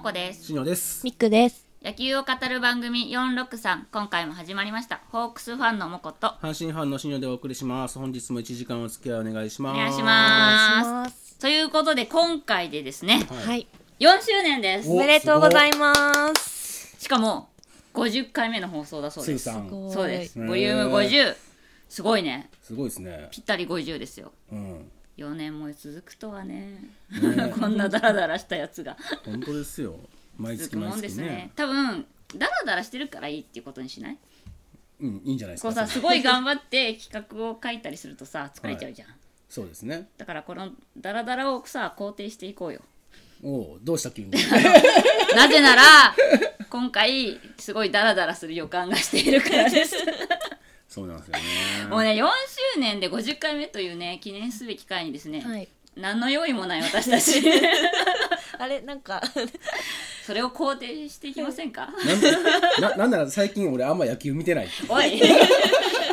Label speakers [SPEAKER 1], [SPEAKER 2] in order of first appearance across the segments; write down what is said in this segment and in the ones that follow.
[SPEAKER 1] 子です
[SPEAKER 2] しのです。
[SPEAKER 3] ミックです。。
[SPEAKER 1] 野球を語る番組463今回も始まりましたホークスファンのモコと
[SPEAKER 2] 阪神ファンのしのでお送りします。本日も1時間お付き合いお願いし
[SPEAKER 1] お
[SPEAKER 2] ます。
[SPEAKER 1] 願いしますということで今回でですね
[SPEAKER 2] は
[SPEAKER 3] はい。
[SPEAKER 1] 4周年です
[SPEAKER 3] おめでとうございます。
[SPEAKER 1] しかも50回目の放送だそう
[SPEAKER 2] す
[SPEAKER 1] で
[SPEAKER 2] い
[SPEAKER 1] す
[SPEAKER 2] さん。
[SPEAKER 1] そうです
[SPEAKER 2] へー
[SPEAKER 1] ボリューム50すごいね
[SPEAKER 2] すごいですね。
[SPEAKER 1] ぴったり50ですよ
[SPEAKER 2] うん。
[SPEAKER 1] 4年も続くとはね こんなダラダラしたやつが
[SPEAKER 2] 本当ですよ。毎
[SPEAKER 1] 続
[SPEAKER 2] 月
[SPEAKER 1] く
[SPEAKER 2] 毎
[SPEAKER 1] もん
[SPEAKER 2] 月
[SPEAKER 1] で
[SPEAKER 2] ね。
[SPEAKER 1] すね多分ダラダラしてるからいいっていうことにしない
[SPEAKER 2] うん、いいんじゃないです
[SPEAKER 1] こ
[SPEAKER 2] か。
[SPEAKER 1] うさすごい頑張って企画を書いたりすると さ疲れちゃうじゃん、
[SPEAKER 2] そうですね。
[SPEAKER 1] だからこのダラダラをさ肯定していこうよ
[SPEAKER 2] おお、どうした急 に。
[SPEAKER 1] なぜ なら今回すごいダラダラする予感がしているからです
[SPEAKER 2] そうなんですよね。
[SPEAKER 1] もうね4周年で50回目というね記念すべき回にですね、
[SPEAKER 3] はい。
[SPEAKER 1] 何の用意もない私た ち
[SPEAKER 3] あれなんか
[SPEAKER 1] それを肯定していきませんか
[SPEAKER 2] なんでな なんなら最近俺あんま野球見てないっていう
[SPEAKER 1] おい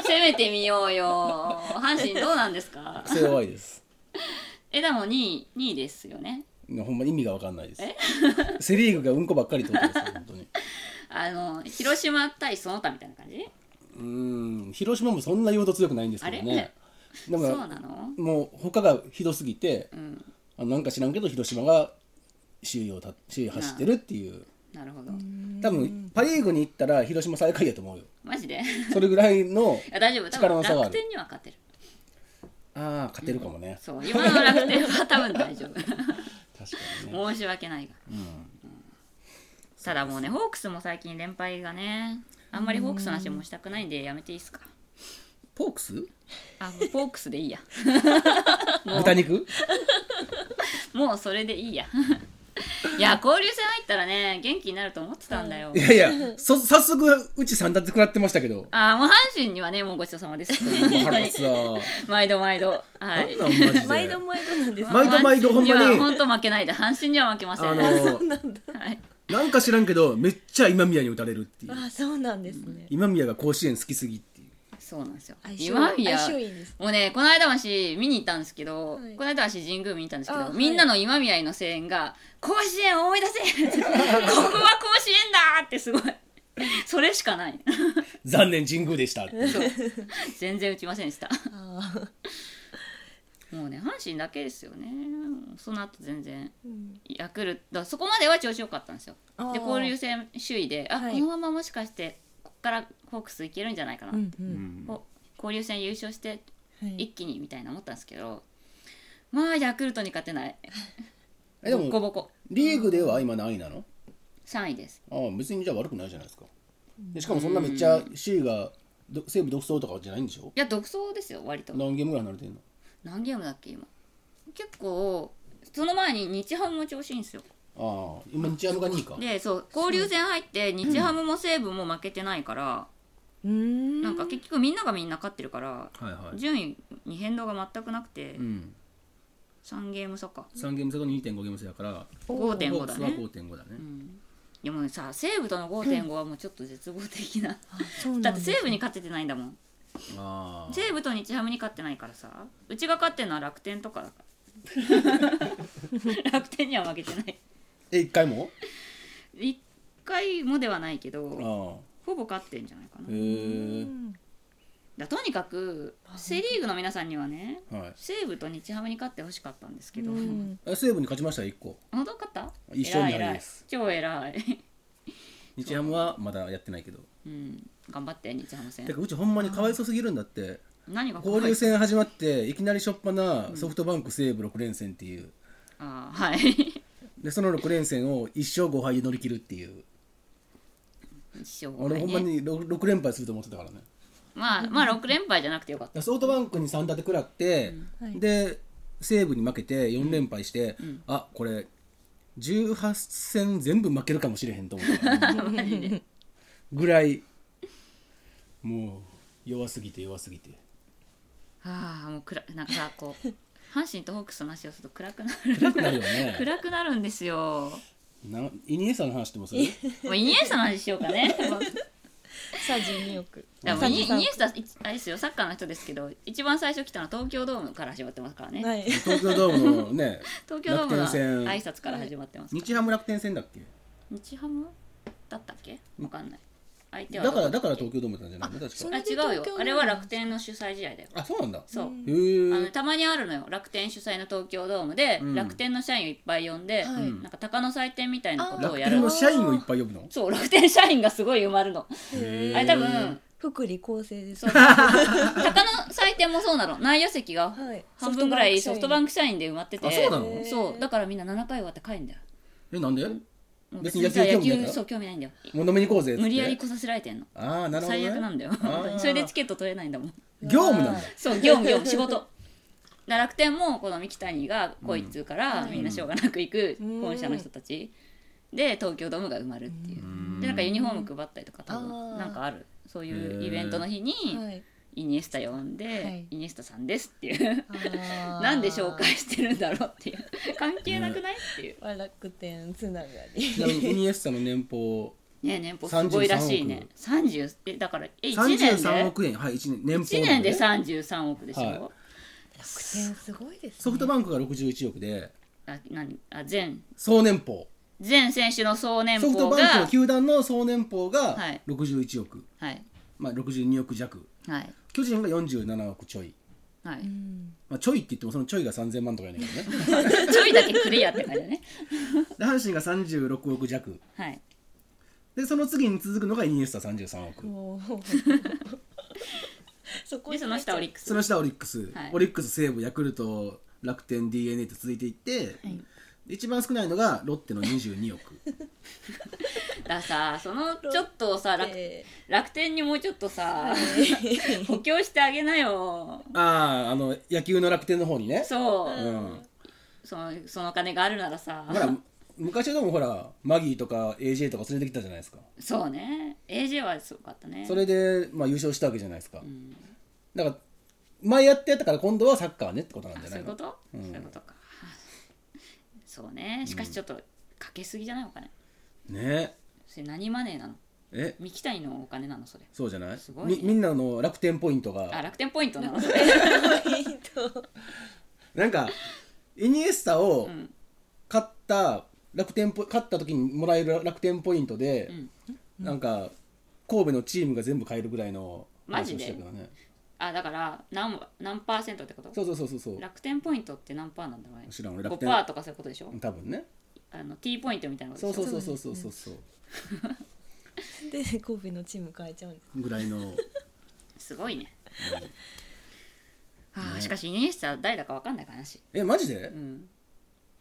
[SPEAKER 1] 攻めてみようよ阪神どうなんですか
[SPEAKER 2] 癖弱いです。
[SPEAKER 1] 枝も2位2位ですよね
[SPEAKER 2] ほんま意味がわかんないです。セリーグがうんこばっかり取ってますよ本当に。
[SPEAKER 1] あの広島対その他みたいな感じ
[SPEAKER 2] うーん、広島もそんな言うほど強くないんですけどね。で
[SPEAKER 1] そう
[SPEAKER 2] も
[SPEAKER 1] なの
[SPEAKER 2] もう他がひどすぎて、
[SPEAKER 1] うん
[SPEAKER 2] あなんか知らんけど広島が首位をた首位走ってるっていう
[SPEAKER 1] なるほど
[SPEAKER 2] 多分パ・リーグに行ったら広島最下位やと思うよ
[SPEAKER 1] マジで
[SPEAKER 2] それぐらいの
[SPEAKER 1] いや大丈夫多
[SPEAKER 2] 力
[SPEAKER 1] 分
[SPEAKER 2] の差があ
[SPEAKER 1] 楽
[SPEAKER 2] る
[SPEAKER 1] 天には勝てる
[SPEAKER 2] ああ勝てるかもね、
[SPEAKER 1] そう今の楽天は多分大丈 夫
[SPEAKER 2] 確かにね、
[SPEAKER 1] 申し訳ないが
[SPEAKER 2] うん、
[SPEAKER 1] ただもうねホークスも最近連敗がねあんまりホークスの話もしたくないんでやめていいですか
[SPEAKER 2] ポークス
[SPEAKER 1] あもうホークスでいいや
[SPEAKER 2] 豚肉
[SPEAKER 1] もうそれでいいや いや交流戦入ったらね元気になると思ってたんだよ
[SPEAKER 2] いやいやそ早速うち3立て食らってましたけ ど
[SPEAKER 1] あもう阪神にはねもうごちそうさまです
[SPEAKER 2] もう腹立つわ
[SPEAKER 1] 毎度毎度は
[SPEAKER 2] ないんなんマジで
[SPEAKER 3] 毎度毎度なんです
[SPEAKER 2] 毎度毎度ほんまに
[SPEAKER 1] 阪神は本当負けないで阪神には負けません
[SPEAKER 2] あ
[SPEAKER 1] はい
[SPEAKER 2] のなんか知らんけどめっちゃ今宮に打たれるっていう
[SPEAKER 3] あ、そうなんですね。
[SPEAKER 2] 今宮が甲子園好きすぎっていう
[SPEAKER 1] そうなんですよ
[SPEAKER 3] 相性
[SPEAKER 1] 今宮
[SPEAKER 3] 相性いいです。
[SPEAKER 1] もうねこの間橋見に行ったんですけど、
[SPEAKER 3] はい
[SPEAKER 1] この間橋神宮見に行ったんですけど、
[SPEAKER 3] あはい
[SPEAKER 1] みんなの今宮への声援が「甲子園思い出せ! 」 ここは甲子園だ!」ってすごいそれしかない
[SPEAKER 2] 残念神宮でしたっていう
[SPEAKER 1] 全然打ちませんでした
[SPEAKER 3] あー
[SPEAKER 1] もうね阪神だけですよねその後全然
[SPEAKER 3] うん
[SPEAKER 1] ヤクルトそこまでは調子良かったんですよ
[SPEAKER 3] あ
[SPEAKER 1] で
[SPEAKER 3] ー
[SPEAKER 1] 交流戦首位であ、
[SPEAKER 3] はい
[SPEAKER 1] このままもしかしてこっからホークスいけるんじゃないかな、
[SPEAKER 3] うんう。
[SPEAKER 2] うんん
[SPEAKER 1] お交流戦優勝して
[SPEAKER 3] はい
[SPEAKER 1] 一気にみたいな思ったんですけどまあヤクルトに勝てない
[SPEAKER 2] えで
[SPEAKER 1] ボッコ
[SPEAKER 2] も
[SPEAKER 1] ボコ
[SPEAKER 2] リーグでは今何位なの
[SPEAKER 1] 3位です
[SPEAKER 2] ああ別にじゃあ悪くないじゃないですかでしかもそんなめっちゃ首位がど西武独走とかじゃないんでしょ
[SPEAKER 1] いや独走ですよ割と
[SPEAKER 2] 何ゲームぐらい離れてんの
[SPEAKER 1] 何ゲームだっけ今結構その前に日ハムも調子いいんですよ
[SPEAKER 2] ああ今日ハムが2位か
[SPEAKER 1] でそう交流戦入って日ハムも西武も負けてないから、
[SPEAKER 3] うーん。
[SPEAKER 1] なんか結局みんながみんな勝ってるから
[SPEAKER 2] はいは
[SPEAKER 1] 順位に変動が全くなくて、
[SPEAKER 2] うん
[SPEAKER 1] 3ゲーム差か
[SPEAKER 2] 3ゲーム差と2.5ゲーム差だから
[SPEAKER 3] おー
[SPEAKER 1] 5.5だ
[SPEAKER 2] ホーク
[SPEAKER 1] ね
[SPEAKER 2] スは5.5だね
[SPEAKER 1] いやもうさ西武との5.5はもうちょっと絶望的な
[SPEAKER 3] あそう
[SPEAKER 1] だ
[SPEAKER 3] な
[SPEAKER 1] っ
[SPEAKER 3] ん
[SPEAKER 1] て
[SPEAKER 3] です
[SPEAKER 1] 西武に勝ててないんだもん
[SPEAKER 2] ああ
[SPEAKER 1] 西武と日ハムに勝ってないからさうちが勝ってるのは楽天とかだか ら楽天には負けてない
[SPEAKER 2] え1回も
[SPEAKER 1] 一回もではないけど
[SPEAKER 2] あ
[SPEAKER 1] ほぼ勝ってんじゃないか
[SPEAKER 2] あ
[SPEAKER 1] な
[SPEAKER 2] へえ
[SPEAKER 1] だとにかくセ・リーグの皆さんにはね
[SPEAKER 2] はい
[SPEAKER 1] 西武と日ハムに勝ってほしかったんですけど、
[SPEAKER 3] うん
[SPEAKER 2] え西武に勝ちました1個
[SPEAKER 1] 本当勝った
[SPEAKER 2] 一緒に
[SPEAKER 1] 偉い
[SPEAKER 2] な
[SPEAKER 1] 偉
[SPEAKER 2] り
[SPEAKER 1] い
[SPEAKER 2] ます
[SPEAKER 1] 超偉い、
[SPEAKER 2] 日ハムはまだやってないけど
[SPEAKER 1] うん、頑張って日ハム戦
[SPEAKER 2] てかうちほんまにかわいそうすぎるんだって
[SPEAKER 1] 何が怖い
[SPEAKER 2] 交流戦始まっていきなりしょっぱなソフトバンク西武6連戦っていう
[SPEAKER 1] あーはい
[SPEAKER 2] でその6連戦を1勝5敗で乗り切るっていう
[SPEAKER 1] 一生後
[SPEAKER 2] 俺
[SPEAKER 1] 輩
[SPEAKER 2] ほんまに 6, 連敗すると思ってたからね
[SPEAKER 1] まあまあ6連敗じゃなくてよ かった
[SPEAKER 2] ソフトバンクに3立て食らって、
[SPEAKER 3] はい
[SPEAKER 2] で西武に負けて4連敗して、あこれ18戦全部負けるかもしれへんと思ったから ぐらいもう弱すぎて弱すぎて
[SPEAKER 1] ああもう暗なんかさこう阪神とホークスの話をすると暗くな
[SPEAKER 2] 暗く
[SPEAKER 1] る
[SPEAKER 2] なるよね
[SPEAKER 1] 暗くなるんですよ
[SPEAKER 2] なイニエスタの話でもする
[SPEAKER 1] もうイニエスタの話しようか ね
[SPEAKER 3] サジ2億。
[SPEAKER 1] でも
[SPEAKER 3] サ
[SPEAKER 1] イニ
[SPEAKER 3] ジ
[SPEAKER 1] イ
[SPEAKER 3] さん
[SPEAKER 1] ニエスタいあれですよサッカーの人ですけど一番最初来たのは東京ドームから始まってますからね、
[SPEAKER 3] はい。
[SPEAKER 2] 東京ドームのね
[SPEAKER 1] 東京ドームの
[SPEAKER 2] 楽天戦
[SPEAKER 1] 挨拶から始まってますから、
[SPEAKER 2] 日ハム楽天戦だっけ
[SPEAKER 1] 日ハムだったっけわかんない相手は
[SPEAKER 2] だから
[SPEAKER 1] ど
[SPEAKER 2] だ
[SPEAKER 1] こ
[SPEAKER 2] か
[SPEAKER 1] っ
[SPEAKER 2] ら
[SPEAKER 1] け
[SPEAKER 2] 東京ドームだったんじゃないの確
[SPEAKER 3] そ
[SPEAKER 2] か
[SPEAKER 3] れで
[SPEAKER 1] あ違うよ
[SPEAKER 3] 東京
[SPEAKER 1] あれ
[SPEAKER 3] ド
[SPEAKER 1] は
[SPEAKER 3] ーム
[SPEAKER 1] 楽天の主催試合だよ
[SPEAKER 2] あそうなんだ
[SPEAKER 1] そう、
[SPEAKER 3] うん
[SPEAKER 2] へ
[SPEAKER 1] あの
[SPEAKER 2] え
[SPEAKER 1] たまにあるのよ楽天主催の東京ドームで、
[SPEAKER 2] うん
[SPEAKER 1] 楽天の社員をいっぱい呼んで、
[SPEAKER 3] はい
[SPEAKER 1] なんか鷹の祭典みたいなことを
[SPEAKER 2] 楽
[SPEAKER 1] やる
[SPEAKER 2] 天
[SPEAKER 1] の
[SPEAKER 2] の社員をいっぱい呼ぶの
[SPEAKER 1] そう楽天社員がすごい埋まるの
[SPEAKER 2] へー
[SPEAKER 1] あれ多分
[SPEAKER 3] 福利厚生です
[SPEAKER 1] そう鷹の祭典もそうなの内野席が
[SPEAKER 3] はい
[SPEAKER 1] 半分ぐらいソフトバ
[SPEAKER 3] ン
[SPEAKER 1] ンク社員で埋まってて
[SPEAKER 2] あそうなの
[SPEAKER 3] へー
[SPEAKER 1] そうだからみんな7回終わって帰るんだよ
[SPEAKER 2] えなんで
[SPEAKER 1] もう
[SPEAKER 2] 別に野球興味ないから
[SPEAKER 1] そう興味ないんだよ
[SPEAKER 2] もう飲みに行こうぜっつって
[SPEAKER 1] 無理やり来させられてんの
[SPEAKER 2] ああなるほど、ね、
[SPEAKER 1] 最悪なんだよ
[SPEAKER 2] あー
[SPEAKER 1] 本当にそれでチケット取れないんだもん
[SPEAKER 2] 業務なんだ
[SPEAKER 1] そう業務業務仕事だ楽天もこの三木谷が来いっつうから、
[SPEAKER 3] うん
[SPEAKER 1] みんなしょうがなく行く
[SPEAKER 3] うん
[SPEAKER 1] 本社の人たちで東京ドームが埋まるっていう、でなんかユニフォーム配ったりとか多
[SPEAKER 3] あ
[SPEAKER 1] 分
[SPEAKER 3] ー
[SPEAKER 1] なんかあるそうい
[SPEAKER 2] へ
[SPEAKER 1] う
[SPEAKER 2] ー
[SPEAKER 1] イベントの日に
[SPEAKER 3] はい
[SPEAKER 1] イニエスタ呼んで、
[SPEAKER 3] はい
[SPEAKER 1] イニエスタさんですっていう
[SPEAKER 3] あー
[SPEAKER 1] なんで紹介してるんだろうっていう関係なくないっていう
[SPEAKER 3] は楽天つなが
[SPEAKER 2] ちなみ
[SPEAKER 3] り
[SPEAKER 2] にイニエスタの 年俸
[SPEAKER 1] ね年俸すごいらしいね30えだからえ1年
[SPEAKER 2] 33
[SPEAKER 1] で
[SPEAKER 2] 億円はい一年年俸
[SPEAKER 1] 1
[SPEAKER 2] な
[SPEAKER 1] 年
[SPEAKER 2] ん
[SPEAKER 1] で
[SPEAKER 2] ね
[SPEAKER 1] 33億でしょ、
[SPEAKER 2] はい
[SPEAKER 3] 楽天すごいですね
[SPEAKER 2] ソフトバンクが61億で
[SPEAKER 1] あ何あ全
[SPEAKER 2] 総年俸
[SPEAKER 1] 全選手の総年
[SPEAKER 2] ソフ
[SPEAKER 1] 俸
[SPEAKER 2] トバンクの
[SPEAKER 1] が
[SPEAKER 2] 球団の総年俸が
[SPEAKER 1] はい
[SPEAKER 2] 61億、
[SPEAKER 1] はい
[SPEAKER 2] まあ、62億弱
[SPEAKER 1] はい
[SPEAKER 2] 巨人が47億ちょい、
[SPEAKER 1] は
[SPEAKER 3] う
[SPEAKER 1] い、
[SPEAKER 3] ん
[SPEAKER 2] まあ、ちょいって言ってもそのちょいが3000万とかやねんけどね
[SPEAKER 1] ちょいだけクリアって感じだね
[SPEAKER 2] で阪神が36億弱
[SPEAKER 1] はい
[SPEAKER 2] でその次に続くのがイニエスタ33億
[SPEAKER 3] おーそこ
[SPEAKER 1] でその下オリッ
[SPEAKER 3] ク
[SPEAKER 1] クス
[SPEAKER 2] その下オリックス、
[SPEAKER 1] はい
[SPEAKER 2] オリックス西武ヤクルト楽天 d n a と続いていって、で一番少ないのがロッテの22億
[SPEAKER 1] だからさそのちょっとさ楽楽天にもうちょっとさ補強してあげなよ
[SPEAKER 2] あああの野球の楽天の方にね
[SPEAKER 1] そううんそのその金があるならさ
[SPEAKER 2] ほら昔はでもほらマギーとか AJ とか連れてきたじゃないですか
[SPEAKER 1] そうね AJ はすごかったね
[SPEAKER 2] それで、まあ、優勝したわけじゃないですか、
[SPEAKER 1] ん
[SPEAKER 2] だから前やってやったから今度はサッカーねってことなんじゃ
[SPEAKER 1] そ
[SPEAKER 2] な
[SPEAKER 1] うい
[SPEAKER 2] いうの
[SPEAKER 1] こと、
[SPEAKER 2] うん
[SPEAKER 1] そういうことか そうねしかしちょっとかけすぎじゃないお金
[SPEAKER 2] ね
[SPEAKER 1] それ何マネーなの
[SPEAKER 2] え
[SPEAKER 1] 三木谷のお金なのそれ
[SPEAKER 2] そうじゃない
[SPEAKER 1] すごいね
[SPEAKER 2] みみんなの楽天ポイント
[SPEAKER 1] あ
[SPEAKER 2] が
[SPEAKER 1] 楽天ポイント なのそれ
[SPEAKER 2] なんかイニエスタを
[SPEAKER 1] うん
[SPEAKER 2] 勝った楽天ポ勝った時にもらえる楽天ポイントで
[SPEAKER 1] う、ん
[SPEAKER 2] なんか神戸のチームが全部買えるぐらいの
[SPEAKER 1] マジで
[SPEAKER 2] 話をしてたけどね
[SPEAKER 1] あだから何何パーセントってこと
[SPEAKER 2] そうそうそうそうそう
[SPEAKER 1] 楽天ポイントって何パーなんだろうね
[SPEAKER 2] 知らん俺楽
[SPEAKER 1] 5
[SPEAKER 2] 天
[SPEAKER 1] パーとかそういうことでしょ
[SPEAKER 2] 多分ね
[SPEAKER 1] あの T ポイントみたいなこと
[SPEAKER 2] そう
[SPEAKER 1] でし
[SPEAKER 2] そ
[SPEAKER 1] ょ
[SPEAKER 2] うそうそうそうそうそう
[SPEAKER 3] で神戸のチーム変えちゃうんです
[SPEAKER 2] ぐらいの
[SPEAKER 1] すごいねあーしかしイニエスタは誰だか分かんないからし
[SPEAKER 2] えマジで
[SPEAKER 1] うん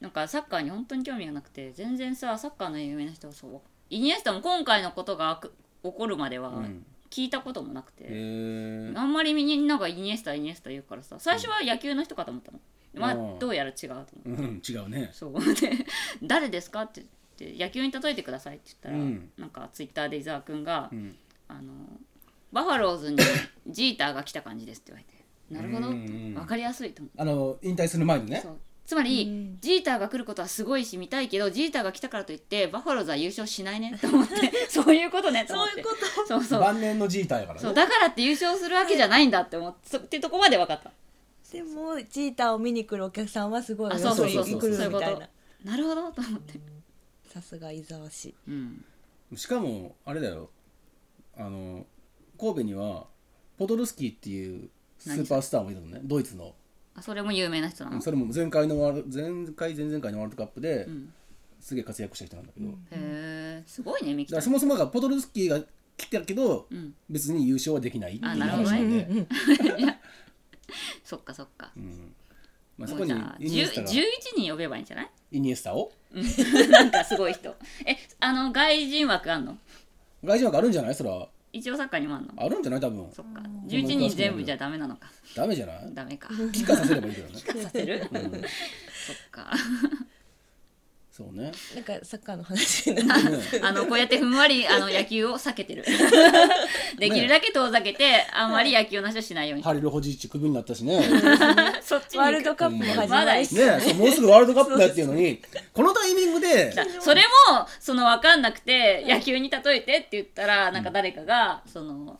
[SPEAKER 1] なんかサッカーに本当に興味がなくて全然さサッカーの有名な人はそうイニエスタも今回のことがく起こるまでは
[SPEAKER 2] うん
[SPEAKER 1] 聞いたこともなくて、
[SPEAKER 2] えー
[SPEAKER 1] あんまりみんながイニエスタイニエスタ言うからさ最初は野球の人かと思ったの、ま
[SPEAKER 2] あ
[SPEAKER 1] あ
[SPEAKER 2] ー
[SPEAKER 1] どうやら違うと思って
[SPEAKER 2] うん違うね
[SPEAKER 1] そう で「誰ですか?」って言って「野球に例えてください」って言ったら、
[SPEAKER 2] うん
[SPEAKER 1] なんかツイッターで伊沢くんが、
[SPEAKER 2] うん
[SPEAKER 1] あの「バファローズにジーターが来た感じです」って言われて「なるほど」
[SPEAKER 2] うんうん
[SPEAKER 1] 分かりやすいと思
[SPEAKER 2] あの引退する前に
[SPEAKER 1] う
[SPEAKER 2] ね
[SPEAKER 1] そうつまり、
[SPEAKER 3] うん
[SPEAKER 1] ジーターが来ることはすごいし見たいけどジーターが来たからといってバファローズは優勝しないねと 思ってそういうことねと思って
[SPEAKER 3] と
[SPEAKER 1] そうそう
[SPEAKER 2] 晩年のジーターやから
[SPEAKER 1] そう
[SPEAKER 2] ね
[SPEAKER 1] だからって優勝するわけじゃないんだって思って、そってとこまで分かった
[SPEAKER 3] でもジーターを見に来るお客さんはすごい
[SPEAKER 1] あ
[SPEAKER 3] お
[SPEAKER 1] そ
[SPEAKER 3] よ
[SPEAKER 1] うそ
[SPEAKER 3] そう
[SPEAKER 1] そう
[SPEAKER 3] に
[SPEAKER 1] そ
[SPEAKER 3] 来
[SPEAKER 1] うそうい
[SPEAKER 3] る
[SPEAKER 1] う
[SPEAKER 3] み
[SPEAKER 1] こ
[SPEAKER 3] たい
[SPEAKER 1] と
[SPEAKER 3] な
[SPEAKER 1] なるほどと思って
[SPEAKER 3] さすが伊沢氏
[SPEAKER 1] うん
[SPEAKER 2] しかもあれだよあの神戸にはポドルスキーっていうスーパースターもいるのねドイツの
[SPEAKER 1] あそれも有名な人なの、
[SPEAKER 2] それも前回のワール前回前々回のワールドカップで
[SPEAKER 1] うん
[SPEAKER 2] すげえ活躍した人なんだけど、
[SPEAKER 1] へ
[SPEAKER 2] だ
[SPEAKER 1] えすごいねミキ
[SPEAKER 2] から
[SPEAKER 1] ちゃん
[SPEAKER 2] そもそもがポドルスキーが来てたけど、
[SPEAKER 1] うん
[SPEAKER 2] 別に優勝はできないっていう
[SPEAKER 1] あなるほ
[SPEAKER 2] 話
[SPEAKER 1] ど
[SPEAKER 2] な
[SPEAKER 1] ね
[SPEAKER 2] んで、
[SPEAKER 1] そっかそっか
[SPEAKER 2] うんまあ、そ
[SPEAKER 1] も
[SPEAKER 2] こ
[SPEAKER 1] うじ
[SPEAKER 2] に
[SPEAKER 1] ゃあ
[SPEAKER 2] イニエスタ
[SPEAKER 1] 10 11
[SPEAKER 2] が
[SPEAKER 1] 人呼べばいいんじゃない
[SPEAKER 2] イニエスタを
[SPEAKER 1] なんかすごい人えあの外人枠あんの
[SPEAKER 2] 外人枠あるんじゃないそら
[SPEAKER 1] 一応サッカーにもあんの
[SPEAKER 2] あるんじゃない多分
[SPEAKER 1] そっか11人全部じゃダメなのか
[SPEAKER 2] ダメじゃない
[SPEAKER 1] ダメか
[SPEAKER 2] 帰化させればいいけどね
[SPEAKER 1] させる、そっか
[SPEAKER 2] そうね
[SPEAKER 3] なんかサッカーの話になる
[SPEAKER 1] あのこうやってふんわりあの野球を避けて るできるだけ遠ざけてあんまり野球の話をしないように、
[SPEAKER 2] ハリル・ホジッチクビになったしねね
[SPEAKER 1] そっち
[SPEAKER 3] ワー
[SPEAKER 1] に
[SPEAKER 3] ル
[SPEAKER 1] 行
[SPEAKER 3] ド
[SPEAKER 1] く
[SPEAKER 3] カップも始まるし、
[SPEAKER 2] そうもうすぐワールドカップだっていうのにこのタイミングで
[SPEAKER 1] だそれもその分かんなくて野球に例えてって言ったらなんか誰かがその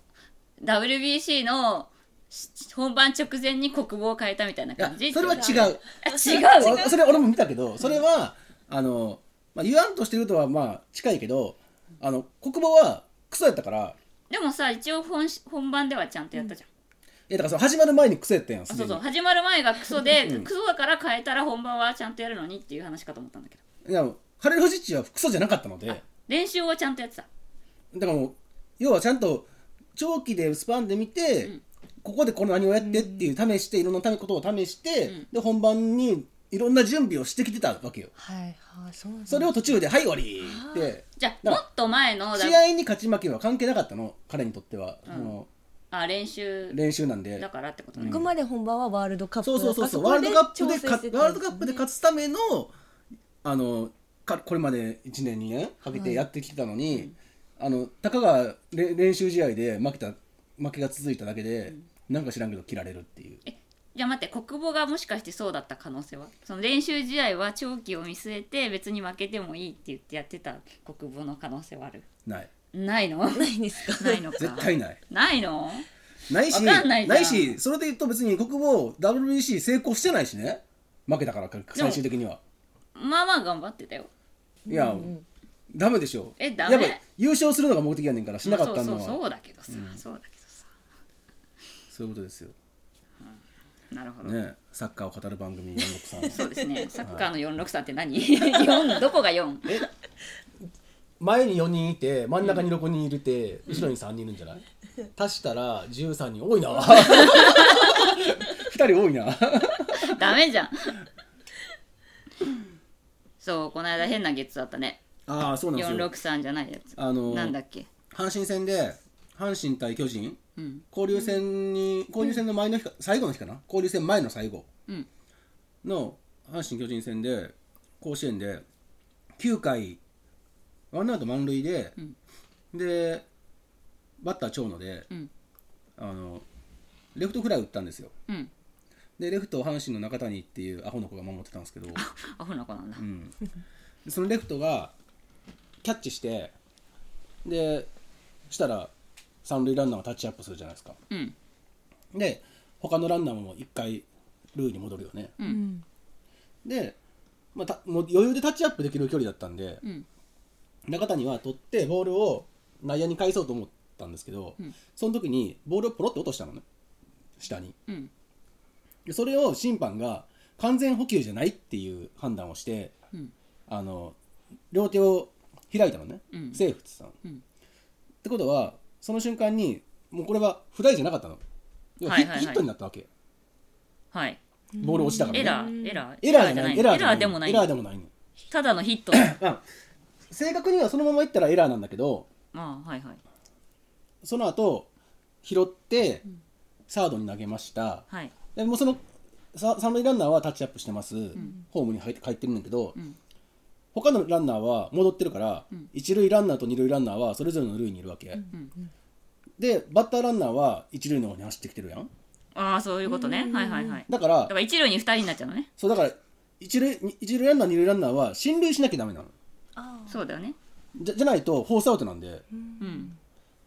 [SPEAKER 1] WBC のし本番直前に国防を変えたみたいない
[SPEAKER 2] や
[SPEAKER 1] 感じ
[SPEAKER 2] それは
[SPEAKER 1] 違
[SPEAKER 2] 違う
[SPEAKER 1] う
[SPEAKER 2] あそれ俺も見たけどそれは、あのままあ、言わんとしてるとはまあ近いけどあの国防はクソやったから
[SPEAKER 1] でもさ一応本し本番ではちゃんとやったじゃん、
[SPEAKER 2] えだからその始まる前にクソやったやんす
[SPEAKER 1] あ
[SPEAKER 2] で
[SPEAKER 1] そ
[SPEAKER 2] に
[SPEAKER 1] うそう始まる前がクソで、
[SPEAKER 2] うん
[SPEAKER 1] クソだから変えたら本番はちゃんとやるのにっていう話かと思ったんだけど
[SPEAKER 2] いやハレルフジッチはクソじゃなかったので
[SPEAKER 1] 練習はちゃんとやってた
[SPEAKER 2] だからもう要はちゃんと長期でスパンで見て、
[SPEAKER 1] うん
[SPEAKER 2] ここでこれ何をやってっていう試していろんなためことを試して、
[SPEAKER 1] うん
[SPEAKER 2] で本番にいろんな準備をしてきてたわけよ
[SPEAKER 3] はいはいそうなんだ
[SPEAKER 2] それを途中で「はい終わり!」って
[SPEAKER 1] じゃあ
[SPEAKER 2] だ
[SPEAKER 1] もっと前のだ
[SPEAKER 2] 試合に勝ち負けは関係なかったの彼にとっては、
[SPEAKER 1] うん
[SPEAKER 2] その
[SPEAKER 1] あ練習
[SPEAKER 2] 練習なん
[SPEAKER 1] だ
[SPEAKER 2] で
[SPEAKER 1] からってこと
[SPEAKER 2] う
[SPEAKER 1] ね、
[SPEAKER 2] ん
[SPEAKER 3] ここまで本番はワールドカップ
[SPEAKER 2] そうそうそうそう
[SPEAKER 3] だ
[SPEAKER 2] ワ
[SPEAKER 3] か
[SPEAKER 2] ールドカ
[SPEAKER 3] ら
[SPEAKER 2] ップで
[SPEAKER 3] そこ調整して
[SPEAKER 2] 勝
[SPEAKER 3] たんすね
[SPEAKER 2] ワールドカップで勝つためのあのかこれまで1年2年かけてやってきてたのに、あのたかがれ練習試合で負けた負けが続いただけで、なんか知らんけど切られるっていう
[SPEAKER 1] えじゃあ待って国母がもしかしてそうだった可能性はその練習試合は長期を見据えて別に負けてもいいって言ってやってた国母の可能性はある
[SPEAKER 2] ない
[SPEAKER 1] ない の
[SPEAKER 3] ないんですか
[SPEAKER 1] ないのか
[SPEAKER 2] 絶対ない
[SPEAKER 1] ないの
[SPEAKER 2] ないし
[SPEAKER 1] わかんないじゃん
[SPEAKER 2] しそれで言うと別に国防 WBC 成功してないしね負けたから最終的には
[SPEAKER 1] まあまあ頑張ってたよ
[SPEAKER 2] いや、
[SPEAKER 3] うん
[SPEAKER 2] ダメでしょ
[SPEAKER 1] えダメ
[SPEAKER 2] やっぱ優勝するのが目的やねんからしなかったのは、
[SPEAKER 1] まあそうそうそうだけどさ、そうだけどさ
[SPEAKER 2] そういうことですよ
[SPEAKER 1] なるほど、
[SPEAKER 2] ねサッカーを語る番組山本さん
[SPEAKER 1] そうですねサッカーの463って何 4どこが 4?
[SPEAKER 2] え 前に4人いて真ん中に6人いるて、後ろに3人いるんじゃない足したら13人多いな2人多いな
[SPEAKER 1] ダメじゃんそうこの間変なゲッツだったね
[SPEAKER 2] ああそうなんですよ
[SPEAKER 1] 463じゃないやつ
[SPEAKER 2] あの
[SPEAKER 1] なんだっけ
[SPEAKER 2] 阪神戦で阪神対巨人
[SPEAKER 1] うん
[SPEAKER 2] 交流戦に交流戦の前の日か、最後の日かな交流戦前の最後
[SPEAKER 1] うん
[SPEAKER 2] の阪神・巨人戦で甲子園で9回ワンアウト満塁で、
[SPEAKER 1] うん
[SPEAKER 2] でバッター長野で
[SPEAKER 1] うん
[SPEAKER 2] あのレフトフライ打ったんですよ
[SPEAKER 1] うん
[SPEAKER 2] でレフトを阪神の中谷っていうアホの子が守ってたんですけど、
[SPEAKER 1] アホな子なんだ
[SPEAKER 2] うん、でそのレフトがキャッチしてでしたら三塁ランナーがタッチアップするじゃないですか
[SPEAKER 1] うん
[SPEAKER 2] で他のランナーも一回ルーに戻るよね
[SPEAKER 1] う
[SPEAKER 3] うんん
[SPEAKER 2] で、まあ、たもう余裕でタッチアップできる距離だったんで
[SPEAKER 1] うん
[SPEAKER 2] 中谷は取ってボールを内野に返そうと思ったんですけど、
[SPEAKER 1] うん
[SPEAKER 2] その時にボールをポロッと落としたのね下に
[SPEAKER 1] うん
[SPEAKER 2] でそれを審判が完全補給じゃないっていう判断をして
[SPEAKER 1] うん
[SPEAKER 2] あの両手を開いたのね、
[SPEAKER 1] うん
[SPEAKER 2] セーフって言ってたの、
[SPEAKER 1] うん
[SPEAKER 2] ってことはその瞬間にもうこれはフライじゃなかったの要はヒ,、
[SPEAKER 1] はいはいはい
[SPEAKER 2] ヒットになったわけ
[SPEAKER 1] はい
[SPEAKER 2] ボール落ちたからね
[SPEAKER 1] エラーエラー
[SPEAKER 2] エラーじゃない
[SPEAKER 1] エ
[SPEAKER 2] エ
[SPEAKER 1] ラー
[SPEAKER 2] ラー
[SPEAKER 1] じ
[SPEAKER 2] じ
[SPEAKER 1] ゃ
[SPEAKER 2] ゃ
[SPEAKER 1] な
[SPEAKER 2] ない
[SPEAKER 1] エラーでもない
[SPEAKER 2] エラーでもないの
[SPEAKER 1] ただのヒット
[SPEAKER 2] あ正確にはそのままいったらエラーなんだけど
[SPEAKER 1] ああはいはい
[SPEAKER 2] その後拾ってサードに投げました、
[SPEAKER 1] はい
[SPEAKER 2] でもうそのさ三塁ランナーはタッチアップしてます、ホームに入って帰ってるんだけど、
[SPEAKER 1] うん
[SPEAKER 2] 他のランナーは戻ってるから、一塁ランナーと二塁ランナーはそれぞれの塁にいるわけ、
[SPEAKER 1] ん
[SPEAKER 2] でバッターランナーは一塁の方に走ってきてるやん
[SPEAKER 1] ああそういうことねはいはいはい
[SPEAKER 2] だか
[SPEAKER 1] だ
[SPEAKER 2] ら
[SPEAKER 1] から一塁に二人になっちゃうのね
[SPEAKER 2] そうだから一塁に一塁ランナー二塁ランナーは進塁しなきゃダメなの
[SPEAKER 3] あ
[SPEAKER 1] そうだよね
[SPEAKER 2] じゃじゃないとフォースアウトなんで
[SPEAKER 1] うん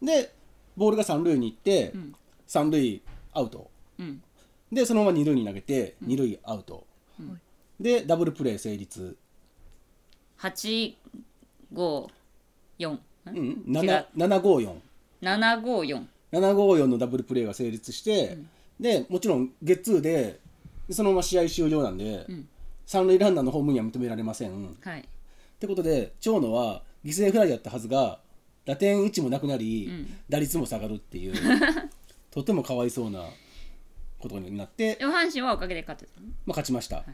[SPEAKER 2] でボールが三塁に行って、
[SPEAKER 1] うん
[SPEAKER 2] 三塁アウト
[SPEAKER 1] うん
[SPEAKER 2] でそのまま二塁に投げて二塁アウト、
[SPEAKER 1] ん
[SPEAKER 2] でダブルプレー成立
[SPEAKER 1] 8 5 4
[SPEAKER 2] うん、
[SPEAKER 1] 違う
[SPEAKER 2] 7 754
[SPEAKER 1] 754
[SPEAKER 2] 754のダブルプレーが成立して、でもちろんゲッツーでそのまま試合終了なんで、
[SPEAKER 1] ん
[SPEAKER 2] 三塁ランナーのホームインは認められません、っ
[SPEAKER 1] はい
[SPEAKER 2] てことで長野は犠牲フライだったはずが打点位置もなくなり、
[SPEAKER 1] うん
[SPEAKER 2] 打率も下がるっ ていうとてもかわいそうなことになって、
[SPEAKER 1] でも阪神はおかげで勝ってたの
[SPEAKER 2] まあ、勝ちました、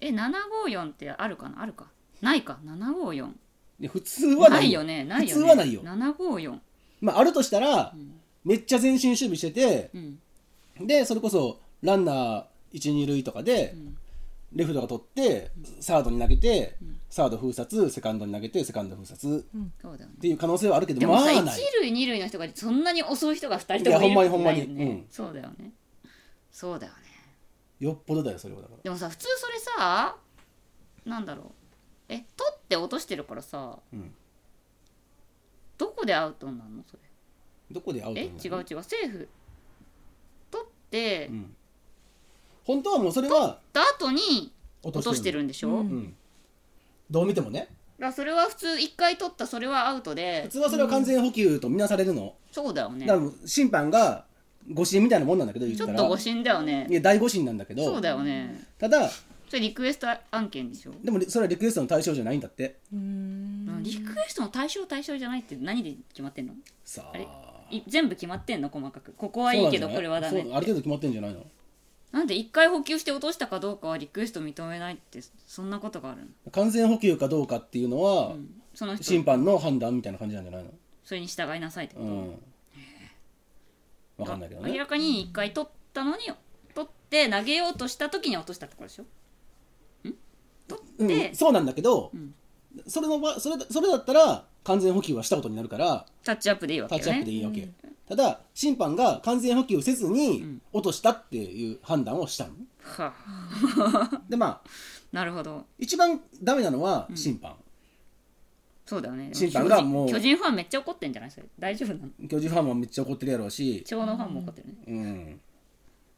[SPEAKER 1] え754ってあるかなあるかないか754
[SPEAKER 2] で普通は
[SPEAKER 1] な
[SPEAKER 2] ないい
[SPEAKER 1] よねないよね
[SPEAKER 2] 普通はないよ、
[SPEAKER 1] 754
[SPEAKER 2] まあ、あるとしたら、めっちゃ前進守備してて
[SPEAKER 1] うん
[SPEAKER 2] でそれこそランナー一二塁とかで、
[SPEAKER 1] ん
[SPEAKER 2] レフトが取ってサードに投げて、サード封殺セカンドに投げてセカンド封殺
[SPEAKER 1] そうだよね
[SPEAKER 2] っていう可能性はあるけど、
[SPEAKER 1] でも
[SPEAKER 2] ま
[SPEAKER 1] さ、
[SPEAKER 2] あ
[SPEAKER 1] 一
[SPEAKER 2] ない
[SPEAKER 1] 塁二塁の人がそんなに遅い人が二人と
[SPEAKER 2] いや
[SPEAKER 1] もいるこ
[SPEAKER 2] ほ
[SPEAKER 1] と
[SPEAKER 2] んま
[SPEAKER 1] な
[SPEAKER 2] に
[SPEAKER 1] い
[SPEAKER 2] ほ
[SPEAKER 1] よ
[SPEAKER 2] んまに
[SPEAKER 1] ね、
[SPEAKER 2] うん
[SPEAKER 1] そうだよねそうだよね
[SPEAKER 2] よっぽどだよそれはだか
[SPEAKER 1] でもさ普通それさなんだろうえ取って落としてるからさ
[SPEAKER 2] ら、うん、
[SPEAKER 1] どこでアウトになるのそれ
[SPEAKER 2] どこでアウト
[SPEAKER 1] え
[SPEAKER 2] にな
[SPEAKER 1] 違
[SPEAKER 2] るの
[SPEAKER 1] う違うセーフ取って、
[SPEAKER 2] う
[SPEAKER 1] 取っ
[SPEAKER 2] ん、本当はもうそれは
[SPEAKER 1] た後に落として
[SPEAKER 2] る、
[SPEAKER 1] るんでしょ、
[SPEAKER 3] う
[SPEAKER 2] うんん、どう見てもね
[SPEAKER 1] らそれは普通1回取ったそれはアウトで
[SPEAKER 2] 普通はそれは完全補給とみなされるの、
[SPEAKER 1] そうだよね
[SPEAKER 2] だから審判が誤審みたいなもんなんだけど言っ
[SPEAKER 1] ち
[SPEAKER 2] た
[SPEAKER 1] ょ
[SPEAKER 2] ら
[SPEAKER 1] っと誤審だよね
[SPEAKER 2] いや大誤審なんだけど
[SPEAKER 1] そうだよね
[SPEAKER 2] ただ
[SPEAKER 1] それリクエスト案件でしょ
[SPEAKER 2] でもそれはリクエストの対象じゃないんだって
[SPEAKER 3] うーん
[SPEAKER 1] リクエストの対象対象じゃないって何で決まってんの
[SPEAKER 2] さ
[SPEAKER 1] あれ
[SPEAKER 2] あ
[SPEAKER 1] い全部決まってんの細かくここはいいけど
[SPEAKER 2] そう
[SPEAKER 1] これは
[SPEAKER 2] なん
[SPEAKER 1] ダ
[SPEAKER 2] じゃ
[SPEAKER 1] メ
[SPEAKER 2] ないそうある程度決まってんじゃないの
[SPEAKER 1] なんで1回補給して落としたかどうかはリクエスト認めないってそんなことがあるの、
[SPEAKER 2] 完全補給かどうかっていうのは、
[SPEAKER 1] うん、その人
[SPEAKER 2] 審判の判断みたいな感じなんじゃないの
[SPEAKER 1] それに従いなさいってこ
[SPEAKER 2] う
[SPEAKER 1] と、
[SPEAKER 2] んわかんないけど
[SPEAKER 1] 明
[SPEAKER 2] ね
[SPEAKER 1] らかに1回取ったのに取って投げようとした時に落としたってことでしょ
[SPEAKER 2] うん
[SPEAKER 1] で
[SPEAKER 2] そうなんだけど、
[SPEAKER 1] ん
[SPEAKER 2] それの場それそれだったら完全補給はしたことになるから
[SPEAKER 1] タッチアップでいいわけ
[SPEAKER 2] タッ
[SPEAKER 1] よ
[SPEAKER 2] チアップで
[SPEAKER 1] ね
[SPEAKER 2] いいわけ、ただ審判が完全補給せずに落としたっていう判断をしたの、
[SPEAKER 1] はあ
[SPEAKER 2] でまあ
[SPEAKER 1] なるほど
[SPEAKER 2] 一番ダメなのは審判、
[SPEAKER 1] そうだよね
[SPEAKER 2] 審判がもう
[SPEAKER 1] 巨人巨人ファンめっちゃ怒ってんじゃないそれ大丈夫なの
[SPEAKER 2] 巨人ファンもめっちゃ怒ってるやろうし、
[SPEAKER 1] 長野ファンも怒ってるね、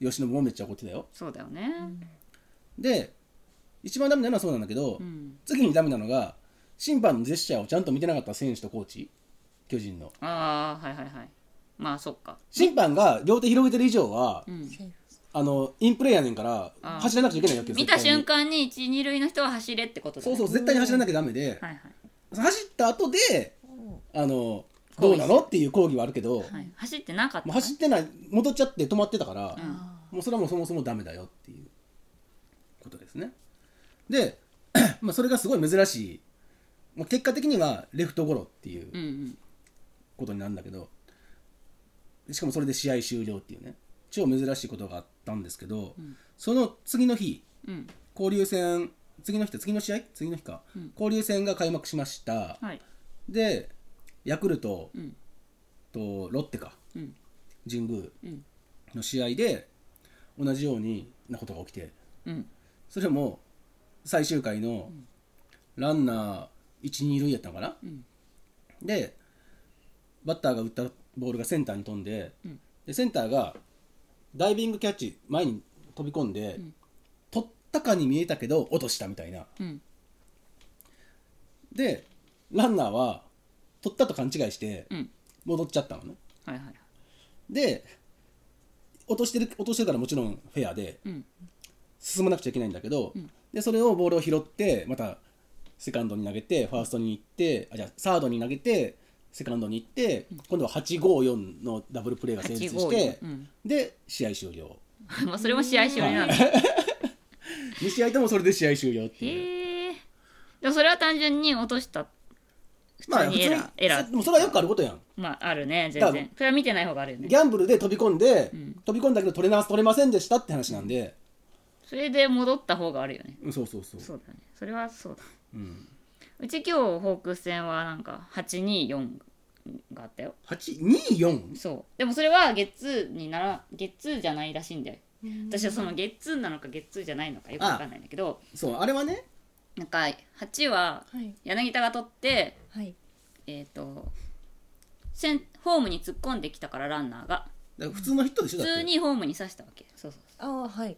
[SPEAKER 2] うん、吉野もめっちゃ怒ってたよ
[SPEAKER 1] そうだよね
[SPEAKER 2] で一番ダメなのはそうなんだけど、
[SPEAKER 1] うん
[SPEAKER 2] 次にダメなのが審判のジェスチャーをちゃんと見てなかった選手とコーチ巨人の
[SPEAKER 1] ああはいはいはいまあそっか
[SPEAKER 2] 審判が両手広げてる以上は、
[SPEAKER 1] うん
[SPEAKER 3] セーフ
[SPEAKER 2] あのインプレーやねんから
[SPEAKER 1] あー
[SPEAKER 2] 走らなくちゃいけないわけよ
[SPEAKER 1] 見た
[SPEAKER 2] 絶対に
[SPEAKER 1] 瞬間に一二塁の人は走れってことだ、
[SPEAKER 2] そ
[SPEAKER 1] ね、
[SPEAKER 2] うそう
[SPEAKER 1] う
[SPEAKER 2] 絶対に走らなきゃダメで、
[SPEAKER 1] はいはい
[SPEAKER 2] 走った後であの
[SPEAKER 1] 抗
[SPEAKER 2] ど
[SPEAKER 1] 議
[SPEAKER 2] うなのっていう抗議はあるけど、
[SPEAKER 1] はい、走ってなかった
[SPEAKER 2] もう
[SPEAKER 1] ね、
[SPEAKER 2] 走ってない戻っちゃって止まってたから、
[SPEAKER 1] うん
[SPEAKER 2] もうそれはもうそもそもダメだよっていうことですねで、 まあ、それがすごい珍しい、まあ、結果的にはレフトゴロっていう
[SPEAKER 1] うんうん
[SPEAKER 2] ことになるんだけどしかもそれで試合終了っていうね超珍しいことがあったんですけど、その次の日
[SPEAKER 1] うん
[SPEAKER 2] 交流戦次の日って次の試合次の日か、交流戦が開幕しました
[SPEAKER 1] はい
[SPEAKER 2] でヤクルト
[SPEAKER 1] うん
[SPEAKER 2] とロッテか
[SPEAKER 1] うん
[SPEAKER 2] 神宮
[SPEAKER 1] うん
[SPEAKER 2] の試合で同じようになことが起きて
[SPEAKER 1] うん
[SPEAKER 2] それも最終回のランナー12塁やったのかな、
[SPEAKER 1] ん
[SPEAKER 2] でバッターが打ったボールがセンターに飛んで,、
[SPEAKER 1] ん
[SPEAKER 2] でセンターがダイビングキャッチ前に飛び込んで、取ったかに見えたけど落としたみたいな
[SPEAKER 1] うん
[SPEAKER 2] でランナーは取ったと勘違いして
[SPEAKER 1] うん
[SPEAKER 2] 戻っちゃったのね、
[SPEAKER 1] はいはい
[SPEAKER 2] で落としてる落としてるからもちろんフェアで、
[SPEAKER 1] うん
[SPEAKER 2] 進まなくちゃいけないんだけど、でそれをボールを拾ってまたセカンドに投げてファーストに行ってあじゃあサードに投げてセカンドに行って、今度は854のダブルプレーが成立して
[SPEAKER 1] 854、うん
[SPEAKER 2] で試合終了
[SPEAKER 1] まあそれも試合終了なんだ
[SPEAKER 2] 2試合ともそれで試合終了っていう。
[SPEAKER 1] へえでもそれは単純に落とした普通にエラー、エラ
[SPEAKER 2] そ
[SPEAKER 1] ー
[SPEAKER 2] でもそれはよくあることやん
[SPEAKER 1] まああるね
[SPEAKER 2] 多
[SPEAKER 1] 全
[SPEAKER 2] 分
[SPEAKER 1] 然それは見てない方があるよね
[SPEAKER 2] ギャンブルで飛び込んで、飛び込んだけど取れな取れませんでしたって話なんで、
[SPEAKER 1] それで戻った方があるよね
[SPEAKER 2] うんそうそうそう
[SPEAKER 1] そうだねそれはそうだ
[SPEAKER 2] うん、
[SPEAKER 1] うち今日ホークス戦はなんか824があったよ
[SPEAKER 2] 824
[SPEAKER 1] そうでもそれは月になら月じゃないらしいんだよ私はその月なのか月じゃないのかよくわかんないんだけど
[SPEAKER 2] そうあれはね
[SPEAKER 1] なんか8は
[SPEAKER 3] はい
[SPEAKER 1] 柳田が取って
[SPEAKER 3] はい
[SPEAKER 1] えっ、とセンホームに突っ込んできたからランナーが
[SPEAKER 2] だから普通のヒットでしょ
[SPEAKER 1] 普
[SPEAKER 2] だって
[SPEAKER 1] 通にホームに刺したわけそうそう
[SPEAKER 3] ああはい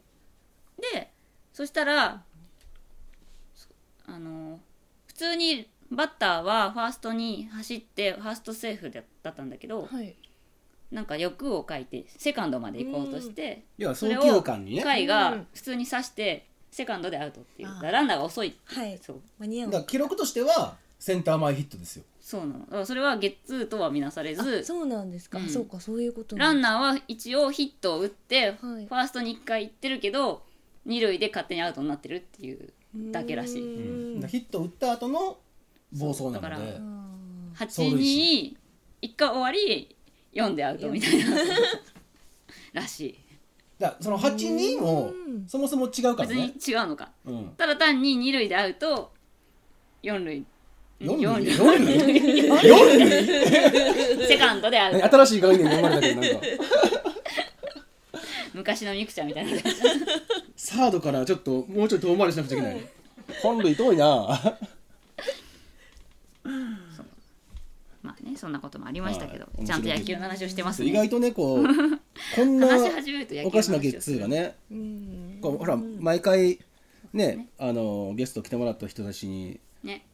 [SPEAKER 1] でそしたらそあの普通にバッターはファーストに走ってファーストセーフだだったんだけど、
[SPEAKER 3] はい
[SPEAKER 1] なんか欲を書いてセカンドまで行こうとして、
[SPEAKER 2] 要は
[SPEAKER 1] そ
[SPEAKER 2] 早
[SPEAKER 1] れ
[SPEAKER 2] 急
[SPEAKER 1] を
[SPEAKER 2] 感にね
[SPEAKER 1] 回
[SPEAKER 3] う
[SPEAKER 1] が
[SPEAKER 3] ん
[SPEAKER 1] 普通に刺してセカンドでアウトっていう
[SPEAKER 3] あー
[SPEAKER 1] だからランナーが遅いってう
[SPEAKER 3] はい
[SPEAKER 1] そう
[SPEAKER 3] 間に合
[SPEAKER 2] だ
[SPEAKER 3] う
[SPEAKER 2] から記録としてはセンター前ヒットですよ
[SPEAKER 1] そうなのだからそれはゲッツーとは見なされ
[SPEAKER 3] あ
[SPEAKER 1] ず
[SPEAKER 3] そうなんですか、
[SPEAKER 1] うん
[SPEAKER 3] そうかそういうこと
[SPEAKER 1] ラン
[SPEAKER 3] ナ
[SPEAKER 1] ナーは一応ヒットを打って、
[SPEAKER 3] はい
[SPEAKER 1] ファーストに1回行ってるけど二塁で勝手にアウトになってるっていうだけらしい
[SPEAKER 2] だからヒット打った後の暴走なの
[SPEAKER 1] そうだから
[SPEAKER 2] で走塁
[SPEAKER 1] 821回終わり4でアウトみたいならしい
[SPEAKER 2] だからその82も
[SPEAKER 3] うん
[SPEAKER 2] そもそも違うから
[SPEAKER 1] 別に
[SPEAKER 2] ね、
[SPEAKER 1] 違うのか
[SPEAKER 2] うん、
[SPEAKER 1] ただ単に二塁でアウト4塁
[SPEAKER 2] 4
[SPEAKER 1] 四
[SPEAKER 2] 塁
[SPEAKER 1] 塁
[SPEAKER 2] 4塁
[SPEAKER 1] セカンドでアウト
[SPEAKER 2] 新しい概念が生まれたけどなんか
[SPEAKER 1] 昔のミクちゃんみたいな感じ
[SPEAKER 2] サードからちょっともうちょい遠回りしなくちゃいけない本塁遠いな
[SPEAKER 1] まあねそんなこともありましたけど、
[SPEAKER 2] はい
[SPEAKER 1] ちゃんと野球の話をしてますね
[SPEAKER 2] 意外とねこうこんな
[SPEAKER 1] 話し始めると野球の話
[SPEAKER 2] おかしなゲッツーがね
[SPEAKER 3] うん
[SPEAKER 2] こうほら毎回ねあのゲスト来てもらった人たちに
[SPEAKER 1] ね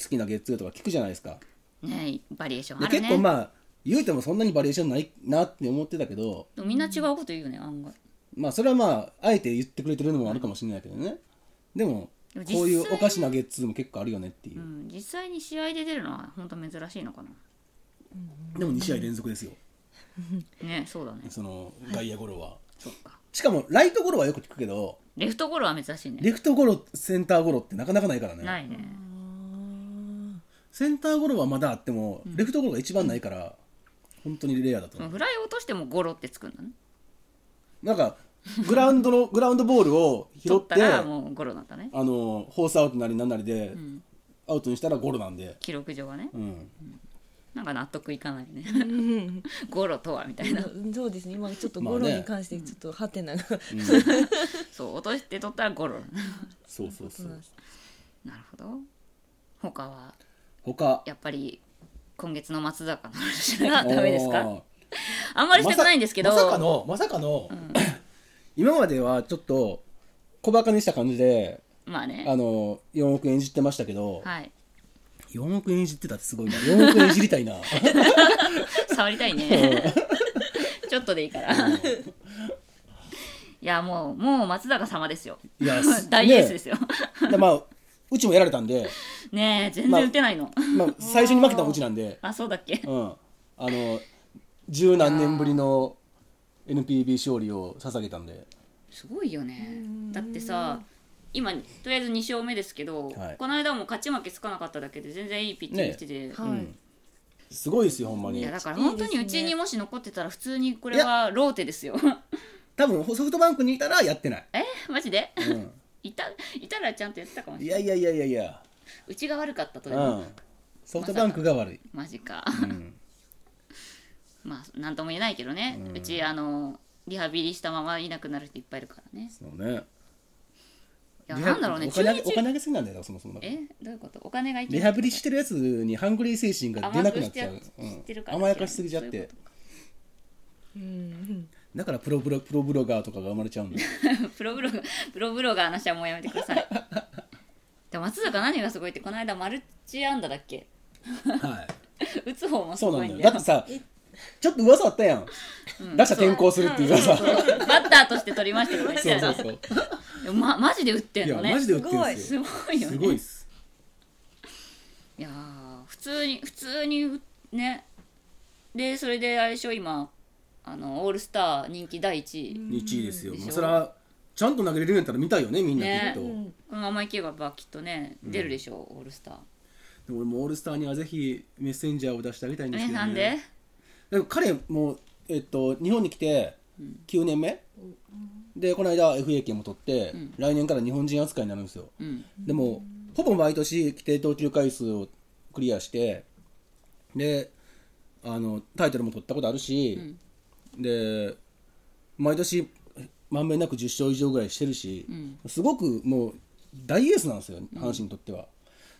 [SPEAKER 2] 好きなゲッツーとか聞くじゃないですか。
[SPEAKER 1] ねバリエーション
[SPEAKER 2] で
[SPEAKER 1] あるね
[SPEAKER 2] 結構まあ言うてもそんなにバリエーションないなって思ってたけど
[SPEAKER 1] でもみんな違うこと言うよね案外
[SPEAKER 2] まあそれはまああえて言ってくれてるのもあるかもしれないけどねでも
[SPEAKER 1] でも実際
[SPEAKER 2] こういうおかしなゲッツーも結構あるよねっていうう、
[SPEAKER 1] ん実際に試合で出るのは本当珍しいのかな
[SPEAKER 2] でも2試合連続ですよ
[SPEAKER 1] ねそうだね
[SPEAKER 2] その外野ゴロは
[SPEAKER 1] そっか
[SPEAKER 2] しかもライトゴロはよく聞くけど
[SPEAKER 1] レフトゴロは珍しいね
[SPEAKER 2] レフトゴロセンターゴロってなかなかないからね
[SPEAKER 1] ないね
[SPEAKER 2] センターゴロはまだあってもレフトゴロが一番ないから本当にレアだ
[SPEAKER 1] そ
[SPEAKER 2] と思
[SPEAKER 1] の
[SPEAKER 2] う
[SPEAKER 1] フライを落としてもゴロってつくんだね
[SPEAKER 2] なんかグラウンドのグラウンドボールを拾
[SPEAKER 1] 取
[SPEAKER 2] っ
[SPEAKER 1] った
[SPEAKER 2] て
[SPEAKER 1] ら
[SPEAKER 2] あ
[SPEAKER 1] もうゴロだったね
[SPEAKER 2] のフォースアウトなりなんなりで
[SPEAKER 1] ん
[SPEAKER 2] アウトにしたらゴロなんで
[SPEAKER 1] 記録上はね
[SPEAKER 2] うん
[SPEAKER 1] なんか納得いかないね
[SPEAKER 3] うん
[SPEAKER 1] ゴロとはみたいな
[SPEAKER 3] そうですね今ちょっと
[SPEAKER 2] まあ
[SPEAKER 3] ゴ
[SPEAKER 2] ね
[SPEAKER 3] ロに関してちょっとハテナが、
[SPEAKER 1] そう落として取ったらゴロ
[SPEAKER 2] そうそうそ
[SPEAKER 3] そう
[SPEAKER 2] う
[SPEAKER 1] なるほど他は
[SPEAKER 2] 他
[SPEAKER 1] やっぱり今月の松坂の話しなきゃダメですか
[SPEAKER 2] おー
[SPEAKER 1] あんまりしたくないんですけど
[SPEAKER 2] まさまさかのまさかの、今まではちょっと小バカにした感じで
[SPEAKER 1] まあね
[SPEAKER 2] あの4億円いじってましたけど、
[SPEAKER 1] はい
[SPEAKER 2] 4億円いじってたってすごいな4億円いじりたいな
[SPEAKER 1] 触りたいね ちょっとでいいからいやもうもう松坂様ですよ
[SPEAKER 2] いや す
[SPEAKER 1] 大エースですよ
[SPEAKER 2] でまあうちもやられたんで、
[SPEAKER 1] ねえ全然打てないの、
[SPEAKER 2] まあ、最初に負けたのうちなんで、
[SPEAKER 1] あ、そうだっけ
[SPEAKER 2] うん、あの十何年ぶりの NPB 勝利を捧げたんです
[SPEAKER 1] ごいよねだってさ今とりあえず2勝目ですけど、
[SPEAKER 2] はい
[SPEAKER 1] この間も勝ち負けつかなかっただけで全然いいピッチングしてて、
[SPEAKER 3] はい、
[SPEAKER 2] うんすごいですよほんま
[SPEAKER 1] い
[SPEAKER 2] に
[SPEAKER 1] やだから
[SPEAKER 3] いいです
[SPEAKER 1] 本
[SPEAKER 3] ね
[SPEAKER 1] 当にうちにもし残ってたら普通にこれはローテですよ
[SPEAKER 2] 多分ソフトバンクにいたらやってない、
[SPEAKER 1] えマジで
[SPEAKER 2] うん、
[SPEAKER 1] いたいたらちゃんとやってたかもしれ
[SPEAKER 2] い
[SPEAKER 1] ない
[SPEAKER 2] やいやいやいやいや、
[SPEAKER 1] うちが悪かったと
[SPEAKER 2] う
[SPEAKER 1] いうの、
[SPEAKER 2] ん、ソフトバンクが悪い、
[SPEAKER 1] マジか
[SPEAKER 2] うん
[SPEAKER 1] まあなんとも言えないけどね、うちあのリハビリしたままいなくなる人いっぱいいるからね
[SPEAKER 2] そうね。
[SPEAKER 1] いやなんだろうね
[SPEAKER 2] お金
[SPEAKER 1] 中日
[SPEAKER 2] お金投げすぎなんだよ、そもそも。
[SPEAKER 1] えどういうことお金がい
[SPEAKER 2] リハビリしてるやつにハングリー精神が出なくなっちゃう。
[SPEAKER 1] 甘くしてやってる
[SPEAKER 2] うん
[SPEAKER 1] から
[SPEAKER 2] 甘やかしすぎちゃっ
[SPEAKER 1] そういう
[SPEAKER 2] て
[SPEAKER 1] こ。
[SPEAKER 3] うん
[SPEAKER 2] だからプロブロプロブロガーとかが生まれち ゃうんだよ。
[SPEAKER 1] プロブロガープロブロガーの話はもうやめてくださいでも松坂何がすごいってこの間マルチ安打だっけ
[SPEAKER 2] は
[SPEAKER 1] 打つ方も
[SPEAKER 2] い。
[SPEAKER 1] す
[SPEAKER 2] そう
[SPEAKER 1] ご
[SPEAKER 2] ないんだ
[SPEAKER 1] ん
[SPEAKER 2] よ。
[SPEAKER 1] だ
[SPEAKER 2] だ
[SPEAKER 1] よ
[SPEAKER 2] ってさ、ちょっと噂あったやん。打者転向するっていう噂。そう
[SPEAKER 1] バッターとして取りましたけどね
[SPEAKER 2] そうそう。
[SPEAKER 1] でもまマジで打って
[SPEAKER 2] い
[SPEAKER 1] ん
[SPEAKER 2] や、
[SPEAKER 1] のね
[SPEAKER 2] マジで売ってるんです
[SPEAKER 1] す
[SPEAKER 2] よ。
[SPEAKER 1] ごいよね
[SPEAKER 2] すごいっす。
[SPEAKER 1] いやー普通に普通にうねでそれであれでしょ今あのオールスター人気第1位、
[SPEAKER 2] 1位ですよ。
[SPEAKER 1] でしょ
[SPEAKER 2] もうそら、ちゃんと投げれるんやったら見たいよね、みんなきっと。
[SPEAKER 3] うん
[SPEAKER 1] うん、甘い系がばきっとね出るでしょう、オールスタ
[SPEAKER 2] でも俺もオールスターにはぜひメッセンジャーを出してあげたい
[SPEAKER 1] ー
[SPEAKER 2] んです
[SPEAKER 1] え
[SPEAKER 2] けどね。
[SPEAKER 1] なんで
[SPEAKER 2] でも彼もう、えっと、日本に来て9年目、でこの間 FA 権も取って、来年から日本人扱いになるんですよ
[SPEAKER 1] うん
[SPEAKER 2] でもほぼ毎年規定投球回数をクリアしてであのタイトルも取ったことあるし、で毎年まんべんなく10勝以上ぐらいしてるし、すごくもう大エースなんですよ阪神にとっては、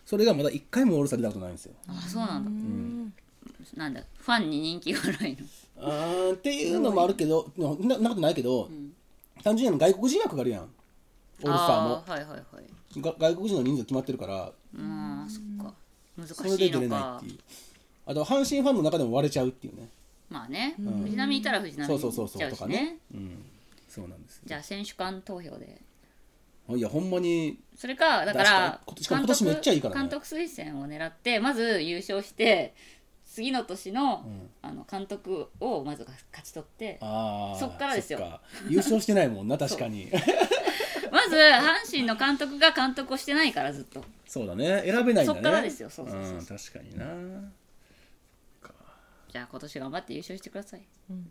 [SPEAKER 2] それがまだ1回もオールスター出たことないんですよ
[SPEAKER 1] あそうなんだ、なんだファンに人気がないの
[SPEAKER 2] あーっていうのもあるけど、なそんなことないけど、単純にあの外国人枠があるやん、オールスターも
[SPEAKER 1] あ。ーはいはいはい
[SPEAKER 2] が外国人の人数決まってるから、
[SPEAKER 1] まあそっか
[SPEAKER 2] そ
[SPEAKER 1] 難
[SPEAKER 2] れ
[SPEAKER 1] し
[SPEAKER 2] で
[SPEAKER 1] い
[SPEAKER 2] 出れ
[SPEAKER 1] の
[SPEAKER 2] な
[SPEAKER 1] か
[SPEAKER 2] いっていう。あと、阪神ファンの中でも割れちゃうっていうね。
[SPEAKER 1] まあね、藤浪いたら藤浪
[SPEAKER 2] そう
[SPEAKER 1] い
[SPEAKER 2] そう
[SPEAKER 1] っ
[SPEAKER 2] そうそ
[SPEAKER 1] ちゃ
[SPEAKER 2] う
[SPEAKER 1] う
[SPEAKER 2] と
[SPEAKER 1] し
[SPEAKER 2] か
[SPEAKER 1] ね
[SPEAKER 2] ね。うん、そうなんですよ。
[SPEAKER 1] じゃあ選手間投票で
[SPEAKER 2] いや、ほんまに、
[SPEAKER 1] それかだか
[SPEAKER 2] だ
[SPEAKER 1] ら
[SPEAKER 2] からしか
[SPEAKER 1] 監
[SPEAKER 2] も今年
[SPEAKER 1] 督
[SPEAKER 2] めっちゃいいからね
[SPEAKER 1] 監督推薦を狙ってまず優勝して次の年の,、あの監督をまず勝ち取って
[SPEAKER 2] ああ、
[SPEAKER 1] そっからですよ
[SPEAKER 2] そっか優勝してな いもんな、確かに。
[SPEAKER 1] まず阪神の監督が監督をしてないからずっと
[SPEAKER 2] そうだね、選べないんだね。
[SPEAKER 1] そっからですよそうそうそう
[SPEAKER 2] うん、確かにな。
[SPEAKER 1] じゃあ今年頑張って優勝してください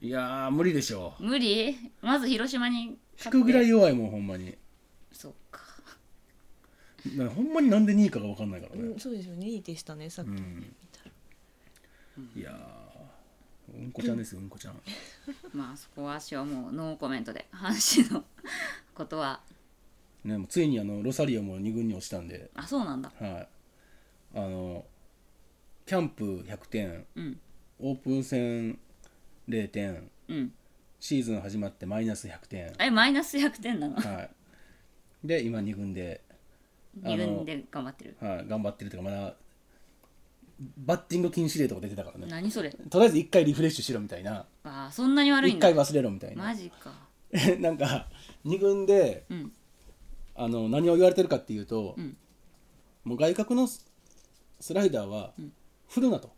[SPEAKER 2] いやー、無理でしょう。
[SPEAKER 1] 無理まず広島に
[SPEAKER 2] 引
[SPEAKER 1] 勝
[SPEAKER 2] く
[SPEAKER 1] って
[SPEAKER 2] ぐらい弱いもん、ほんまに。
[SPEAKER 1] そうか
[SPEAKER 2] なほんまになんで2位かが分かんないからね。
[SPEAKER 3] うんそうですよねいいでしたねさっきのね、みたい
[SPEAKER 2] いやー、うんこちゃんですよ、うんこちゃん。
[SPEAKER 1] まあそこは私はもうノーコメントで阪神のことは
[SPEAKER 2] ね、もうついにあのロサリオも2軍に落ちたんで、
[SPEAKER 1] あそうなんだ
[SPEAKER 2] はい、あのキャンプ100点、
[SPEAKER 1] うん
[SPEAKER 2] オープン戦0点、
[SPEAKER 1] うん
[SPEAKER 2] シーズン始まってマイナス100点、
[SPEAKER 1] えマイナス100点なの
[SPEAKER 2] はい、で、今2軍で、あの
[SPEAKER 1] 2軍で頑張ってる
[SPEAKER 2] はい、頑張ってるというか、まだバッティング禁止令とか出てたからね
[SPEAKER 1] 何それ
[SPEAKER 2] とりあえず1回リフレッシュしろみたいな
[SPEAKER 1] あーそんなに悪い
[SPEAKER 2] 1
[SPEAKER 1] んだ
[SPEAKER 2] 回忘れろみたいな
[SPEAKER 1] マジか
[SPEAKER 2] なんか2軍で
[SPEAKER 1] うん
[SPEAKER 2] あの何を言われてるかっていうと、
[SPEAKER 1] うん
[SPEAKER 2] もう外角のススライダーは
[SPEAKER 1] ん
[SPEAKER 2] 振るなと、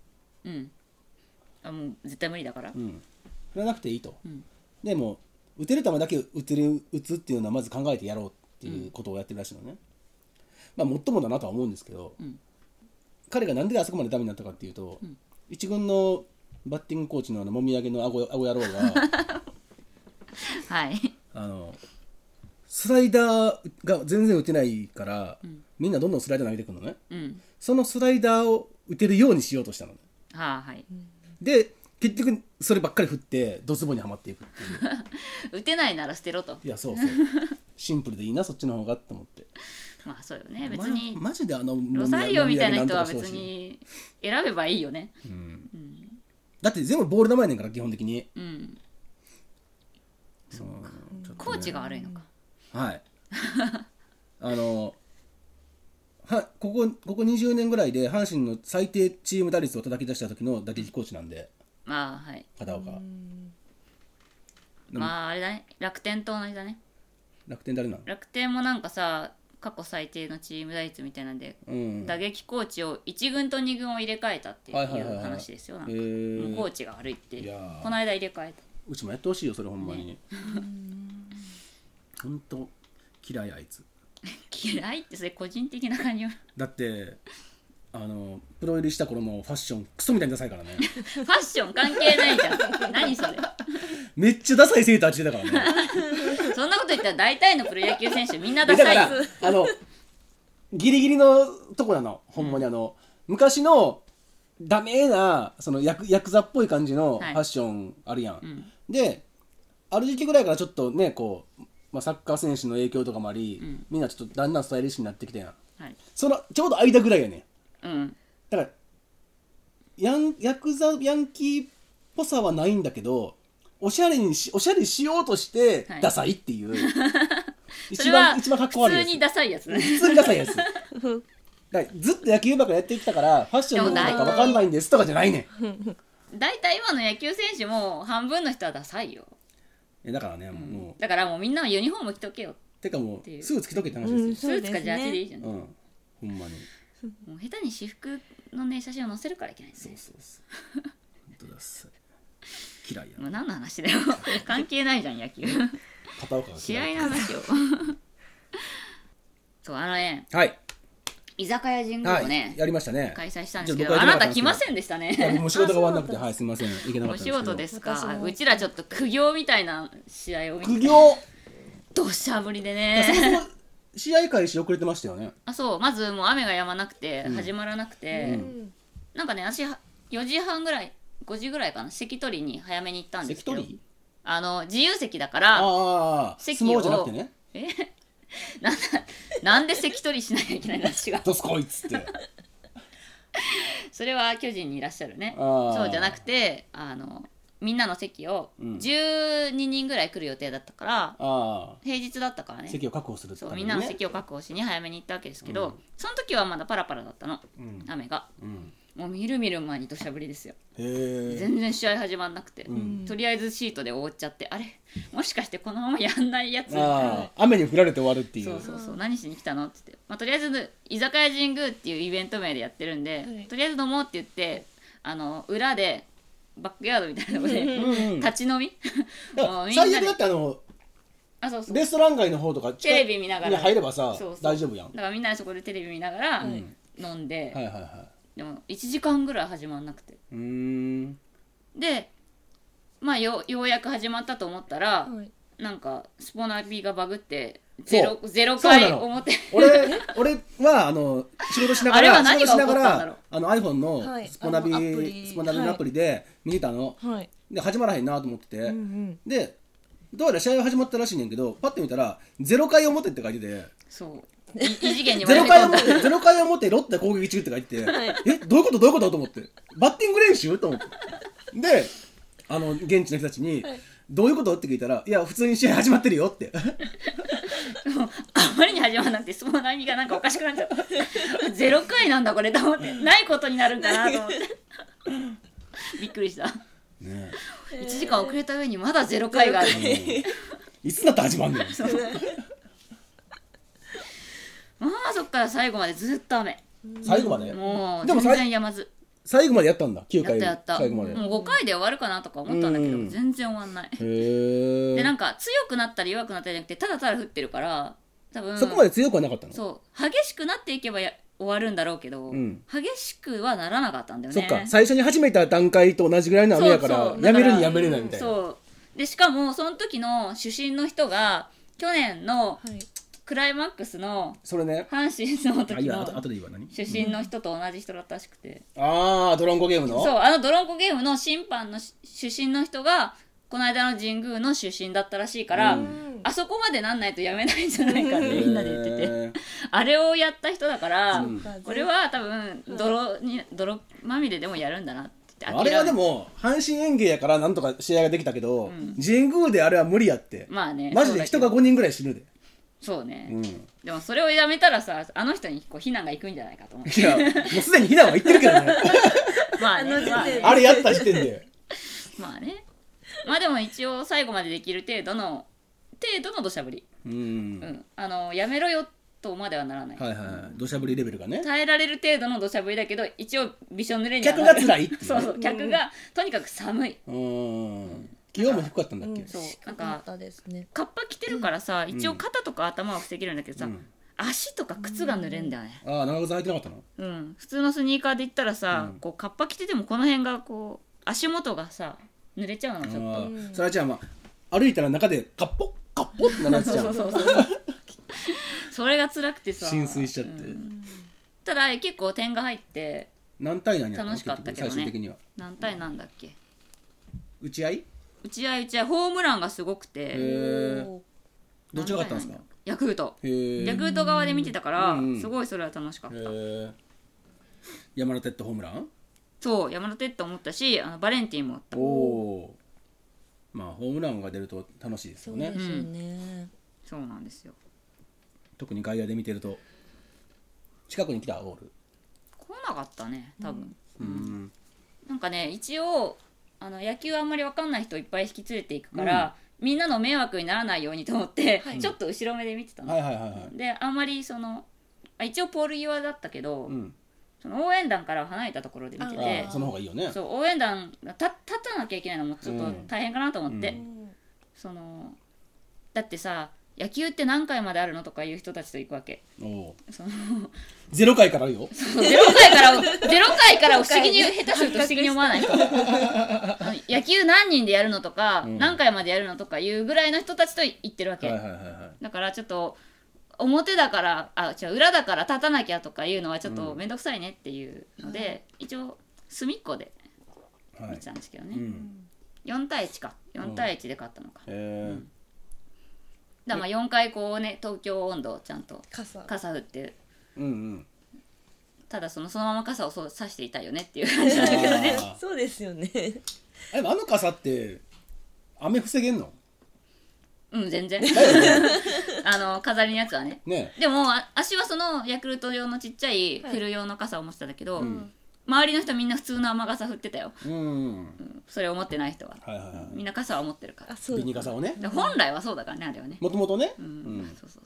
[SPEAKER 1] うんあもう絶対無理だから
[SPEAKER 2] うん振らなくていいと、
[SPEAKER 1] ん
[SPEAKER 2] でも打てる球だけ打てる打つっていうのはまず考えてやろうっていうことをやってるらしいのね、まあもっともだなとは思うんですけど、
[SPEAKER 1] うん
[SPEAKER 2] 彼がなんであそこまでダメになったかっていうと、一軍のバッティングコーチのあのもみあげのあご野 郎が
[SPEAKER 1] はい
[SPEAKER 2] あのスライダーが全然打てないから、みんなどんどんスライダー投げてくるのね
[SPEAKER 1] うん
[SPEAKER 2] そのスライダーを打てるようにしようとしたのね
[SPEAKER 1] はあはい
[SPEAKER 2] で結局そればっかり振ってドツボにはまっていくっていう
[SPEAKER 1] 打てないなら捨てろと
[SPEAKER 2] いや そうそうシンプルでいいなそっちの方がと思って
[SPEAKER 1] まあそうよね別に
[SPEAKER 2] まマジであの
[SPEAKER 1] ロサリオみたいな人は
[SPEAKER 2] もみ
[SPEAKER 1] 別
[SPEAKER 2] あげんとかしてほしい
[SPEAKER 1] に選べばいいよね
[SPEAKER 2] だって全部ボール球やねんから基本的に
[SPEAKER 1] うん
[SPEAKER 2] うんちょっとね
[SPEAKER 1] コーチが悪いのか
[SPEAKER 2] はいあのはここここ20年ぐらいで阪神の最低チーム打率を叩き出した時の打撃コーチなんで
[SPEAKER 1] まあはい
[SPEAKER 2] 片岡でも
[SPEAKER 1] まああれだね楽天と同じだね
[SPEAKER 2] 楽天誰なの
[SPEAKER 1] 楽天もなんかさ過去最低のチーム打率みたいなんで、
[SPEAKER 2] うん
[SPEAKER 1] 打撃コーチを1軍と2軍を入れ替えたってい
[SPEAKER 2] はいはいはいうはい
[SPEAKER 1] 話ですよなんか
[SPEAKER 2] へー
[SPEAKER 1] もうコーチが悪いって
[SPEAKER 2] いやー
[SPEAKER 1] この間入れ替えた
[SPEAKER 2] うちもやってほしいよそれほんまに本当嫌いあいつ
[SPEAKER 1] 嫌いってそれ個人的な感じフ
[SPEAKER 2] だってあのプロ入りした頃もファッションクソみたいにダサいか らね
[SPEAKER 1] ァッション関係ないじゃん 何それ
[SPEAKER 2] めっちゃダサいセーター着てたからね
[SPEAKER 1] そんなこと言ったら大体のプロ野球選手みんな
[SPEAKER 2] だ
[SPEAKER 1] ダ
[SPEAKER 2] か
[SPEAKER 1] サい
[SPEAKER 2] らあのギリギリのとこなのほんまにあの、昔のダメーなそのヤクヤクザっぽい感じのフ
[SPEAKER 1] はい
[SPEAKER 2] ァッションあるやん、
[SPEAKER 1] ん
[SPEAKER 2] である時期ぐらいからちょっとねこう、まあ、サッカー選手の影響とかもあり、
[SPEAKER 1] ん
[SPEAKER 2] みんなちょっとだんだんスタイリッシュになってきたやん
[SPEAKER 1] はい
[SPEAKER 2] そのちょうど間ぐらいやねん
[SPEAKER 1] うん
[SPEAKER 2] だからヤンヤクザヤンキーっぽさはないんだけどおしゃれにしおしゃれしようとして
[SPEAKER 1] はい
[SPEAKER 2] ダサいっていう、
[SPEAKER 1] それ
[SPEAKER 2] 一
[SPEAKER 1] は
[SPEAKER 2] 番
[SPEAKER 1] 普
[SPEAKER 2] 一番かっこ悪い
[SPEAKER 1] 通
[SPEAKER 2] やつ
[SPEAKER 1] にダサいやつね
[SPEAKER 2] 普通にダサいやつだからずっと野球ばっかやってきたからファッションのことなんか分かんないんですとかじゃないね
[SPEAKER 1] 大体今の野球選手も半分の人はダサいよ
[SPEAKER 2] んえだからね、もう
[SPEAKER 1] だからもうみんなもユニフォーム着とけよ
[SPEAKER 2] てかも
[SPEAKER 1] ていうう
[SPEAKER 2] すぐつけとけって話です
[SPEAKER 1] ス
[SPEAKER 2] よ、
[SPEAKER 3] そう
[SPEAKER 1] ー
[SPEAKER 3] で
[SPEAKER 1] ツ
[SPEAKER 3] す
[SPEAKER 1] か
[SPEAKER 3] ね
[SPEAKER 1] ジャージでいいじゃん、
[SPEAKER 2] うんほんまに
[SPEAKER 1] もう下手に私服のね写真を載せるからいけないんです
[SPEAKER 2] そう
[SPEAKER 1] ね
[SPEAKER 2] そうそう本当ダサい嫌いや
[SPEAKER 1] もう何の話だ よ関係ないじゃん野球
[SPEAKER 2] 片岡が
[SPEAKER 1] 試
[SPEAKER 2] 嫌い
[SPEAKER 1] 合の話をそうあのね
[SPEAKER 2] はい、
[SPEAKER 1] 居酒屋神宮
[SPEAKER 2] は
[SPEAKER 1] を
[SPEAKER 2] い
[SPEAKER 1] ね、
[SPEAKER 2] やりましたね
[SPEAKER 1] 開催したんですけ
[SPEAKER 2] ちょ
[SPEAKER 1] ど
[SPEAKER 2] っ
[SPEAKER 1] あ
[SPEAKER 2] と僕は行けな
[SPEAKER 1] な
[SPEAKER 2] かった
[SPEAKER 1] た来ませ
[SPEAKER 2] んですけど
[SPEAKER 1] んでした
[SPEAKER 2] いや
[SPEAKER 1] ね
[SPEAKER 2] もう仕事が終わらなくてはいすみません行けなか
[SPEAKER 1] お
[SPEAKER 2] ったんです
[SPEAKER 1] 仕
[SPEAKER 2] けど
[SPEAKER 1] 事です
[SPEAKER 3] 私
[SPEAKER 1] か
[SPEAKER 3] も
[SPEAKER 1] うちらちょっと苦行みたいな試合を見
[SPEAKER 2] 苦
[SPEAKER 1] て
[SPEAKER 2] 行
[SPEAKER 1] どしゃ降りで
[SPEAKER 2] そ
[SPEAKER 1] ね
[SPEAKER 2] もそも試合開始遅れてましたよね
[SPEAKER 1] あそうまずもう雨が止まなくて始まらなくて、
[SPEAKER 3] ん
[SPEAKER 1] なんかね私は4時半ぐらい5時ぐらいかな席取りに早めに行ったんです
[SPEAKER 2] 関
[SPEAKER 1] けど
[SPEAKER 2] 取
[SPEAKER 1] あの自由席だか
[SPEAKER 2] あ
[SPEAKER 1] ら
[SPEAKER 2] あああ相
[SPEAKER 1] 席を
[SPEAKER 2] 撲じゃなくてね
[SPEAKER 1] えなんだなんで席取りしなきゃいけないんだ私 が
[SPEAKER 2] どすこいっつって
[SPEAKER 1] それは巨人にいらっしゃるね
[SPEAKER 2] あ ー
[SPEAKER 1] そうじゃなくてあのみんなの席を
[SPEAKER 2] うん
[SPEAKER 1] 12人ぐらい来る予定だったから、
[SPEAKER 2] ああ
[SPEAKER 1] 平日だったからね
[SPEAKER 2] 席を確保するって
[SPEAKER 1] そ
[SPEAKER 2] た
[SPEAKER 1] うみ
[SPEAKER 2] めに
[SPEAKER 1] ん
[SPEAKER 2] ね
[SPEAKER 1] なの席を確保しに早めに行ったわけですけど、
[SPEAKER 2] うん
[SPEAKER 1] その時はまだパラパラだったの
[SPEAKER 2] うん
[SPEAKER 1] 雨が
[SPEAKER 2] うん
[SPEAKER 1] もうみるみる前に土砂降りですよ
[SPEAKER 2] へえ
[SPEAKER 1] 全然試合始まんなくて、
[SPEAKER 2] ん
[SPEAKER 1] とりあえずシートで覆っちゃってあれもしかしてこのままやんないやつみたいな
[SPEAKER 2] ああ雨に降られて終わるってい
[SPEAKER 1] そう
[SPEAKER 2] う
[SPEAKER 1] そうそう何しに来たのって言って、まあ、とりあえず居酒屋神宮っていうイベント名でやってるんで、
[SPEAKER 3] はい
[SPEAKER 1] とりあえず飲もうって言ってあの裏でバックヤードみたいなとこで
[SPEAKER 2] うんうん
[SPEAKER 1] 立ち飲み
[SPEAKER 2] だから
[SPEAKER 1] もうみんな
[SPEAKER 2] 最
[SPEAKER 1] で
[SPEAKER 2] 悪だってあの
[SPEAKER 1] あそうそう
[SPEAKER 2] レストラン街の方とか
[SPEAKER 1] テレビ見ながら
[SPEAKER 2] に入ればさ
[SPEAKER 1] そうそう
[SPEAKER 2] 大丈夫やん
[SPEAKER 1] だからみんなでそこでテレビ見ながら
[SPEAKER 2] ん
[SPEAKER 1] 飲んで、
[SPEAKER 2] はいはいは
[SPEAKER 1] でも1時間ぐらい始まんなくて
[SPEAKER 2] いうーん
[SPEAKER 1] でまあよようやく始まったと思ったら、
[SPEAKER 3] はい
[SPEAKER 1] なんかスポナビがバグって
[SPEAKER 2] そう
[SPEAKER 1] ゼロゼロ
[SPEAKER 2] そう
[SPEAKER 1] 回
[SPEAKER 2] なの
[SPEAKER 1] 表
[SPEAKER 2] 俺俺はあの仕事しなが
[SPEAKER 1] あれ
[SPEAKER 2] ら
[SPEAKER 1] は
[SPEAKER 2] 仕
[SPEAKER 1] 何が
[SPEAKER 2] 事しなが
[SPEAKER 1] 起こったんだろ
[SPEAKER 2] ら
[SPEAKER 1] う
[SPEAKER 2] あの
[SPEAKER 3] は
[SPEAKER 2] iPhone の
[SPEAKER 3] い
[SPEAKER 2] スポナビ,、
[SPEAKER 3] あのアプリ
[SPEAKER 2] スポナビのアプリで見てたの、
[SPEAKER 3] はい
[SPEAKER 2] で始まらへんなと思ってて、
[SPEAKER 3] うんうん
[SPEAKER 2] でどうやら試合が始まったらしいねんけどパッて見たら「0回表」って書いてて
[SPEAKER 1] そうい異次元
[SPEAKER 2] 「
[SPEAKER 1] に
[SPEAKER 2] 0
[SPEAKER 1] 割り込
[SPEAKER 2] 回
[SPEAKER 1] んだ
[SPEAKER 2] 表0回表ロッテ攻撃中」って書い てて「えどういうことどういうこと?」と思ってバッティング練習と思ってであの現地の人たち に「どういうこと?」って聞いたら「いや普通に試合始まってるよ」って
[SPEAKER 1] あまりに始まらなくて質問の意味がなんかおかしくなっちゃった0回なんだこれと思ってないことになるんかなと思ってびっくりした
[SPEAKER 2] ね
[SPEAKER 1] 1時間遅れた上にまだ0回がある
[SPEAKER 2] えうんいつだって始 まんねん
[SPEAKER 1] まあそっから最後までずっと雨
[SPEAKER 2] 最後まで
[SPEAKER 1] もう
[SPEAKER 2] でも
[SPEAKER 1] 全
[SPEAKER 2] さい
[SPEAKER 1] 然やまず
[SPEAKER 2] 最後までやったんだ9
[SPEAKER 1] やっ
[SPEAKER 2] 回
[SPEAKER 1] たやった
[SPEAKER 2] 最後まで、へ
[SPEAKER 1] もう5回で終わるかなとか思ったんだけど、
[SPEAKER 2] うん
[SPEAKER 1] 全然終わんない
[SPEAKER 2] え
[SPEAKER 1] でなんか強くなったり弱くなったりじゃなくてただただ降ってるから多分
[SPEAKER 2] そこまで強くはなかったの
[SPEAKER 1] そう激しくなっていけばや終わるんだろうけど、
[SPEAKER 2] うん
[SPEAKER 1] 激しくはならなかったんだよ
[SPEAKER 2] そ
[SPEAKER 1] ね
[SPEAKER 2] っか最初に始めた段階と同じぐらいの雨やから
[SPEAKER 1] そうそう
[SPEAKER 2] やめ
[SPEAKER 1] だ
[SPEAKER 2] る
[SPEAKER 1] から
[SPEAKER 2] にやめれないみたいな
[SPEAKER 1] そうでしかもその時の主審の人が去年の
[SPEAKER 3] はい
[SPEAKER 1] クライマックスの
[SPEAKER 2] それね
[SPEAKER 1] 阪神の
[SPEAKER 2] あいい
[SPEAKER 1] 時
[SPEAKER 2] わあと
[SPEAKER 1] の
[SPEAKER 2] 後でいいわ何
[SPEAKER 1] 主審の人と同じ人だったらしくて、
[SPEAKER 2] ああドロンコゲームの
[SPEAKER 1] そうあのドロンコゲームの審判のし主審の人がこの間の神宮の主審だったらしいから、
[SPEAKER 2] うん
[SPEAKER 1] あそこまでなんないとやめないんじゃないかって
[SPEAKER 2] へー
[SPEAKER 1] みんなで言っててあれをやった人だから、
[SPEAKER 2] うん
[SPEAKER 1] これは多分泥に泥まみれでもやるんだなって
[SPEAKER 2] あれはで
[SPEAKER 1] も
[SPEAKER 2] も阪神園芸やからなんとか試合ができたけど、
[SPEAKER 1] ん
[SPEAKER 2] 神宮であれは無理やって、
[SPEAKER 1] まあね
[SPEAKER 2] マジで人が5人ぐらい死ぬで、
[SPEAKER 1] そうね、
[SPEAKER 2] うん、い
[SPEAKER 1] でもそれをやめたらさあの人にこう非難がいくんじゃないか と思って
[SPEAKER 2] やもうすでに避難は言ってるけど ね
[SPEAKER 1] まあね
[SPEAKER 3] あの時点で
[SPEAKER 1] まあね
[SPEAKER 2] あれやった時点で
[SPEAKER 1] まあねまあでも一応最後までできる程度の程度の土砂降り
[SPEAKER 2] うん、
[SPEAKER 1] うんあのやめろよとまではならない、
[SPEAKER 2] はいはい土砂降りレベルがね
[SPEAKER 1] 耐えられる程度の土砂降りだけど一応びしょ濡れには
[SPEAKER 2] 客
[SPEAKER 1] な
[SPEAKER 2] が
[SPEAKER 1] る
[SPEAKER 2] 辛いっていう ね
[SPEAKER 1] そうそう客がとにかく寒い
[SPEAKER 2] うん気温も低かったんだっけ、
[SPEAKER 1] そうなん
[SPEAKER 3] か
[SPEAKER 1] か
[SPEAKER 3] ったですね。
[SPEAKER 1] カッパ着てるからさ、一応肩とか頭は防げるんだけどさ、
[SPEAKER 2] うん
[SPEAKER 1] 足とか靴が濡れんだよね、
[SPEAKER 2] ああ長靴履いてなかったの
[SPEAKER 1] うん普通のスニーカーで言ったらさ、
[SPEAKER 2] うん
[SPEAKER 1] こうカッパ着ててもこの辺がこう足元がさ濡れちゃうのがちょっと
[SPEAKER 2] ああそれじゃあまあ歩いたら中でカッポッカッポッってなるや つじゃん
[SPEAKER 1] それが辛くてさ
[SPEAKER 2] 浸水しちゃって、
[SPEAKER 1] うんただ結構点が入って
[SPEAKER 2] 何対何やったの
[SPEAKER 1] 楽しかったけどね
[SPEAKER 2] 結局最終的には
[SPEAKER 1] 何対なんだっけ
[SPEAKER 2] 打ち合い
[SPEAKER 1] 打ち合い打ち合いホームランがすごくて
[SPEAKER 2] へえ
[SPEAKER 3] おー
[SPEAKER 2] どっちが勝ったんですか
[SPEAKER 1] 何対なんだヤクルト
[SPEAKER 2] へえ
[SPEAKER 1] ヤクルト側で見てたから、
[SPEAKER 2] うんうん
[SPEAKER 1] すごいそれは楽しかった、
[SPEAKER 2] へえ山田テッドホームラン
[SPEAKER 1] そう山田哲人思ったしあのバレンティンもあった
[SPEAKER 2] おおーまあホームランが出ると楽しいです
[SPEAKER 3] そ
[SPEAKER 2] よ
[SPEAKER 3] うで
[SPEAKER 2] ね
[SPEAKER 3] すよね。
[SPEAKER 1] そうなんですよ
[SPEAKER 2] 特に外野で見てると近くに来たゴール
[SPEAKER 1] 来なかったね多分、
[SPEAKER 2] うん
[SPEAKER 1] なんかね一応あの野球あんまり分かんない人いっぱい引き連れていくから、みんなの迷惑にならないようにと思って、
[SPEAKER 3] はい
[SPEAKER 1] ちょっと後ろ目で見てたの、
[SPEAKER 2] はいはいはいはい
[SPEAKER 1] であんまりそのあ一応ポール際だったけど、
[SPEAKER 2] うん
[SPEAKER 1] その応援団からは離れたところで見て
[SPEAKER 2] あ
[SPEAKER 1] て
[SPEAKER 2] あその方がいいよね
[SPEAKER 1] そう応援団が立立たなきゃいけないのもちょっと
[SPEAKER 2] うん
[SPEAKER 1] 大変かなと思って、
[SPEAKER 2] う
[SPEAKER 1] そのだってさ野球って何回まであるのとかいう人たちと行くわ け
[SPEAKER 2] おおー
[SPEAKER 1] その
[SPEAKER 2] ゼロ回からあるよ
[SPEAKER 1] そうゼロ回からゼロ回から不思議に下手すると不思議に思わない 人あの野球何人でやるのとか、
[SPEAKER 2] うん
[SPEAKER 1] 何回までやるのとかいうぐらいの人たちと言ってるわ
[SPEAKER 2] は
[SPEAKER 1] け、
[SPEAKER 2] いはいはいはい
[SPEAKER 1] だからちょっと表だからあ違う裏だから立たなきゃとかいうのはちょっと
[SPEAKER 2] うん
[SPEAKER 1] 面倒くさいねっていうので、一応隅っこで
[SPEAKER 2] は
[SPEAKER 1] 見
[SPEAKER 2] い
[SPEAKER 1] てたんですけど
[SPEAKER 2] う
[SPEAKER 1] ね、
[SPEAKER 2] ん
[SPEAKER 1] 4対1か4対1で勝ったのか、
[SPEAKER 2] へえ
[SPEAKER 1] だからまあ4回こうね東京温度をちゃんと
[SPEAKER 3] 傘。
[SPEAKER 1] 傘打って
[SPEAKER 2] うんうん
[SPEAKER 1] ただそのそのまま傘をそう差していたいよねっていう 感じなんだけどね
[SPEAKER 2] あ
[SPEAKER 3] そうです よね。
[SPEAKER 2] ーでもあの傘って雨防げんの
[SPEAKER 1] うん全 然あの飾りのやつはね
[SPEAKER 2] ね
[SPEAKER 1] でもあ足はそのヤクルト用のちっちゃいフル用の傘を持ってたんだけど、
[SPEAKER 2] うん
[SPEAKER 1] 周りの人みんな普通の雨傘振ってたよ、
[SPEAKER 2] うんうん
[SPEAKER 1] うんそれを持ってない人は
[SPEAKER 2] はいはいはい
[SPEAKER 1] みんな傘は持ってるから
[SPEAKER 3] あ、そう
[SPEAKER 2] ビ。ニ傘をね
[SPEAKER 1] で本来はそうだからねあれはね
[SPEAKER 2] もともとねう
[SPEAKER 1] うん、
[SPEAKER 2] ん
[SPEAKER 1] そうそうそう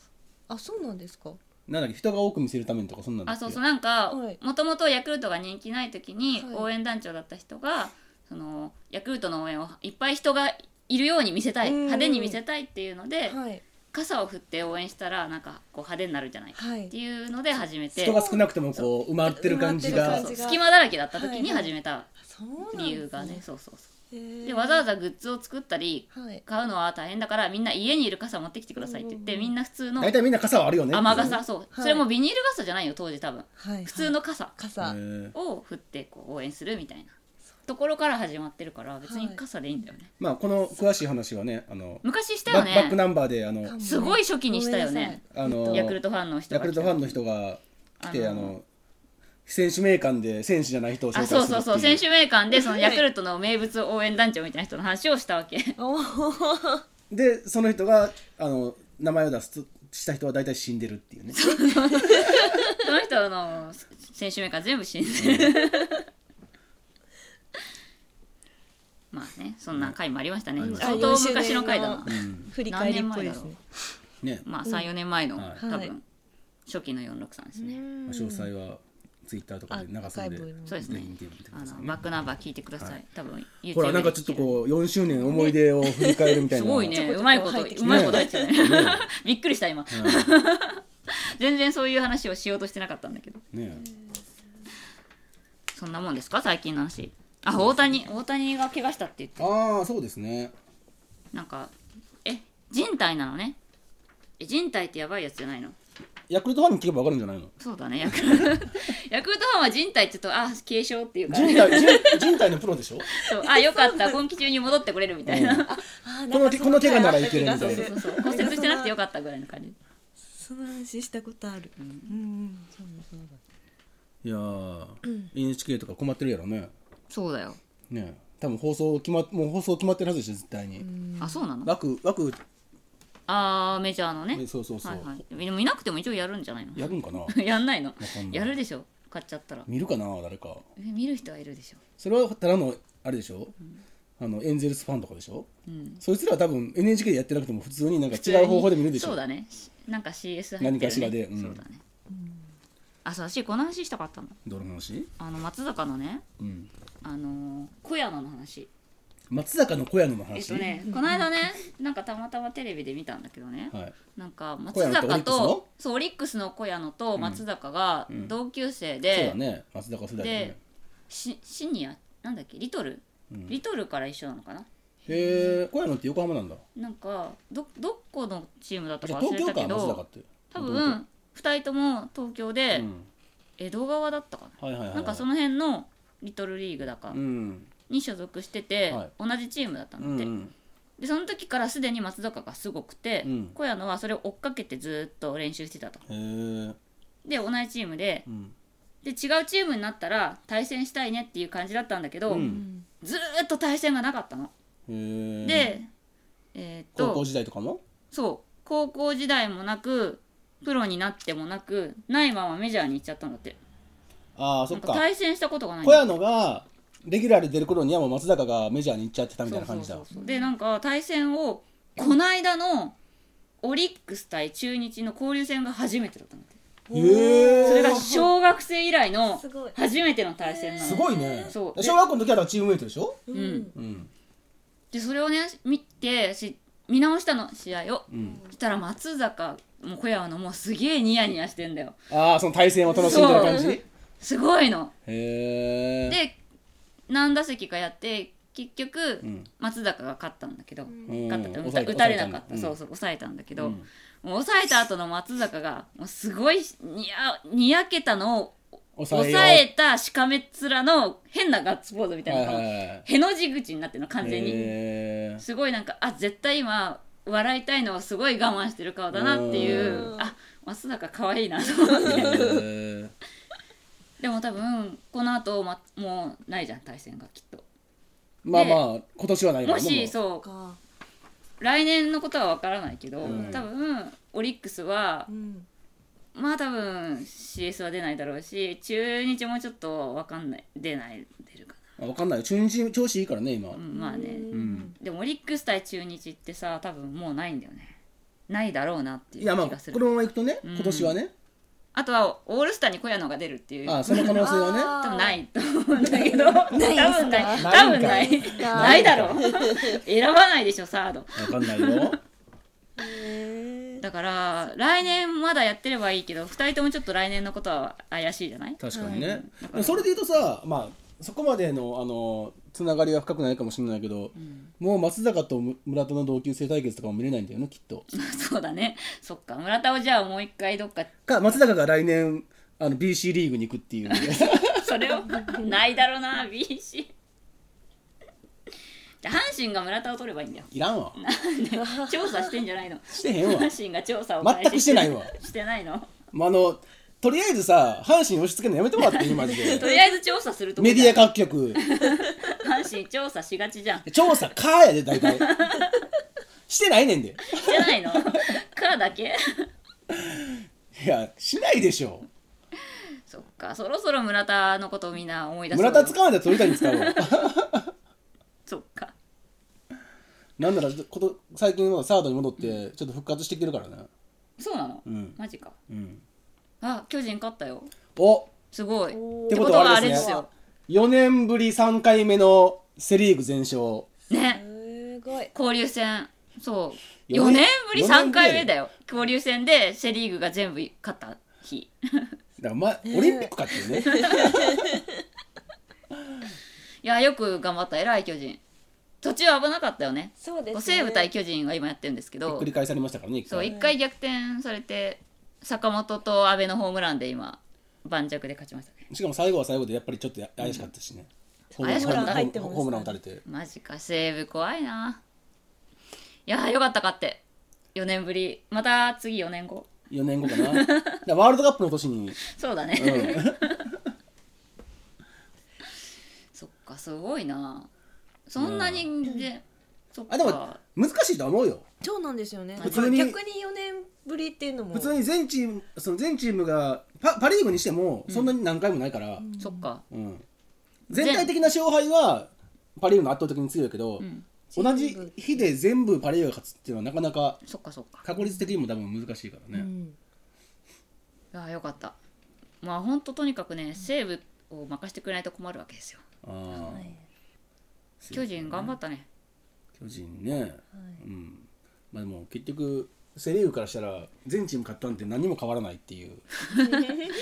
[SPEAKER 3] あ、そうなんですか。
[SPEAKER 2] なんだっけ人が多く見せるためにとかそんなんだっ
[SPEAKER 1] あ
[SPEAKER 2] け
[SPEAKER 1] そうそうなんか
[SPEAKER 3] はい
[SPEAKER 1] もともとヤクルトが人気ない時に
[SPEAKER 3] はい
[SPEAKER 1] 応援団長だった人が、そのヤクルトの応援をいっぱい人がいるように見せたい
[SPEAKER 3] うん
[SPEAKER 1] 派手に見せたいっていうので、
[SPEAKER 3] はい。
[SPEAKER 1] 傘を振って応援したらなんかこう派手になるじゃないか
[SPEAKER 3] は
[SPEAKER 1] っ
[SPEAKER 3] い
[SPEAKER 1] て。いうので始めて
[SPEAKER 2] 人が少なくてもこう埋まってる感じ
[SPEAKER 3] 埋ま
[SPEAKER 2] が
[SPEAKER 3] ってる感じ
[SPEAKER 1] 隙間だらけだった時に始めた
[SPEAKER 3] そうなん
[SPEAKER 1] 理由がね、
[SPEAKER 3] です
[SPEAKER 1] そうそうそう
[SPEAKER 3] ね。
[SPEAKER 1] でわざわざグッズを作ったり
[SPEAKER 3] ざ。はい。
[SPEAKER 1] 買うのは大変だからみんな家にいる傘持ってきてくださいって言って、
[SPEAKER 3] うん
[SPEAKER 1] みんな普通の
[SPEAKER 2] 大体みんな傘はあるよね
[SPEAKER 1] 雨傘そう、
[SPEAKER 3] はい
[SPEAKER 1] それもビニール傘じゃないよ当時多分
[SPEAKER 3] はい。
[SPEAKER 1] 普通の傘、
[SPEAKER 3] 傘。
[SPEAKER 2] へー
[SPEAKER 1] を振ってこう応援するみたいなところから始まってるから別に傘でいいんだよね、
[SPEAKER 2] まあこの詳しい話はねあの
[SPEAKER 1] 昔した
[SPEAKER 2] バ
[SPEAKER 1] よ
[SPEAKER 2] バック
[SPEAKER 1] ね
[SPEAKER 2] ナンバーであの
[SPEAKER 1] すごい初期にしたよね
[SPEAKER 2] あ の
[SPEAKER 1] ヤクルトファンの人
[SPEAKER 2] ヤ
[SPEAKER 1] が
[SPEAKER 2] クルトファンの人が来てあ
[SPEAKER 1] あの
[SPEAKER 2] の選手名鑑で選手じゃない人を紹介
[SPEAKER 1] あ
[SPEAKER 2] する
[SPEAKER 1] そう
[SPEAKER 2] ってい
[SPEAKER 1] そうそう選手名鑑でその
[SPEAKER 3] はい
[SPEAKER 1] ヤクルトの名物応援団長みた いな人の話をしたわけ
[SPEAKER 3] おお。
[SPEAKER 2] でその人があの名前を出すとした人は大体死んでるっていうね
[SPEAKER 1] その人の選手名から全部死んでるまあねそんな回もありましたね
[SPEAKER 2] うん
[SPEAKER 1] 相当昔の回だな
[SPEAKER 3] あ
[SPEAKER 2] うん
[SPEAKER 3] 振り返りっぽいですね
[SPEAKER 2] ね
[SPEAKER 1] まあ34年前の、
[SPEAKER 2] はい
[SPEAKER 1] 多
[SPEAKER 3] はい
[SPEAKER 1] 分初期の463ですね、
[SPEAKER 2] 詳細はツイッターとかで長さで
[SPEAKER 1] そうです
[SPEAKER 2] ぜ
[SPEAKER 1] ね
[SPEAKER 2] ひ見てみてく
[SPEAKER 1] あ
[SPEAKER 2] ださい
[SPEAKER 1] の
[SPEAKER 2] ね
[SPEAKER 1] バックナンバー聞いてください、多分 YouTube
[SPEAKER 2] ほらなんかちょっとこう4周年思い出を振り返るみた い
[SPEAKER 1] す
[SPEAKER 2] な
[SPEAKER 1] ごいねうまいことうまいこと言ってたね びっくりした今全然そういう話をしようとしてなかったんだけど
[SPEAKER 2] ね
[SPEAKER 1] そんなもんですか最近の話あ大谷大谷が怪我したって言って
[SPEAKER 2] ああそうですね
[SPEAKER 1] なんかえ人体なのねえ人体ってやばいやつじゃないの
[SPEAKER 2] ヤクルトファンに聞けばわかるんじゃない の
[SPEAKER 1] そうだねヤクルト ヤクルトファンは人体ちょっとあ軽症っていうか
[SPEAKER 2] 人体人人体のプロでしょ
[SPEAKER 1] そうあよかった今季中に戻ってこれるみたいな、
[SPEAKER 2] うん
[SPEAKER 3] あ
[SPEAKER 2] このこの怪我ならいけるみた
[SPEAKER 1] そう
[SPEAKER 2] い
[SPEAKER 1] そ
[SPEAKER 2] な
[SPEAKER 1] うそうそう骨折してなくてよかったぐらいの感じ
[SPEAKER 3] その話したことあるうんうんそうだそうだ
[SPEAKER 2] いやー NHK とか困ってるやろね
[SPEAKER 1] そうだよ
[SPEAKER 2] ね多分放送決まっもう放送決まってるはずでしょ絶対に
[SPEAKER 1] あそうなの
[SPEAKER 2] 枠枠
[SPEAKER 1] あーメジャーのね
[SPEAKER 2] ねそうそうそう
[SPEAKER 1] はいはい、でもいなくても一応やるんじゃないの
[SPEAKER 2] やるんかな
[SPEAKER 1] やんないの
[SPEAKER 2] かんない
[SPEAKER 1] やるでしょ買っちゃったら
[SPEAKER 2] 見るかな誰か
[SPEAKER 1] え見る人はいるでしょ
[SPEAKER 2] それはただのあれでしょ、あのエンゼルスファンとかでしょ、
[SPEAKER 1] うん
[SPEAKER 2] そいつらは多分 NHK でやってなくても普通になんか違う方法で見るでしょ
[SPEAKER 1] そうだねしなんか CS 入ってる、ね、
[SPEAKER 2] 何かしらでうん
[SPEAKER 1] そうだねあそう私この話したかったの
[SPEAKER 2] どの話、
[SPEAKER 1] あの松坂のね
[SPEAKER 2] うん、
[SPEAKER 1] あのー小山の話
[SPEAKER 2] 松坂の小屋の話、
[SPEAKER 1] えっとねこの間ねなんかたまたまテレビで見たんだけどね、
[SPEAKER 2] はい、
[SPEAKER 1] なんか松
[SPEAKER 2] 小屋のってオ
[SPEAKER 1] 坂
[SPEAKER 2] リックスの
[SPEAKER 1] とそうオリックスの小屋のと松坂が
[SPEAKER 2] ん
[SPEAKER 1] 同級生
[SPEAKER 2] そう
[SPEAKER 1] で、
[SPEAKER 2] だね松坂世代だよね
[SPEAKER 1] でシシニアなんだっけリトル、
[SPEAKER 2] うん
[SPEAKER 1] リトルから一緒なのかな
[SPEAKER 2] へえ小屋のって横浜なんだ
[SPEAKER 1] なんかどどこのチームだった
[SPEAKER 2] じゃ
[SPEAKER 1] か
[SPEAKER 2] あ
[SPEAKER 1] 忘れ
[SPEAKER 2] 東京
[SPEAKER 1] た
[SPEAKER 2] か
[SPEAKER 1] け
[SPEAKER 2] 松坂
[SPEAKER 1] ど
[SPEAKER 2] って
[SPEAKER 1] 多
[SPEAKER 2] 元
[SPEAKER 1] 分2人とも東京で、
[SPEAKER 2] 々
[SPEAKER 1] 江戸川だったか
[SPEAKER 2] うん、はいはいはい、
[SPEAKER 1] な
[SPEAKER 2] はい、
[SPEAKER 1] なんかその辺のリトルリーグだか
[SPEAKER 2] うん
[SPEAKER 1] に所属してて、
[SPEAKER 2] はい
[SPEAKER 1] 同じチームだった
[SPEAKER 2] うん
[SPEAKER 1] の
[SPEAKER 2] う
[SPEAKER 1] で,、
[SPEAKER 2] ん
[SPEAKER 1] でその時からすでに松坂がすごくて、
[SPEAKER 2] うん
[SPEAKER 1] 小屋野はそれを追っかけてずっと練習してたと
[SPEAKER 2] へえ
[SPEAKER 1] で同じチームで
[SPEAKER 2] うん
[SPEAKER 1] で違うチームになったら対戦したいねっていう感じだったんだけど、
[SPEAKER 2] う
[SPEAKER 3] うんん
[SPEAKER 1] ずーっと対戦がなかったの。
[SPEAKER 2] へえ
[SPEAKER 1] で、えーっと
[SPEAKER 2] 高校時代とかも
[SPEAKER 1] そう高校時代もなくプロになってもなくないままメジャーに行っちゃったんだって
[SPEAKER 2] ああそ
[SPEAKER 1] なん
[SPEAKER 2] っ
[SPEAKER 1] か
[SPEAKER 2] か
[SPEAKER 1] 対戦したことがない
[SPEAKER 2] 小屋のがレギュラーで出る頃にはもう松坂がメジャーに行っちゃってたみたいな感じだ
[SPEAKER 1] そうそうそうそうでなんか対戦をこの間のオリックス対中日の交流戦が初めてだったんだって
[SPEAKER 2] へえ
[SPEAKER 1] それが小学生以来の
[SPEAKER 3] すごい
[SPEAKER 1] 初めての対戦なの
[SPEAKER 2] すごいね
[SPEAKER 1] そうで
[SPEAKER 2] 小学校の時はチームメイトでしょ
[SPEAKER 3] うん
[SPEAKER 2] うん
[SPEAKER 1] でそれをね見てし見直したの試合を
[SPEAKER 2] うん
[SPEAKER 1] そしたら松坂も小山のもうすげえニヤニヤしてんだよ
[SPEAKER 2] ああその対戦を楽しんでる感じ
[SPEAKER 1] そう
[SPEAKER 2] へ
[SPEAKER 1] すごいの
[SPEAKER 2] え
[SPEAKER 1] で何打席かやって結局
[SPEAKER 2] うん
[SPEAKER 1] 松坂が勝ったんだけど、
[SPEAKER 2] うん
[SPEAKER 1] 勝ったって打
[SPEAKER 2] 抑
[SPEAKER 1] た
[SPEAKER 2] えた
[SPEAKER 1] 打たれなかった、
[SPEAKER 2] 抑えたんだ
[SPEAKER 1] そうそう抑えたんだけ
[SPEAKER 2] う
[SPEAKER 1] ど、
[SPEAKER 2] ん
[SPEAKER 1] もう抑えた後の松坂がもうすごいにやにやけたのを
[SPEAKER 2] 抑
[SPEAKER 1] 抑えたしかめっ面の変なガッツポーズみたいな、
[SPEAKER 2] はいはいはい
[SPEAKER 1] への字口になってるの完全に
[SPEAKER 2] へー
[SPEAKER 1] すごいなんかあ絶対今笑いたいのをすごい我慢してる顔だなっていう
[SPEAKER 3] うん
[SPEAKER 1] あ松坂可愛いなと思って
[SPEAKER 2] へー
[SPEAKER 1] でも多分この後、ま、もうないじゃん対戦がきっと
[SPEAKER 2] まあまあ今年はないから
[SPEAKER 1] も
[SPEAKER 2] ね
[SPEAKER 1] し
[SPEAKER 2] う
[SPEAKER 1] そう
[SPEAKER 3] か
[SPEAKER 1] 来年のことは分からないけど、
[SPEAKER 2] うん
[SPEAKER 1] 多分オリックスは
[SPEAKER 3] うん
[SPEAKER 1] まあ多分 CS は出ないだろうし中日もちょっと分かんない出ない出るか
[SPEAKER 2] 分かんない中日調子いいからね今
[SPEAKER 1] な、うん、まあね
[SPEAKER 2] うん
[SPEAKER 1] でもオリックス対中日ってさ多分もうないんだよねないだろうなってい
[SPEAKER 2] いうやまあ
[SPEAKER 1] 気がす
[SPEAKER 2] こ
[SPEAKER 1] る
[SPEAKER 2] のままいくとね今年はね
[SPEAKER 1] あとはオールスターに小屋野が出るっていう
[SPEAKER 2] ああその可能性はね
[SPEAKER 3] あ
[SPEAKER 1] 多分ないと思うんだけ ど多分ない多分な
[SPEAKER 2] ない
[SPEAKER 1] い
[SPEAKER 2] ん
[SPEAKER 1] ないだろう選ばないでしょサード
[SPEAKER 2] 分かんないよ
[SPEAKER 3] へえ
[SPEAKER 1] だから来年まだやってればいいけど2人ともちょっと来年のことは怪しいじゃない
[SPEAKER 2] 確かにね、でもそれで言うとさ、まあ、そこまでのあのつながりは深くないかもしれないけど、もう松坂とむ村田の同級生対決とかも見れないんだよねきっと
[SPEAKER 1] そうだね。そっか。村田をじゃあもう一回どっか、
[SPEAKER 2] か松坂が来年あの BC リーグに行くっていう
[SPEAKER 1] それを、ないだろうな、BC。じゃあ阪神が村田を取ればいいん だよ。
[SPEAKER 2] いらんわ
[SPEAKER 1] 調査してんじゃないの。
[SPEAKER 2] してへんわ
[SPEAKER 1] 阪神が調査を
[SPEAKER 2] 全くしてな いわ、
[SPEAKER 1] してないの。
[SPEAKER 2] まあ、あのとりあえずさ阪神押し付けるのやめてもらってい いマジで
[SPEAKER 1] とりあえず調査するとこ
[SPEAKER 2] メ
[SPEAKER 1] じゃん
[SPEAKER 2] ディア各局
[SPEAKER 1] 阪神調査しがちじゃん。
[SPEAKER 2] 調査かーやで大体してないねんで
[SPEAKER 1] してないの。かだけ
[SPEAKER 2] いやしないでしょ
[SPEAKER 1] そっかそろそろ村田のことをみんな思い出す
[SPEAKER 2] 村田使わないと鳥谷使うわ
[SPEAKER 1] そっか
[SPEAKER 2] なんならこと最近はサードに戻ってちょっと復活してきてるからね
[SPEAKER 1] そうなの、
[SPEAKER 2] うん
[SPEAKER 1] マジか
[SPEAKER 2] うん
[SPEAKER 1] あ巨人勝ったよ
[SPEAKER 2] お
[SPEAKER 1] すごい
[SPEAKER 3] おー
[SPEAKER 2] ってことはあれです
[SPEAKER 1] って
[SPEAKER 2] ね4年ぶり3回目のセ・リーグ全勝
[SPEAKER 1] ね
[SPEAKER 3] すごい
[SPEAKER 1] 交流戦そう
[SPEAKER 2] よ
[SPEAKER 1] 4
[SPEAKER 2] ね
[SPEAKER 1] 年ぶり
[SPEAKER 2] よね
[SPEAKER 1] 3
[SPEAKER 2] んぶり
[SPEAKER 1] 回目だよ交流戦でセ・リーグが全部勝った日
[SPEAKER 2] だから、ま、オリンピックかっていうね
[SPEAKER 1] いやよく頑張った偉い巨人途中危なかったよね
[SPEAKER 3] そうですね
[SPEAKER 1] こう西武対巨人が今やってるんですけど
[SPEAKER 2] 繰り返されましたからね一
[SPEAKER 1] そう
[SPEAKER 2] 回
[SPEAKER 1] 1回逆転されて坂本と阿部のホームランで今盤石で勝ちましたね
[SPEAKER 2] しかも最後は最後でやっぱりちょっと怪しかったしね、ホームラン
[SPEAKER 1] 怪しかった
[SPEAKER 2] ホームラン
[SPEAKER 3] 入ってましたね
[SPEAKER 2] ホームラン打たれて
[SPEAKER 1] マジか西武怖いないやーよかったかって4年ぶりまた次4年後
[SPEAKER 2] 4年後かなだからワールドカップの年に、
[SPEAKER 1] そうだね、
[SPEAKER 2] うん
[SPEAKER 1] そっかすごいなそんなにで、そっか
[SPEAKER 2] あでも難しいとは思うよ
[SPEAKER 3] そうなんですよね
[SPEAKER 2] 普通に
[SPEAKER 3] 逆に4年ぶりっていうのも
[SPEAKER 2] 普通に全チームその全チームがパパ・リーグにしてもそんなに何回もないから、うん
[SPEAKER 1] そっか
[SPEAKER 2] 全体的な勝敗はパ・リーグの圧倒的に強いけど、
[SPEAKER 1] ん
[SPEAKER 2] 同じ日で全部パ・リーグが勝つっていうのはなかなか
[SPEAKER 1] そっかそっか
[SPEAKER 2] 確率的にも多分難しいから
[SPEAKER 3] う
[SPEAKER 2] ね、
[SPEAKER 3] ん
[SPEAKER 1] いやーよかったまあほんととにかくね西武を任せてくれないと困るわけですよ
[SPEAKER 2] あー
[SPEAKER 1] 巨人頑張ったね
[SPEAKER 2] 巨人ね、うんまあでも結局セ・リーグからしたら全チーム勝ったんで何も変わらないって いう今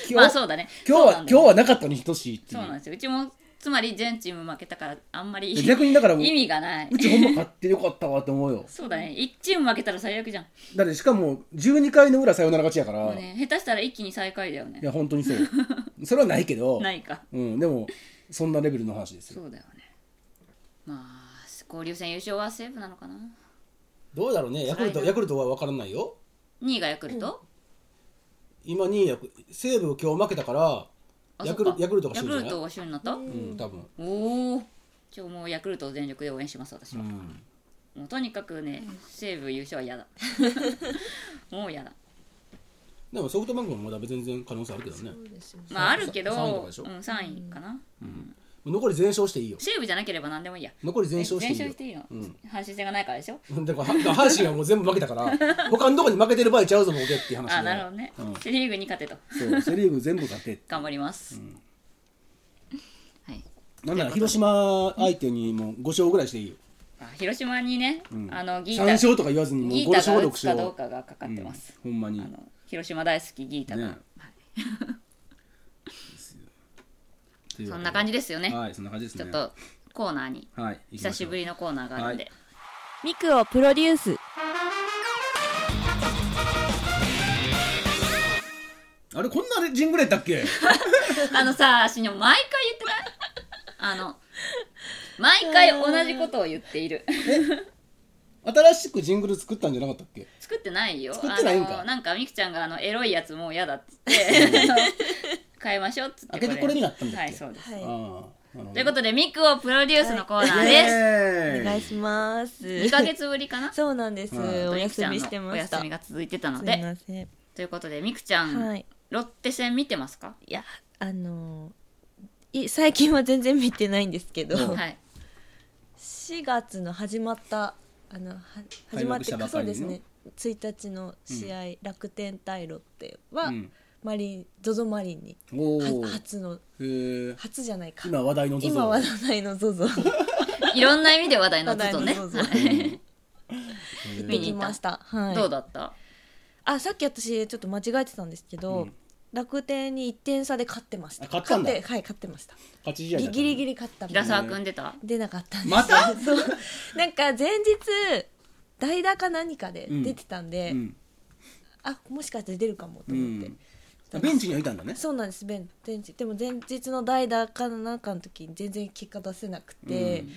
[SPEAKER 2] 日,、
[SPEAKER 1] まあそうだね
[SPEAKER 2] 今日は
[SPEAKER 1] そうなんだ
[SPEAKER 2] 今日はなかったに等しいって
[SPEAKER 1] そ
[SPEAKER 2] い
[SPEAKER 1] うなん
[SPEAKER 2] う
[SPEAKER 1] ですようちもつまり全チーム負けたからあんまり
[SPEAKER 2] で逆にだから
[SPEAKER 1] 意味がないう
[SPEAKER 2] ちほんま勝ってよかったわと思うよ
[SPEAKER 1] そうだね1チーム負けたら最悪じゃん
[SPEAKER 2] だってしかも12回の裏サヨナラ勝ちやか
[SPEAKER 1] も
[SPEAKER 2] ら、
[SPEAKER 1] うね下手したら一気に最下位だよね
[SPEAKER 2] いや本当 にそうそれはないけど
[SPEAKER 1] ないか
[SPEAKER 2] うん、でもそんなレベルの話ですよ
[SPEAKER 1] そうだよねまあ交流戦優勝は西武なのかな
[SPEAKER 2] どうだろうねヤクルト
[SPEAKER 1] 辛いな
[SPEAKER 2] ヤクルトは分からないよ
[SPEAKER 1] 2位がヤクルト、
[SPEAKER 2] 今2位ヤク西武今日負けたから
[SPEAKER 1] あ
[SPEAKER 2] ヤクル
[SPEAKER 1] そっか
[SPEAKER 2] ヤクルトが首位じゃ
[SPEAKER 1] ヤ
[SPEAKER 2] ない
[SPEAKER 1] クルトが首位になった、
[SPEAKER 2] うん多分
[SPEAKER 1] おお今日もうヤクルトを全力で応援します私
[SPEAKER 2] う
[SPEAKER 1] は、
[SPEAKER 2] ん
[SPEAKER 1] もうとにかくね西武優勝は嫌だもう嫌だ
[SPEAKER 2] でもソフトバンクもまだ全然可能性あるけどね
[SPEAKER 3] そうですよね
[SPEAKER 1] まああるけど
[SPEAKER 2] 三位とかでしょ
[SPEAKER 1] うん、3位かな、
[SPEAKER 2] 残り全勝していいよ
[SPEAKER 1] 西武じゃなければ何でもいいや
[SPEAKER 2] 残り全勝していいよ
[SPEAKER 1] 全いいの、阪神戦がないからでしょ
[SPEAKER 2] だからだから阪神はもう全部負けたから 他のとこに負けてる場合ちゃうぞもうけっていう話で
[SPEAKER 1] あなるほどね、セ・リーグに勝てと
[SPEAKER 2] そうセ・リーグ全部勝て
[SPEAKER 1] 頑張ります、はい
[SPEAKER 2] なんなら広島相手にもう5勝ぐらいしていいよ
[SPEAKER 1] あ広島にね、
[SPEAKER 2] ん
[SPEAKER 1] あのギー
[SPEAKER 2] 3
[SPEAKER 1] タ
[SPEAKER 2] 勝とか言わずにもう
[SPEAKER 1] ギ
[SPEAKER 2] 5
[SPEAKER 1] ータ
[SPEAKER 2] 勝
[SPEAKER 1] が
[SPEAKER 2] 6
[SPEAKER 1] 打つか
[SPEAKER 2] 勝
[SPEAKER 1] どうかがかかってます、
[SPEAKER 2] うんほんまに
[SPEAKER 1] あの広島大好きギータが、
[SPEAKER 2] ね
[SPEAKER 1] はい
[SPEAKER 2] というわけで
[SPEAKER 1] そんな感じですよね、
[SPEAKER 2] はいそんな感じです
[SPEAKER 1] ち
[SPEAKER 2] ね
[SPEAKER 1] ょっとコーナーに
[SPEAKER 2] はい
[SPEAKER 1] 久しぶ
[SPEAKER 2] り
[SPEAKER 1] りのコーナーがあるんで、
[SPEAKER 2] は
[SPEAKER 3] ミクをプロデュース
[SPEAKER 2] あれこんなジングルやったっけ
[SPEAKER 1] あのさしにも毎回言ってないあの毎回同じことを言っている
[SPEAKER 2] 新しくジングル作ったんじゃなかったっけ
[SPEAKER 1] 作ってないよ
[SPEAKER 2] 作ってないんか
[SPEAKER 1] あのなんかみくちゃんがあのエロいやつもう嫌だっつ ってあの変えましょうっつって
[SPEAKER 2] あ結局これになったんだっけ
[SPEAKER 1] はいそうです
[SPEAKER 3] はい
[SPEAKER 2] ああなるほど
[SPEAKER 1] ということでミクをプロデュースのコーナーです、
[SPEAKER 2] イエーイ
[SPEAKER 3] お願いします
[SPEAKER 1] 2ヶ月ぶりかな
[SPEAKER 3] そうなんです
[SPEAKER 2] はい
[SPEAKER 3] お休みしてま
[SPEAKER 1] お
[SPEAKER 3] した
[SPEAKER 1] 休
[SPEAKER 3] す
[SPEAKER 1] み
[SPEAKER 3] い
[SPEAKER 1] が続いてたので
[SPEAKER 3] ません
[SPEAKER 1] ということでみくちゃん、
[SPEAKER 3] はい
[SPEAKER 1] ロッテ戦見てますか
[SPEAKER 3] いやあのい最近は全然見てないんですけど、
[SPEAKER 2] うん
[SPEAKER 1] はい
[SPEAKER 3] 4月の始まったあのは始まって
[SPEAKER 2] 開幕したばか
[SPEAKER 3] そう
[SPEAKER 2] りの
[SPEAKER 3] ですね1日の試合、楽天対ロッテは、
[SPEAKER 2] うん
[SPEAKER 3] マリン ZOZO マリンに
[SPEAKER 2] お
[SPEAKER 3] は
[SPEAKER 2] ー
[SPEAKER 3] 初の
[SPEAKER 2] へえ
[SPEAKER 3] 初じゃないか
[SPEAKER 2] 今話題のゾゾ
[SPEAKER 3] 今話題の ZOZO
[SPEAKER 1] いろんな意味で話題にな
[SPEAKER 3] 話
[SPEAKER 1] った
[SPEAKER 3] 題
[SPEAKER 1] と
[SPEAKER 3] の
[SPEAKER 1] ね
[SPEAKER 3] ZOZO 行って
[SPEAKER 1] 見に
[SPEAKER 3] き
[SPEAKER 1] 行った
[SPEAKER 3] ました、はい、
[SPEAKER 1] どうだった
[SPEAKER 3] あさっき私ちょっと間違えてたんですけど、
[SPEAKER 2] うん
[SPEAKER 3] 楽天に1点差で勝ってました
[SPEAKER 2] あ勝ったんだ
[SPEAKER 3] 勝はい勝ってました
[SPEAKER 2] 勝ち試合だ
[SPEAKER 3] ギ
[SPEAKER 2] った
[SPEAKER 3] ギリギリ
[SPEAKER 2] リ
[SPEAKER 3] 勝ったみたい
[SPEAKER 1] 平
[SPEAKER 3] な
[SPEAKER 1] 沢くん出た
[SPEAKER 3] 出なかったんです
[SPEAKER 2] また
[SPEAKER 3] そうなんか前日代打か何かで出てたんで、
[SPEAKER 2] うん
[SPEAKER 3] あもしかして出るかもと思って、
[SPEAKER 2] うんベンチにはいたんだね
[SPEAKER 3] そうなんです前前日でも前日の代打かなんかの時に全然結果出せなくて、
[SPEAKER 2] うん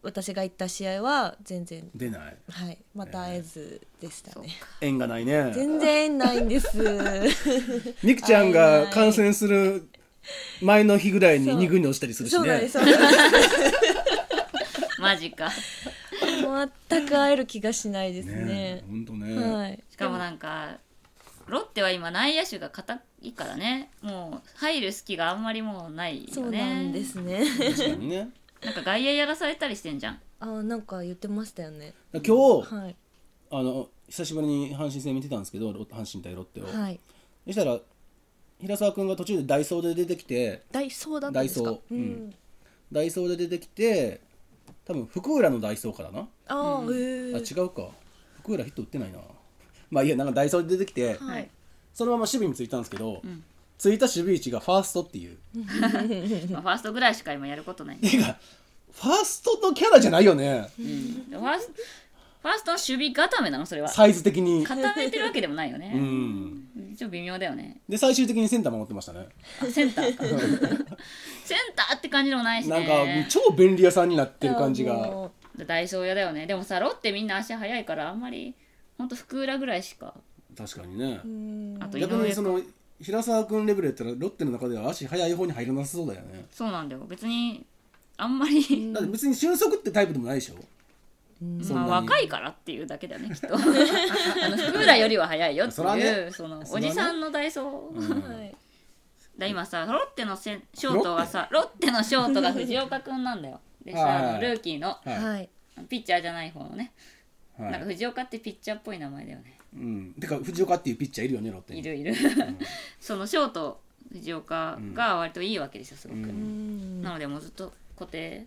[SPEAKER 3] 私が行った試合は全然
[SPEAKER 2] 出ない
[SPEAKER 3] はいまた会えずでしたね、
[SPEAKER 2] 縁がないね
[SPEAKER 3] 全然ないんです
[SPEAKER 2] みくちゃんが感染する前の日ぐらいに
[SPEAKER 3] そう
[SPEAKER 2] 二軍に落ちたりするし
[SPEAKER 3] そうなんで
[SPEAKER 2] ね
[SPEAKER 3] すそうなんです
[SPEAKER 1] マジか
[SPEAKER 3] 全く会える気がしないですね
[SPEAKER 2] ねえほんとね
[SPEAKER 3] はい
[SPEAKER 1] しかもなんかロッテは今内野手が硬いからねもう入る隙があんまりもうないよね
[SPEAKER 3] そうなんですね
[SPEAKER 2] 確かにね
[SPEAKER 1] なんか外野やらされたりしてんじゃん
[SPEAKER 3] あーなんか言ってましたよね
[SPEAKER 2] 今日
[SPEAKER 3] はい
[SPEAKER 2] あの久しぶりに阪神戦見てたんですけどロッ阪神対ロッテを、
[SPEAKER 3] はい
[SPEAKER 2] そしたら平沢君が途中でダイソーで出てきて
[SPEAKER 3] ダイソーだったんです
[SPEAKER 2] ダ
[SPEAKER 3] か
[SPEAKER 2] イソ
[SPEAKER 3] う
[SPEAKER 2] ーうん
[SPEAKER 3] ん
[SPEAKER 2] ダイソーで出てきて多分福浦のダイソーからな
[SPEAKER 3] ああへ
[SPEAKER 2] あ
[SPEAKER 3] え
[SPEAKER 2] 違うか福浦ヒット打ってないなまあいいやなんかダイソーで出てきて、
[SPEAKER 3] はい
[SPEAKER 2] そのまま守備についたんですけど、
[SPEAKER 1] ん
[SPEAKER 2] ついた守備位置がファーストっていう
[SPEAKER 1] まあ、ファーストぐらいしか今やることない、
[SPEAKER 2] ていうかファーストのキャラじゃないよね
[SPEAKER 1] うん、ファーストファーストの守備固めなのそれは
[SPEAKER 2] サイズ的に
[SPEAKER 1] 固めてるわけでもないよね、
[SPEAKER 2] うん
[SPEAKER 1] ちょっと微妙だよね
[SPEAKER 2] で最終的にセンター守ってましたね
[SPEAKER 1] あセンターかセンターって感じでもないし
[SPEAKER 2] なん
[SPEAKER 1] ね
[SPEAKER 2] か超便利屋さんになってる感じ
[SPEAKER 3] いや
[SPEAKER 2] が
[SPEAKER 3] も
[SPEAKER 1] ダイソー屋だよねでもさロッテみんな足早いからあんまりほんと福浦ぐらいしか
[SPEAKER 2] 確かにね
[SPEAKER 3] ううん
[SPEAKER 1] あと井
[SPEAKER 2] 逆
[SPEAKER 1] 上
[SPEAKER 2] にその平沢君レベルやったらロッテの中では足速い方に入らなさそうだよね
[SPEAKER 1] そうなんだよ別にあんまり、
[SPEAKER 2] だって別に俊足ってタイプでもないでしょ そんな
[SPEAKER 1] まあ、
[SPEAKER 2] に
[SPEAKER 1] 若いからっていうだけだねきっ とあの福浦よりは早いよって
[SPEAKER 2] そら
[SPEAKER 1] いう
[SPEAKER 2] ね
[SPEAKER 1] その
[SPEAKER 2] そ
[SPEAKER 1] お
[SPEAKER 2] らね
[SPEAKER 1] じさんのダイソー、
[SPEAKER 3] はい
[SPEAKER 1] だ今さロッテのせんショートがさロッテのショートが藤岡君なんだよで
[SPEAKER 2] はい
[SPEAKER 1] さ
[SPEAKER 2] はい
[SPEAKER 1] あのルーキーの
[SPEAKER 2] は
[SPEAKER 3] はい
[SPEAKER 1] ピッチャーじゃない方のね、
[SPEAKER 2] い、は
[SPEAKER 1] なんか
[SPEAKER 2] い
[SPEAKER 1] 藤岡ってピッチャーっぽい名前だよね
[SPEAKER 2] うん、てか藤岡っていうピッチャーいるよねロッテに
[SPEAKER 1] いるいる、 そのショート藤岡が割といいわけですよすごく、
[SPEAKER 2] う
[SPEAKER 3] うんん
[SPEAKER 1] なのでもうずっと固定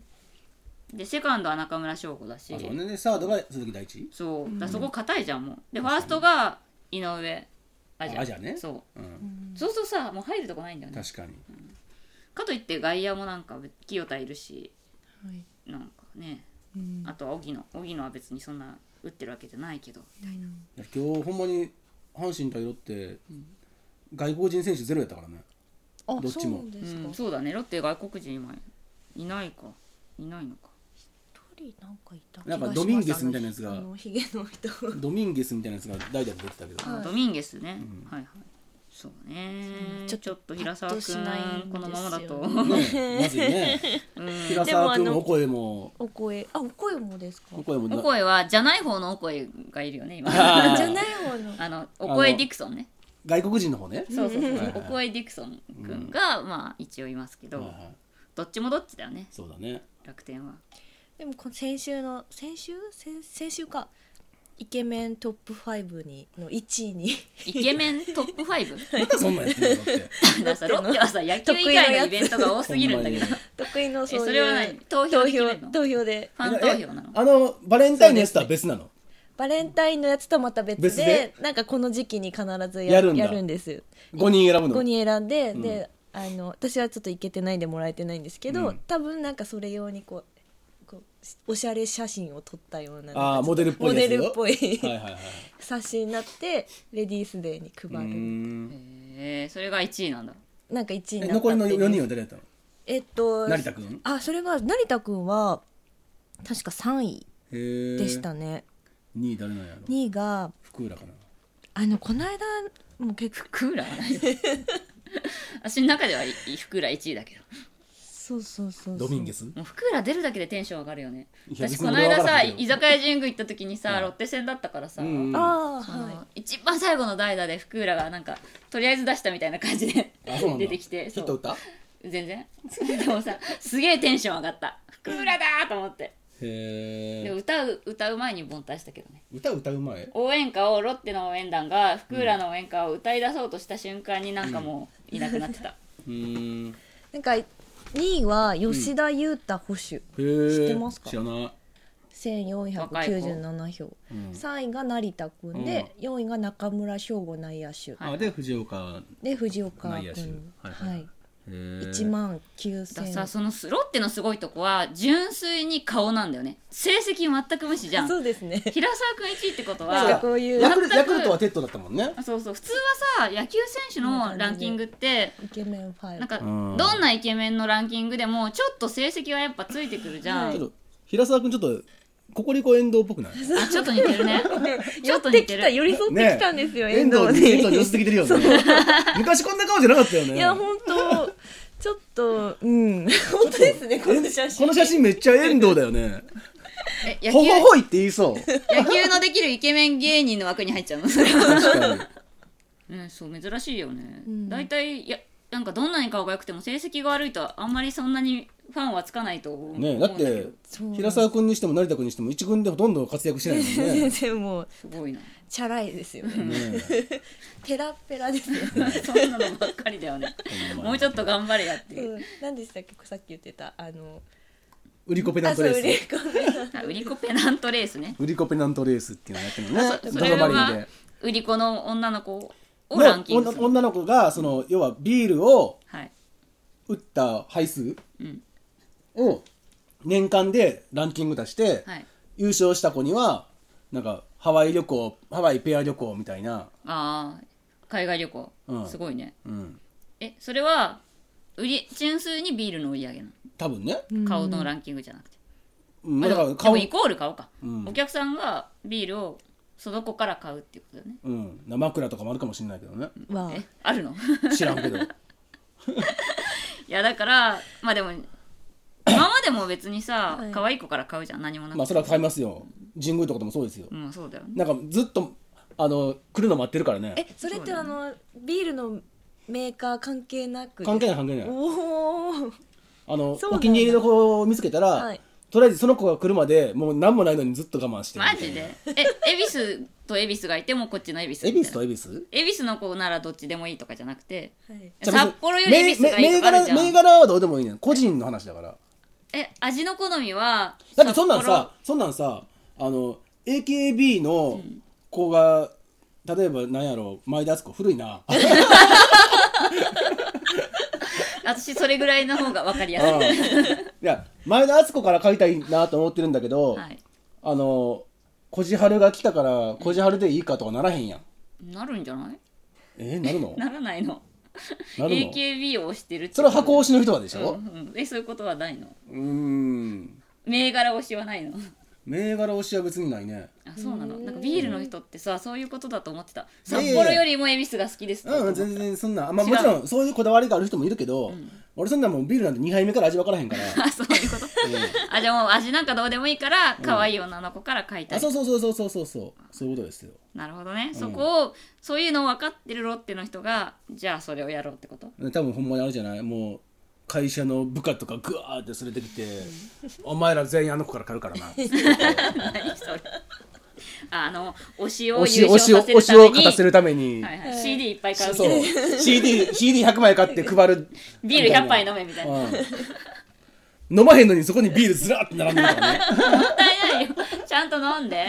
[SPEAKER 1] でセカンドは中村翔吾だし
[SPEAKER 2] あそうねでサードが鈴木大地
[SPEAKER 1] そうだからそこ硬いじゃんもうでファーストが井上アジャ
[SPEAKER 2] あアジャね
[SPEAKER 1] そう
[SPEAKER 2] うん、
[SPEAKER 1] そうするとさもう入るとこないんだよね
[SPEAKER 2] 確かに
[SPEAKER 1] かといって外野もなんか清田いるし
[SPEAKER 3] はい
[SPEAKER 1] なんかね
[SPEAKER 3] うん
[SPEAKER 1] あとは荻野荻野は別にそんな打ってるわけじゃないけど
[SPEAKER 2] いや今日ほんまに阪神対ロッテ、外国人選手ゼロやったからね
[SPEAKER 3] あ
[SPEAKER 2] どっちも
[SPEAKER 3] そうなんですか
[SPEAKER 1] うん、そうだねロッテ外国人今いないかいないのか
[SPEAKER 3] 一人なんかいた
[SPEAKER 2] なんかドミンゲスみたいなやつが
[SPEAKER 3] あのヒゲの人
[SPEAKER 2] ドミンゲスみたいなやつが代打で出てたけど、
[SPEAKER 3] はい
[SPEAKER 1] ドミンゲスね、はいはいそうねち
[SPEAKER 3] ち
[SPEAKER 1] ょ
[SPEAKER 3] ょ
[SPEAKER 1] っと平沢
[SPEAKER 3] パッとしないんですよね
[SPEAKER 1] 君このまま だと、
[SPEAKER 2] ねまずいね
[SPEAKER 1] うん
[SPEAKER 2] 平沢君
[SPEAKER 3] でもあ
[SPEAKER 2] の
[SPEAKER 3] の
[SPEAKER 2] お声も
[SPEAKER 3] お声あお声もですか
[SPEAKER 2] お声も
[SPEAKER 1] お声はじゃない方のお声がいるよね 今
[SPEAKER 2] あー
[SPEAKER 3] じゃない方の
[SPEAKER 1] あのお声ディクソンね
[SPEAKER 2] 外国人の方ね
[SPEAKER 1] そうそうそう
[SPEAKER 2] はいはい
[SPEAKER 1] お声ディクソン君が、まあ一応いますけど、
[SPEAKER 2] はいはい
[SPEAKER 1] どっちもどっちだよね
[SPEAKER 2] そうだね
[SPEAKER 1] 楽天 は
[SPEAKER 3] でもこの先週の先週先先週かイケメントップ5にの1位に
[SPEAKER 1] イケメントップ5
[SPEAKER 2] またそ んなんやってるのって
[SPEAKER 1] だからさ ロッテはさ野球以外のイベントが多すぎるんだけど
[SPEAKER 2] ほんまに
[SPEAKER 3] 得意のそう
[SPEAKER 1] え
[SPEAKER 3] いう
[SPEAKER 1] それは何投票
[SPEAKER 3] 投
[SPEAKER 1] で決め
[SPEAKER 3] 票
[SPEAKER 1] るの
[SPEAKER 3] 投票で
[SPEAKER 1] ファン投票なの
[SPEAKER 2] えあのバレンタインのやつとは別なの
[SPEAKER 3] バレンタインのやつとはまた別で
[SPEAKER 2] 別で
[SPEAKER 3] なんかこの時期に必ず
[SPEAKER 2] や
[SPEAKER 3] や
[SPEAKER 2] る
[SPEAKER 3] る
[SPEAKER 2] んだ
[SPEAKER 3] やるんですよ
[SPEAKER 2] 5人選ぶの
[SPEAKER 3] 5人選んで、
[SPEAKER 2] ん
[SPEAKER 3] であの私はちょっと行けてないんでもらえてないんですけど、
[SPEAKER 2] うん
[SPEAKER 3] 多分なんかそれ用にこうこうしおしゃれ写真を撮ったような
[SPEAKER 2] ああモデルっぽ
[SPEAKER 3] モ
[SPEAKER 2] いや
[SPEAKER 3] デ
[SPEAKER 2] つ
[SPEAKER 3] ルっぽい
[SPEAKER 2] はいはいはい
[SPEAKER 3] 冊子になってレディースデーに
[SPEAKER 2] うー
[SPEAKER 3] 配る
[SPEAKER 2] ん
[SPEAKER 1] えー、それが1位なんだ
[SPEAKER 3] なんか1位
[SPEAKER 2] え
[SPEAKER 3] になった
[SPEAKER 2] 残りの
[SPEAKER 3] っていう
[SPEAKER 2] 4人は誰やったの
[SPEAKER 3] えっと
[SPEAKER 2] 成田君
[SPEAKER 3] あそれが成田君は確か3位
[SPEAKER 2] へえ
[SPEAKER 3] でしたね、
[SPEAKER 2] 2位誰なんやろ
[SPEAKER 3] 2位が
[SPEAKER 2] 福浦かな
[SPEAKER 3] あのこの間もう結構
[SPEAKER 1] 福 浦はない私の中ではいい福浦1位だけど
[SPEAKER 3] そうそうそうそう
[SPEAKER 2] ドミンゲス
[SPEAKER 1] もう福浦出るだけでテンション上がるよね
[SPEAKER 2] いや
[SPEAKER 1] 私
[SPEAKER 2] 別
[SPEAKER 1] こ
[SPEAKER 2] に
[SPEAKER 1] の
[SPEAKER 2] 俺は
[SPEAKER 1] 間
[SPEAKER 2] 分か
[SPEAKER 1] さ
[SPEAKER 2] らんけど
[SPEAKER 1] 居酒屋神宮行った時にさ、
[SPEAKER 2] はい
[SPEAKER 1] ロッテ戦だったからさ、
[SPEAKER 2] うんうん
[SPEAKER 3] ああ
[SPEAKER 1] その
[SPEAKER 3] は
[SPEAKER 1] 一番最後の代打で福浦がなんかとりあえず出したみたいな感じで
[SPEAKER 2] あそうなんだ
[SPEAKER 1] 出てきて
[SPEAKER 2] ヒ
[SPEAKER 1] そ
[SPEAKER 2] ット打っ
[SPEAKER 1] う
[SPEAKER 2] た
[SPEAKER 1] 全然 でもさすげえテンション上がった福浦だーと思って
[SPEAKER 2] へ
[SPEAKER 1] でも
[SPEAKER 2] え
[SPEAKER 1] 歌う歌う前に凡退したけどね
[SPEAKER 2] 歌歌う前
[SPEAKER 1] 応援歌をロッテの応援団が福浦の応援歌を歌い出そうとした瞬間になんかもういなくなってた、
[SPEAKER 2] うーんへ
[SPEAKER 3] いなんか2位は吉田裕太捕手、
[SPEAKER 2] え
[SPEAKER 3] 知ってますか
[SPEAKER 2] 知らない
[SPEAKER 3] 1497票、
[SPEAKER 2] うん
[SPEAKER 3] 3位が成田君で、4位が中村翔吾内野手、
[SPEAKER 1] はい
[SPEAKER 2] あで藤岡
[SPEAKER 3] で藤岡
[SPEAKER 2] 内野手
[SPEAKER 3] 君
[SPEAKER 2] はいはい
[SPEAKER 3] 1
[SPEAKER 2] 1
[SPEAKER 3] 万9000
[SPEAKER 1] だからさそのスロッテのすごいとこは純粋に顔なんだよね成績全く無視じゃん
[SPEAKER 3] そうですね
[SPEAKER 1] 平沢君1位ってこと
[SPEAKER 3] なんか
[SPEAKER 1] は
[SPEAKER 3] こういう
[SPEAKER 2] ヤクル
[SPEAKER 1] 全く
[SPEAKER 2] ヤクルトはテッドだったもんね
[SPEAKER 1] そうそう普通はさ野球選手のランキングって
[SPEAKER 3] イケメン5
[SPEAKER 1] なんかど
[SPEAKER 2] うん
[SPEAKER 1] んなイケメンのランキングでもちょっと成績はやっぱついてくるじゃん、
[SPEAKER 3] は
[SPEAKER 2] ち
[SPEAKER 3] い
[SPEAKER 2] ょっと平沢君ちょっとココリコ遠藤っぽくない
[SPEAKER 1] あちょっと似てるねち
[SPEAKER 3] 寄
[SPEAKER 1] ょっ
[SPEAKER 3] っ
[SPEAKER 1] と
[SPEAKER 3] て
[SPEAKER 1] 似
[SPEAKER 3] き
[SPEAKER 1] て
[SPEAKER 3] た
[SPEAKER 1] る
[SPEAKER 3] 寄り添ってきたんですよ、
[SPEAKER 2] 遠藤に遠藤に寄せてきてるよね 昔こんな顔じゃなかったよね
[SPEAKER 3] いや本当ちょっとうん本当ですねこの写
[SPEAKER 2] こ
[SPEAKER 3] 真
[SPEAKER 2] の写真めっちゃ遠藤だよね
[SPEAKER 1] え野
[SPEAKER 2] ほ
[SPEAKER 1] 球
[SPEAKER 2] ほほいって言いそう
[SPEAKER 1] 野球のできるイケメン芸人の枠に入っちゃうのそれは
[SPEAKER 2] 確かに
[SPEAKER 1] ね、そう珍しいよね、
[SPEAKER 3] うん
[SPEAKER 1] 大体いやなんかどんなに顔が良くても成績が悪いとあんまりそんなにファンはつかないと思う
[SPEAKER 2] ねだって
[SPEAKER 3] そう
[SPEAKER 2] 平沢君にしても成田君にしても一軍でほとんど活躍してないもんね
[SPEAKER 3] 先生もう
[SPEAKER 1] すごいな
[SPEAKER 3] チャラいですよね
[SPEAKER 2] ね
[SPEAKER 3] ペラッペラですよね
[SPEAKER 1] そんなのばっかりだよ ねもうちょっと頑張れやっていう、
[SPEAKER 3] うん何でしたっけさっき言ってたあの
[SPEAKER 2] 売り子ペナン
[SPEAKER 3] あ
[SPEAKER 2] ト
[SPEAKER 3] そう
[SPEAKER 2] レ
[SPEAKER 3] 売
[SPEAKER 2] ー
[SPEAKER 3] り
[SPEAKER 2] ス
[SPEAKER 3] 子ね
[SPEAKER 1] あ売り子ペナントレースね
[SPEAKER 2] 売り子ペナントレースっていうのやってるのね
[SPEAKER 1] そそ
[SPEAKER 2] ド
[SPEAKER 1] れ
[SPEAKER 2] ラマリン
[SPEAKER 1] は
[SPEAKER 2] で
[SPEAKER 1] 売り子の女の子をラン
[SPEAKER 2] の
[SPEAKER 1] キング
[SPEAKER 2] 女
[SPEAKER 1] する、
[SPEAKER 2] 女の子がその要はビールを
[SPEAKER 1] はい
[SPEAKER 2] 打った杯数
[SPEAKER 1] うん
[SPEAKER 2] を年間でランキング出して、
[SPEAKER 1] はい、
[SPEAKER 2] 優勝した子にはなんかハワイ旅行ハワイペア旅行みたいな、
[SPEAKER 1] ああ海外旅行、
[SPEAKER 2] うん
[SPEAKER 1] すごいね
[SPEAKER 2] うん、
[SPEAKER 1] えそれは売り純粋にビールの売り上げな
[SPEAKER 2] 多分ね、
[SPEAKER 1] の顔のランキングじゃなくて、
[SPEAKER 2] うん
[SPEAKER 1] まあ
[SPEAKER 2] だから
[SPEAKER 1] でも
[SPEAKER 2] 顔、う
[SPEAKER 1] でもイコール顔か、
[SPEAKER 2] うん
[SPEAKER 1] お客さんがビールをその子から買うっていうことだよね
[SPEAKER 2] ん、枕とかもあるかもしれないけどね
[SPEAKER 3] ま
[SPEAKER 1] えあるの
[SPEAKER 2] 知らんけど
[SPEAKER 1] いやだからまあでも今までも別にさ、
[SPEAKER 3] はい
[SPEAKER 1] 可愛い子から買うじゃん何もなくて、
[SPEAKER 2] まあそれは買いますよ神宮とかでもそうですよ
[SPEAKER 1] うんそうだよね
[SPEAKER 2] なんかずっとあの来るの待ってるからね
[SPEAKER 3] えそれってあのビールのメーカー関係なく
[SPEAKER 2] 関係
[SPEAKER 3] ない
[SPEAKER 2] ない関係ない
[SPEAKER 3] おお
[SPEAKER 2] あの
[SPEAKER 3] そうなんだ
[SPEAKER 2] お気に入りの子を見つけたら、
[SPEAKER 3] はい
[SPEAKER 2] とりあえずその子が来るまでもう何もないのにずっと我慢してる
[SPEAKER 1] マジでえ恵比寿と恵比寿がいてもこっちの恵比寿
[SPEAKER 2] 恵比寿と
[SPEAKER 1] 恵
[SPEAKER 2] 恵比寿
[SPEAKER 1] 比寿の子ならどっちでもいいとかじゃなくて
[SPEAKER 3] はい
[SPEAKER 2] じゃあ
[SPEAKER 1] 札幌より恵比寿がいい
[SPEAKER 2] 銘
[SPEAKER 1] とかある
[SPEAKER 2] 柄
[SPEAKER 1] じゃん
[SPEAKER 2] 銘柄はどうでもいいねん個人の話だから
[SPEAKER 1] え味の好みは
[SPEAKER 2] だってそんなん
[SPEAKER 1] 札幌
[SPEAKER 2] さそんなんさあの AKB の子が、例えばなんやろう前田敦子古いな
[SPEAKER 1] 私それぐらいの方が分かりやすい、
[SPEAKER 2] うんいや前田敦子から買いたいなと思ってるんだけど、
[SPEAKER 1] はい、
[SPEAKER 2] あのこじはるが来たからこじはるでいいかとかならへんやん
[SPEAKER 1] なるんじゃない
[SPEAKER 2] えー、なるの
[SPEAKER 1] ならないの
[SPEAKER 2] なるの
[SPEAKER 1] AKB を推してるって
[SPEAKER 2] それは箱推しの人はでし
[SPEAKER 1] う
[SPEAKER 2] ょ
[SPEAKER 1] んうん、えそういうことはないの
[SPEAKER 2] うーん
[SPEAKER 1] 銘柄推しはないの
[SPEAKER 2] 銘柄推しは別にないね
[SPEAKER 1] あそうなのなんかビールの人ってさそういうことだと思ってた
[SPEAKER 2] いやい
[SPEAKER 1] 札
[SPEAKER 2] や
[SPEAKER 1] 幌よりも恵比寿が好きですって
[SPEAKER 2] うん全然そんな、まあ、
[SPEAKER 1] 違う
[SPEAKER 2] もちろんそういうこだわりがある人もいるけど、俺そんなもんビールなんて2杯目から味わからへ んから、
[SPEAKER 1] あそういうこと
[SPEAKER 2] うん
[SPEAKER 1] あじゃあもう味なんかどうでもいいから可愛い女の子から買いたい、
[SPEAKER 2] あそうそうそうそうそうそうそうそういうことですよ
[SPEAKER 1] なるほどね、そこをそういうのを分かってるロッテの人がじゃあそれをやろうってこと
[SPEAKER 2] 多分ほんまにあるじゃないもう会社の部下とかグワーって連れてきて「お前ら全員あの子から買うから な」
[SPEAKER 1] 何それああの推しを
[SPEAKER 2] 推し
[SPEAKER 1] 優
[SPEAKER 2] 推しを
[SPEAKER 1] 勝
[SPEAKER 2] 推
[SPEAKER 1] させ
[SPEAKER 2] し
[SPEAKER 1] るた
[SPEAKER 2] を
[SPEAKER 1] め
[SPEAKER 2] 勝たせ
[SPEAKER 1] に
[SPEAKER 2] るために、
[SPEAKER 1] はいはい、CD いっぱい買う
[SPEAKER 2] そう CD100 枚買って配る
[SPEAKER 1] ビール100杯飲めみたいな
[SPEAKER 2] うん飲まへんのにそこにビールずらーって並んでるからね
[SPEAKER 1] もったいないよちゃんと飲んで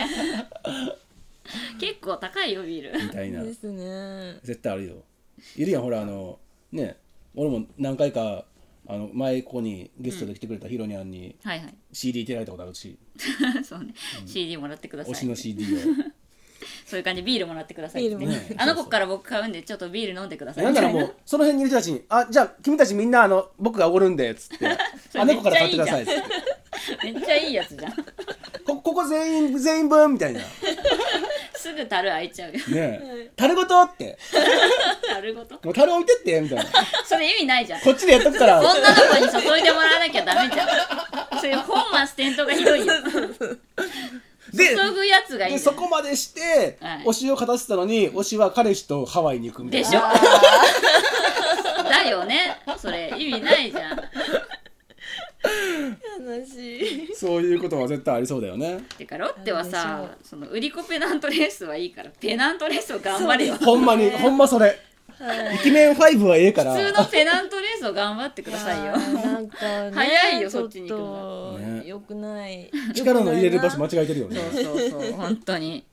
[SPEAKER 1] 結構高いよビール
[SPEAKER 2] みたいな
[SPEAKER 3] ですね
[SPEAKER 2] 絶対あるよいるやんほらあのね俺も何回かあの前ここにゲストで来てくれたヒロニャンに
[SPEAKER 1] はいはい
[SPEAKER 2] CD 手られたことあるし、
[SPEAKER 1] そうね、CD もらってくださ
[SPEAKER 2] 推し
[SPEAKER 1] い
[SPEAKER 2] の CD を。
[SPEAKER 1] そういう感じビールもらってくださいって
[SPEAKER 3] ビールも
[SPEAKER 2] ね
[SPEAKER 1] あの子から僕買うんでちょっとビール飲んでください
[SPEAKER 2] なんならもうその辺にいる人たちに「あじゃあ君たちみんなあの僕がおごるんで」っつ って「あの子から買ってください」っつって
[SPEAKER 1] めっちゃいいやつじゃん
[SPEAKER 2] こここ全員全員分」みたいなね
[SPEAKER 1] すぐ樽開いちゃうよ
[SPEAKER 2] え「樽ごと」って
[SPEAKER 1] 樽ごと
[SPEAKER 2] 「もう樽置いてって」みたいな
[SPEAKER 1] それ意味ないじゃん
[SPEAKER 2] こっちでやっと くから
[SPEAKER 1] 女の子に注いでもらわなきゃダメじゃんそういう本末転倒がひどいよ
[SPEAKER 2] で
[SPEAKER 1] 注ぐやつがいい
[SPEAKER 2] で
[SPEAKER 1] の
[SPEAKER 2] そこまでして
[SPEAKER 1] はい
[SPEAKER 2] 推しを勝たせたのに推しは彼氏とハワイに行くみたい
[SPEAKER 1] で
[SPEAKER 2] な
[SPEAKER 1] しょ だよねそれ意味ないじゃんっ
[SPEAKER 3] 悲しい
[SPEAKER 2] そういうことは絶対ありそうだよね
[SPEAKER 1] ていうかロッテは
[SPEAKER 3] ある
[SPEAKER 1] さ
[SPEAKER 3] で
[SPEAKER 1] その売り子ペナントレースはいいからペナントレースを頑張れよ普
[SPEAKER 2] ほんまにほんまそれ イケメン5はええから
[SPEAKER 1] 通のペナントレースを頑張ってくださいよ
[SPEAKER 3] やーなんか、ね、
[SPEAKER 1] 早いよ
[SPEAKER 3] ちょっと
[SPEAKER 1] そっちに行くの
[SPEAKER 2] ね
[SPEAKER 3] よくない
[SPEAKER 2] 力の入れる場所間
[SPEAKER 3] よくない
[SPEAKER 2] 違えてるよね
[SPEAKER 1] そうそうそう本当に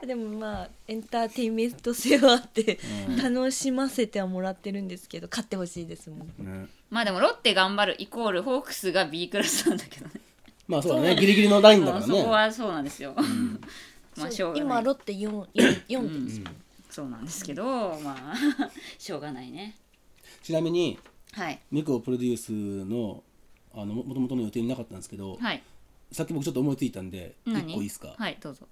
[SPEAKER 3] なでもまあエンターテインメント性はあって、楽しませてはもらってるんですけど買ってほしいですもん
[SPEAKER 2] ね
[SPEAKER 1] まあでもロッテ頑張るイコールホークスが B クラスなんだけどね
[SPEAKER 2] まあそうだねギリギリのラインだか
[SPEAKER 1] もう
[SPEAKER 2] ら
[SPEAKER 1] そこ
[SPEAKER 2] ね
[SPEAKER 1] はそうなんですよ、 まあしょうがな
[SPEAKER 3] 今
[SPEAKER 1] い
[SPEAKER 3] ロッテ 四四四点です、
[SPEAKER 1] そうなんですけどまあ しょうがないね
[SPEAKER 2] ちなみに
[SPEAKER 1] はい
[SPEAKER 2] ミクをプロデュースのあのもともとの予定になかったんですけど、
[SPEAKER 1] はい
[SPEAKER 2] さっき僕ちょっと思いついたんで一
[SPEAKER 1] 何
[SPEAKER 2] 個いいですか、
[SPEAKER 1] はいどうぞ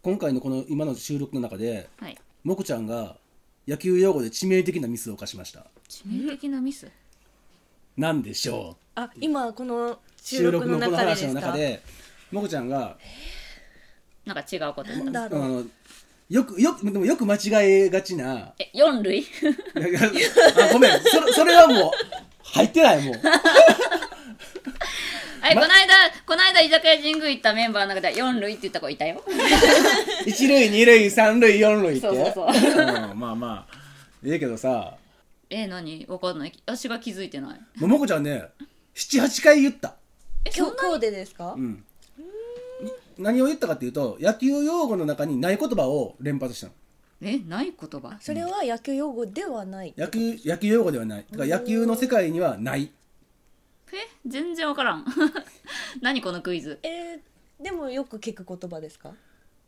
[SPEAKER 2] 今回のこの今の収録の中で
[SPEAKER 1] はい
[SPEAKER 2] もこちゃんが野球用語で致命的なミスを犯しました
[SPEAKER 1] 致命的なミス
[SPEAKER 2] なんでしょう
[SPEAKER 3] あ今この収
[SPEAKER 2] 収
[SPEAKER 3] 録
[SPEAKER 2] 録
[SPEAKER 3] の
[SPEAKER 2] の
[SPEAKER 3] 中
[SPEAKER 2] この
[SPEAKER 3] でで
[SPEAKER 2] 話の
[SPEAKER 3] す
[SPEAKER 2] 中
[SPEAKER 3] か
[SPEAKER 2] でもこちゃんが
[SPEAKER 1] なんか違うこと言っ
[SPEAKER 3] なん
[SPEAKER 1] た
[SPEAKER 3] だ
[SPEAKER 2] あ
[SPEAKER 3] ろう
[SPEAKER 2] のよくよくでもよく間違えがちな
[SPEAKER 1] え、4類
[SPEAKER 2] あごめんそれそれはもう入ってないもう
[SPEAKER 1] あれ、
[SPEAKER 2] ま
[SPEAKER 1] この間、この間居酒屋神宮行ったメンバーの中では4類って言った子いた よ。
[SPEAKER 2] 1類2類3類4類って
[SPEAKER 1] そうそうそ
[SPEAKER 2] うんまあまあええけどさ
[SPEAKER 1] え、何わかんない。私が気づいてない。
[SPEAKER 2] ももこちゃんね78回言った、
[SPEAKER 1] え、
[SPEAKER 3] 今
[SPEAKER 1] そん
[SPEAKER 3] 日
[SPEAKER 1] な
[SPEAKER 3] 今日でですか
[SPEAKER 2] うん、に何を言ったかっていうと野球用語の中にない言葉を連発したの
[SPEAKER 1] え、ない言葉
[SPEAKER 3] それは野球用語ではない
[SPEAKER 2] 野球野球用語ではないだから野球の世界にはない
[SPEAKER 1] え、全然わからん。 何このクイズ。
[SPEAKER 3] えー、でもよく聞く言葉ですか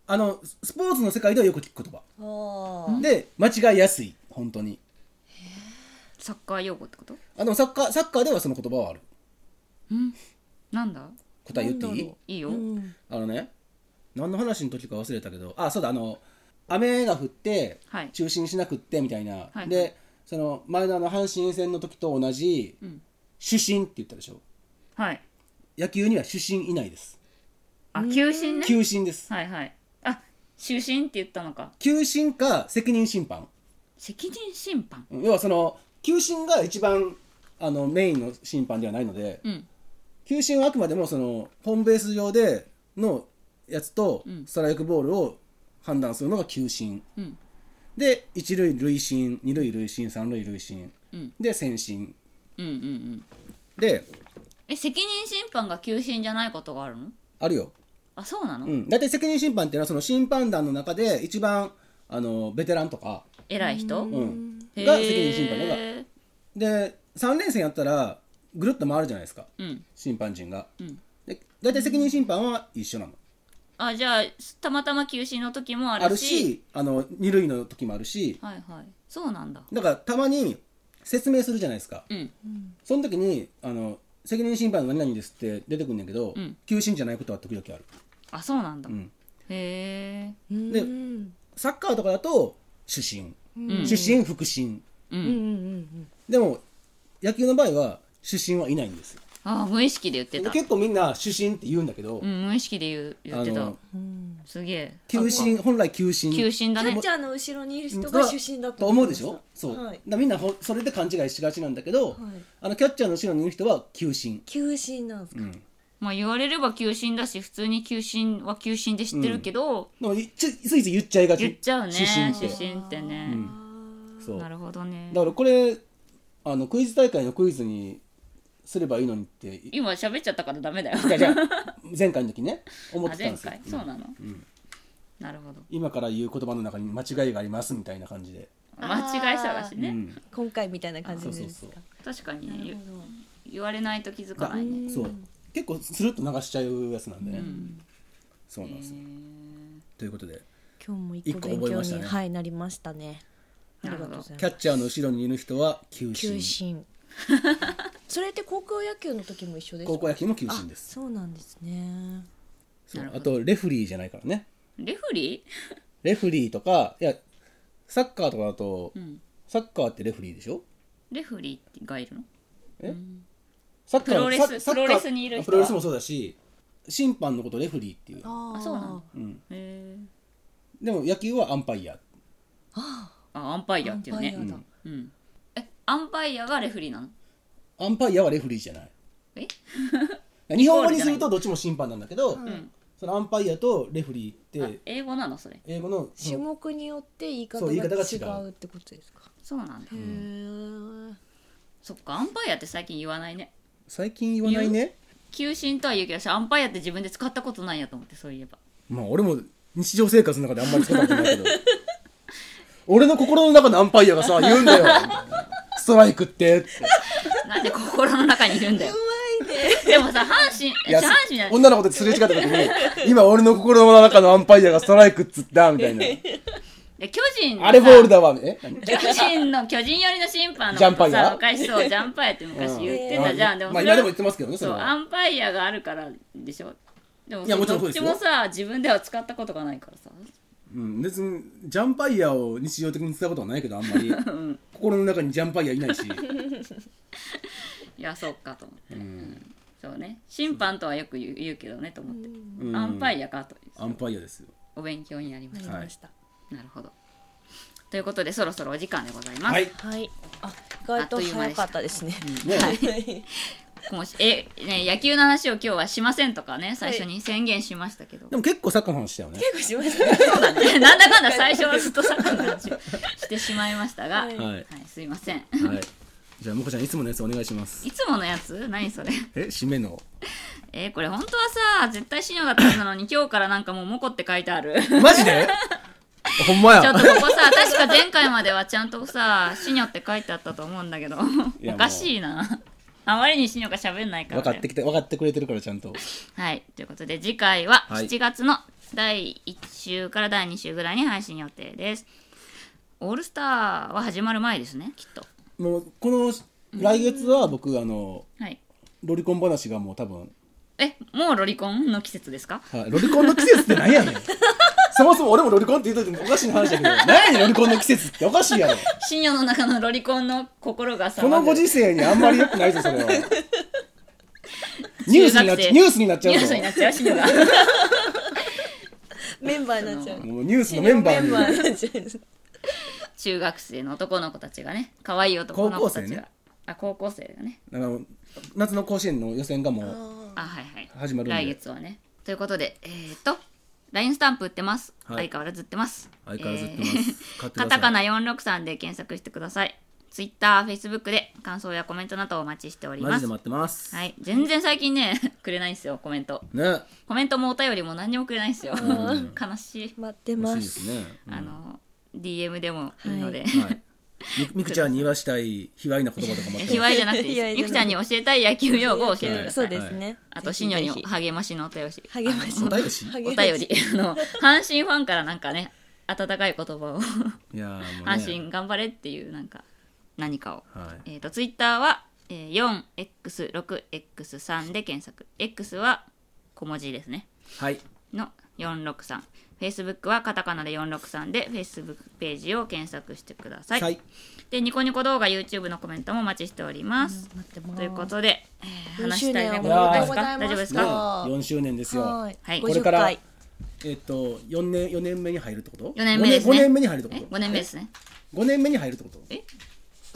[SPEAKER 2] あのスポーツの世界ではよく聞く言葉
[SPEAKER 3] あー
[SPEAKER 2] で間違いやすい本当に
[SPEAKER 1] サッカー用語ってこと
[SPEAKER 2] あでもサッカーサッカーではその言葉はある
[SPEAKER 1] なんだ
[SPEAKER 2] 答え言ってい
[SPEAKER 3] なんだ
[SPEAKER 2] い
[SPEAKER 3] ろ
[SPEAKER 1] いいよ。
[SPEAKER 3] うん
[SPEAKER 2] あのね何の話の時か忘れたけどあそうだあの雨が降って
[SPEAKER 1] はい
[SPEAKER 2] 中止にしなくってみたいな、
[SPEAKER 1] はい
[SPEAKER 2] でその前のあの阪神戦の時と同じ
[SPEAKER 1] うん
[SPEAKER 2] 主審って言ったでしょ
[SPEAKER 1] はい。
[SPEAKER 2] 野球には主審いないです
[SPEAKER 1] あ、球審ね。
[SPEAKER 2] 球審です
[SPEAKER 1] はいはい。あ、終審って言ったのか。
[SPEAKER 2] 球審か責任審判
[SPEAKER 1] 責任審判。
[SPEAKER 2] うん要はその球審が一番あのメインの審判ではないので
[SPEAKER 1] うん。
[SPEAKER 2] 球審はあくまでもそのホームベース上でのやつと
[SPEAKER 1] うん
[SPEAKER 2] ストライクボールを判断するのが球審
[SPEAKER 1] うん。
[SPEAKER 2] で一塁塁審二塁塁審三塁塁審
[SPEAKER 1] うん。
[SPEAKER 2] で先審
[SPEAKER 1] うんうんうん。
[SPEAKER 2] で
[SPEAKER 1] え、責任審判が球審じゃないことがあるの
[SPEAKER 2] あるよ、
[SPEAKER 1] あ、そうなの、
[SPEAKER 2] うん、大体責任審判っていうのはその審判団の中で一番あのベテランとか
[SPEAKER 1] 偉い人、
[SPEAKER 2] うん
[SPEAKER 1] へー
[SPEAKER 2] が責任審判だからで3連戦やったらぐるっと回るじゃないですか
[SPEAKER 1] うん。
[SPEAKER 2] 審判陣が
[SPEAKER 1] うん。
[SPEAKER 2] で大体責任審判は一緒なの
[SPEAKER 1] あ、じゃあ、たまたま球審の時もあるし。
[SPEAKER 2] あるしあの二塁の時もあるし
[SPEAKER 1] はいはい。そうなんだ。
[SPEAKER 2] だからたまに説明するじゃないですか
[SPEAKER 1] うん。
[SPEAKER 2] その時にあの責任審判の何々ですって出てくるんだけど、
[SPEAKER 1] うん
[SPEAKER 2] 球審じゃないことは時々ある、
[SPEAKER 1] あ、そうなんだ。
[SPEAKER 2] うん
[SPEAKER 1] へえ。
[SPEAKER 3] うん
[SPEAKER 2] で
[SPEAKER 3] うん
[SPEAKER 2] サッカーとかだと主審、
[SPEAKER 1] うん
[SPEAKER 2] 主審副審
[SPEAKER 3] う
[SPEAKER 1] う
[SPEAKER 3] んうん
[SPEAKER 1] ん。
[SPEAKER 3] うん
[SPEAKER 2] でも野球の場合は主審はいないんですよ
[SPEAKER 1] あ、無意識で言ってた。
[SPEAKER 2] 結構みんな主審って言うんだけど、
[SPEAKER 1] うん、無意識で言う言
[SPEAKER 2] あ
[SPEAKER 1] ってた
[SPEAKER 2] の。
[SPEAKER 3] うん
[SPEAKER 1] すげえ。
[SPEAKER 2] 球審本来球審
[SPEAKER 1] 球審
[SPEAKER 3] キ
[SPEAKER 1] だ
[SPEAKER 3] ャッ
[SPEAKER 1] ね
[SPEAKER 3] チ。ャーの後ろにいる人が主審だ
[SPEAKER 2] と
[SPEAKER 3] と思
[SPEAKER 2] 思う
[SPEAKER 3] い
[SPEAKER 2] で
[SPEAKER 3] ま
[SPEAKER 2] し
[SPEAKER 3] た
[SPEAKER 2] ょそう、
[SPEAKER 3] はい
[SPEAKER 2] だからみんなほそれで勘違いしがちなんだけど、
[SPEAKER 3] はい
[SPEAKER 2] あのキャッチャーの後ろにいる人は球審、
[SPEAKER 3] 球審なんです
[SPEAKER 2] う
[SPEAKER 3] か
[SPEAKER 2] ん、で
[SPEAKER 1] まあ言われれば球審だし、普通に球審は球審で知ってるけど、
[SPEAKER 2] もいつついつい言っちゃいがち
[SPEAKER 1] 言っちゃうね。
[SPEAKER 2] 主審っ
[SPEAKER 1] 主
[SPEAKER 2] て
[SPEAKER 1] 審ってね。
[SPEAKER 2] そう
[SPEAKER 1] なるほどね
[SPEAKER 2] だ。からこれあのクイズ大会のクイズにすればいいの にってい
[SPEAKER 1] 今喋っちゃったからダメだよ。
[SPEAKER 2] いやじゃあ前回の時ね思 っ
[SPEAKER 1] あ
[SPEAKER 2] てたん
[SPEAKER 1] 前
[SPEAKER 2] ですよ
[SPEAKER 1] 回そうなの、
[SPEAKER 2] ん
[SPEAKER 1] なるほど
[SPEAKER 2] 今から言う言葉の中に間違いがありますみたいな感じで、
[SPEAKER 1] 間違い探し
[SPEAKER 2] う
[SPEAKER 1] ね、
[SPEAKER 2] ん
[SPEAKER 3] 今回みたいな感じですか
[SPEAKER 2] あそうそうそ
[SPEAKER 1] 確
[SPEAKER 2] う
[SPEAKER 1] かに
[SPEAKER 3] な
[SPEAKER 1] ね
[SPEAKER 3] る
[SPEAKER 1] 言
[SPEAKER 3] ほど
[SPEAKER 1] 言われないと気づかないね
[SPEAKER 2] そう結構スルッと流しちゃうやつなんでね、
[SPEAKER 1] ん
[SPEAKER 2] そうなんですよ、ということで
[SPEAKER 3] 今日も一個
[SPEAKER 2] 一個
[SPEAKER 3] 勉
[SPEAKER 2] 覚え
[SPEAKER 3] 強
[SPEAKER 2] ました
[SPEAKER 3] に、
[SPEAKER 2] ね
[SPEAKER 3] はいなりましたねあ
[SPEAKER 1] な
[SPEAKER 3] り
[SPEAKER 1] る
[SPEAKER 3] がとうご
[SPEAKER 1] ほど
[SPEAKER 3] ざいます
[SPEAKER 2] キャッチャーの後ろにいる人は球審
[SPEAKER 3] 球審 それって高校野球の時も一緒ですか
[SPEAKER 2] 高校野球も球審で
[SPEAKER 3] あ
[SPEAKER 2] す
[SPEAKER 3] そうなんですね
[SPEAKER 2] そう
[SPEAKER 1] なる
[SPEAKER 2] あ
[SPEAKER 1] ほど
[SPEAKER 2] とレフリーじゃないからね
[SPEAKER 1] レフリ
[SPEAKER 2] レフリーとかいやサッカーとかだと、
[SPEAKER 1] ー、うん、
[SPEAKER 2] サッカーってレフリーでしょ
[SPEAKER 1] レフリーがいるの
[SPEAKER 2] サッカ
[SPEAKER 1] プ
[SPEAKER 2] ー
[SPEAKER 1] ロレス
[SPEAKER 2] ササッカー
[SPEAKER 1] プロレスにいる人は
[SPEAKER 2] プロレスもそうだし審判のことレフリーっていう
[SPEAKER 3] あ
[SPEAKER 1] あそうなんだ
[SPEAKER 2] うん
[SPEAKER 1] へー
[SPEAKER 2] でも野球はアンパイア
[SPEAKER 1] あアンパイア
[SPEAKER 3] ア
[SPEAKER 1] っ
[SPEAKER 3] ン
[SPEAKER 1] ていう
[SPEAKER 3] パイ
[SPEAKER 1] ね
[SPEAKER 3] アだ、
[SPEAKER 1] うん、えアンパイアがレフリーなの
[SPEAKER 2] アンパイアはレフリーじゃない
[SPEAKER 1] え
[SPEAKER 2] 日本語にするとどっちも審判なんだけど、
[SPEAKER 1] ん
[SPEAKER 2] そのアンパイアとレフリー
[SPEAKER 1] あ
[SPEAKER 2] って
[SPEAKER 1] 英語なのそれ
[SPEAKER 2] 英語の
[SPEAKER 3] 種目によって言い方
[SPEAKER 2] そう
[SPEAKER 3] が
[SPEAKER 2] 言い方が違う
[SPEAKER 3] 違うってことですか
[SPEAKER 1] そうなんだ
[SPEAKER 3] へえ
[SPEAKER 1] そっかアンパイアって最近言わないね
[SPEAKER 2] 最近言わないね
[SPEAKER 1] 球審とは言うけど私アンパイアって自分で使ったことないやと思ってそういえば
[SPEAKER 2] まあ俺も日常生活の中であんまり使ったことないけど俺の心の中のアンパイアがさ言う んだよストライクってって
[SPEAKER 1] なんで心の中にいるんだよでもさ阪神
[SPEAKER 2] いや
[SPEAKER 1] え阪神じゃない
[SPEAKER 2] 女の子とすれ違った時に今俺の心の中のアンパイアがストライクっつったみ たいな
[SPEAKER 1] で巨人のさ
[SPEAKER 2] あれボールだわ え何
[SPEAKER 1] 巨人の巨人寄りの審判の
[SPEAKER 2] ジャン
[SPEAKER 1] こ
[SPEAKER 2] パ
[SPEAKER 1] と
[SPEAKER 2] イヤ
[SPEAKER 1] さ昔そうジャンパイアって昔言ってたじゃん、
[SPEAKER 2] う
[SPEAKER 1] でも
[SPEAKER 2] まあ
[SPEAKER 1] それ
[SPEAKER 2] 今
[SPEAKER 1] は
[SPEAKER 2] でも言ってますけどね
[SPEAKER 1] そ
[SPEAKER 2] それ
[SPEAKER 1] う
[SPEAKER 2] は
[SPEAKER 1] アンパイアがあるからでしょでも
[SPEAKER 2] いやもちろんそ
[SPEAKER 1] ど
[SPEAKER 2] う
[SPEAKER 1] っ
[SPEAKER 2] で
[SPEAKER 1] ち
[SPEAKER 2] すよ
[SPEAKER 1] もさ自分では使ったことがないからさ
[SPEAKER 2] うん、別にジャンパイアを日常的に使うことはないけどあん まり、
[SPEAKER 1] ん
[SPEAKER 2] 心の中にジャンパイアいないし、
[SPEAKER 1] いやそうかと思って、そうね審判とはよく言う言うけどねと思って、
[SPEAKER 2] うん
[SPEAKER 1] アンパイアかと
[SPEAKER 2] アンパイアですよ
[SPEAKER 1] お勉強になりまし
[SPEAKER 3] なり
[SPEAKER 1] た、
[SPEAKER 3] ました、
[SPEAKER 1] なるほど。ということで、そろそろお時間でございます。
[SPEAKER 2] はい。
[SPEAKER 3] はい。あ、意外と早かったですね。
[SPEAKER 2] ね、
[SPEAKER 3] はい。
[SPEAKER 1] もしえ、ね、野球の話を今日はしませんとかね、最初に宣言しましたけど。
[SPEAKER 2] でも結構サッカーの話したよね。
[SPEAKER 3] 結構しま した。
[SPEAKER 1] そうだね。 なんだかんだ最初はずっとサッカーの話をしてしまいましたが、は、
[SPEAKER 3] はいい
[SPEAKER 2] はい。
[SPEAKER 1] すいません。
[SPEAKER 2] はい。じゃあ、もこちゃん、いつものやつお願いします。
[SPEAKER 1] いつものやつ何それ
[SPEAKER 2] え、締めの。
[SPEAKER 1] えーこれ本当はさ、絶対資料だったはずなのに、今日からなんかもうモコって書いてあ る。
[SPEAKER 2] マ ジでほんまや。
[SPEAKER 1] ちょっとここさ、確か前回まではちゃんとさ、シニョって書いてあったと思うんだけど、
[SPEAKER 2] いや
[SPEAKER 1] おかしいな。あまりにシニョが喋んないから
[SPEAKER 2] 分
[SPEAKER 1] だ
[SPEAKER 2] か
[SPEAKER 1] よ、
[SPEAKER 2] ってきて、分かってくれてるから、ちゃんと。
[SPEAKER 1] はい。ということで、次回は
[SPEAKER 2] はい
[SPEAKER 1] 7月の第1週から第2週ぐらいに配信予定です。オールスターは始まる前ですね、きっと。
[SPEAKER 2] もう、この、来月は僕、あの、
[SPEAKER 1] はい。
[SPEAKER 2] ロリコン話がもう多分、
[SPEAKER 1] え、もうロリコンの季節ですか
[SPEAKER 2] はい、ロリコンの季節って何やねん。 そもそも俺もロリコンって言うといてもおかしい話 だけど、何やねん、ロリコンの季節っておかしいや ろ。
[SPEAKER 1] シニョの中のロリコンの心がさ、
[SPEAKER 2] このご時世にあんまり良くないぞ、それは。ニュースになっちゃう、ニュースになっちゃ
[SPEAKER 1] ニュ
[SPEAKER 2] う
[SPEAKER 1] ースにな
[SPEAKER 2] ぞ。
[SPEAKER 1] っちゃう、シニョが。
[SPEAKER 3] メンバーになっちゃう。
[SPEAKER 2] もうニュースのメンバーに。
[SPEAKER 3] になっちゃう。
[SPEAKER 1] 中学生の男の子たちがね、可愛い男の子たち
[SPEAKER 2] 高校生
[SPEAKER 1] が。
[SPEAKER 2] ね
[SPEAKER 1] あ、高校生がね。
[SPEAKER 2] あの夏の甲子園の予選がもう
[SPEAKER 1] あ、はいはい。
[SPEAKER 2] 始まるんで
[SPEAKER 1] 来月はね。ということで、えーっと、LINE スタンプ売ってます。
[SPEAKER 2] はい
[SPEAKER 1] 相変わらず売ってます。
[SPEAKER 2] 相変わらず売ってます買ってください
[SPEAKER 1] カタカナ463で検索してください。Twitter、Facebook で感想やコメントなどお待ちしており
[SPEAKER 2] マ
[SPEAKER 1] ま
[SPEAKER 2] ジ
[SPEAKER 1] す
[SPEAKER 2] で。待ってます。
[SPEAKER 1] はい。全然最近ね、 くれないんですよ、コメント。
[SPEAKER 2] ね、
[SPEAKER 1] コメントもお便りも何にもくれないんですよ。
[SPEAKER 3] ん
[SPEAKER 1] 悲しい。
[SPEAKER 3] 待って
[SPEAKER 2] 欲
[SPEAKER 3] ま。
[SPEAKER 2] しいですすね。うん
[SPEAKER 1] あの、DM でもいいので。
[SPEAKER 2] はい。みみくちゃんに言わしたい卑猥な言葉とかもあっ
[SPEAKER 1] え
[SPEAKER 2] て
[SPEAKER 1] 卑
[SPEAKER 2] ます。
[SPEAKER 1] 猥じゃなくてい い
[SPEAKER 3] 卑猥じゃな
[SPEAKER 1] で
[SPEAKER 3] い
[SPEAKER 1] す。ゆくちゃんに教えたい野球用語を教えてくださ
[SPEAKER 3] そ
[SPEAKER 1] い。
[SPEAKER 3] うですね。
[SPEAKER 1] あと、しにょに
[SPEAKER 3] ぜひぜ
[SPEAKER 1] 励ましのお便り。
[SPEAKER 3] ひ励まし
[SPEAKER 2] お便りし
[SPEAKER 1] お
[SPEAKER 3] 励まし
[SPEAKER 1] 便り。あの、阪神ファンからなんかね、温かい言葉を、
[SPEAKER 2] いやーもうね。
[SPEAKER 1] 阪神頑張れっていう、なんか、何かを。
[SPEAKER 2] はい。
[SPEAKER 1] えっ、と、ツイッターは、えー 4x6x3 で検索。x は小文字ですね。
[SPEAKER 2] はい。
[SPEAKER 1] の463。Facebook はカタカナで463で Facebook ページを検索してください。
[SPEAKER 2] はい。
[SPEAKER 1] で、ニコニコ動画、YouTube のコメントもお待ちしております。
[SPEAKER 3] 待ってます。
[SPEAKER 1] ということで、えー
[SPEAKER 3] 4
[SPEAKER 1] 話し
[SPEAKER 3] 周
[SPEAKER 1] たい
[SPEAKER 3] 年お
[SPEAKER 1] ね、こ
[SPEAKER 3] め
[SPEAKER 1] れ
[SPEAKER 3] でと
[SPEAKER 1] 大
[SPEAKER 3] うご
[SPEAKER 1] 丈夫です
[SPEAKER 2] う
[SPEAKER 1] か
[SPEAKER 3] ざい
[SPEAKER 1] 大
[SPEAKER 3] ま
[SPEAKER 1] 丈夫です
[SPEAKER 3] す。
[SPEAKER 1] か
[SPEAKER 3] は
[SPEAKER 2] 4周年ですよ。
[SPEAKER 3] い。
[SPEAKER 1] はい
[SPEAKER 2] これから
[SPEAKER 3] 50回
[SPEAKER 2] えっと4年4年目に入るってこと
[SPEAKER 1] 四年目ですね
[SPEAKER 2] 5年目に入るって
[SPEAKER 1] え
[SPEAKER 2] こ
[SPEAKER 1] 5年目ですね
[SPEAKER 2] と5年目に入るってこと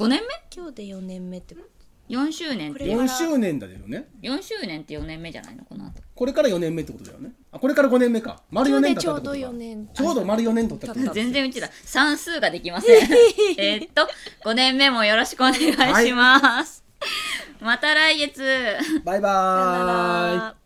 [SPEAKER 1] 5年
[SPEAKER 3] 今日で4年目ってこ
[SPEAKER 1] 目 ?4 周年っ
[SPEAKER 3] こ
[SPEAKER 1] て
[SPEAKER 3] れ
[SPEAKER 2] 4周年だよね
[SPEAKER 1] 4周年って4年目じゃないのこの後
[SPEAKER 2] これから4年目ってことだよねあこれから5年目か丸4年だったってこと
[SPEAKER 3] 今
[SPEAKER 2] か
[SPEAKER 3] 日でちょうど四年
[SPEAKER 2] ちょうど丸4年とったってこと
[SPEAKER 1] 全然うちら算数ができません えーっと5年目もよろしくお願いします、また来月
[SPEAKER 2] バイバーイ
[SPEAKER 3] と。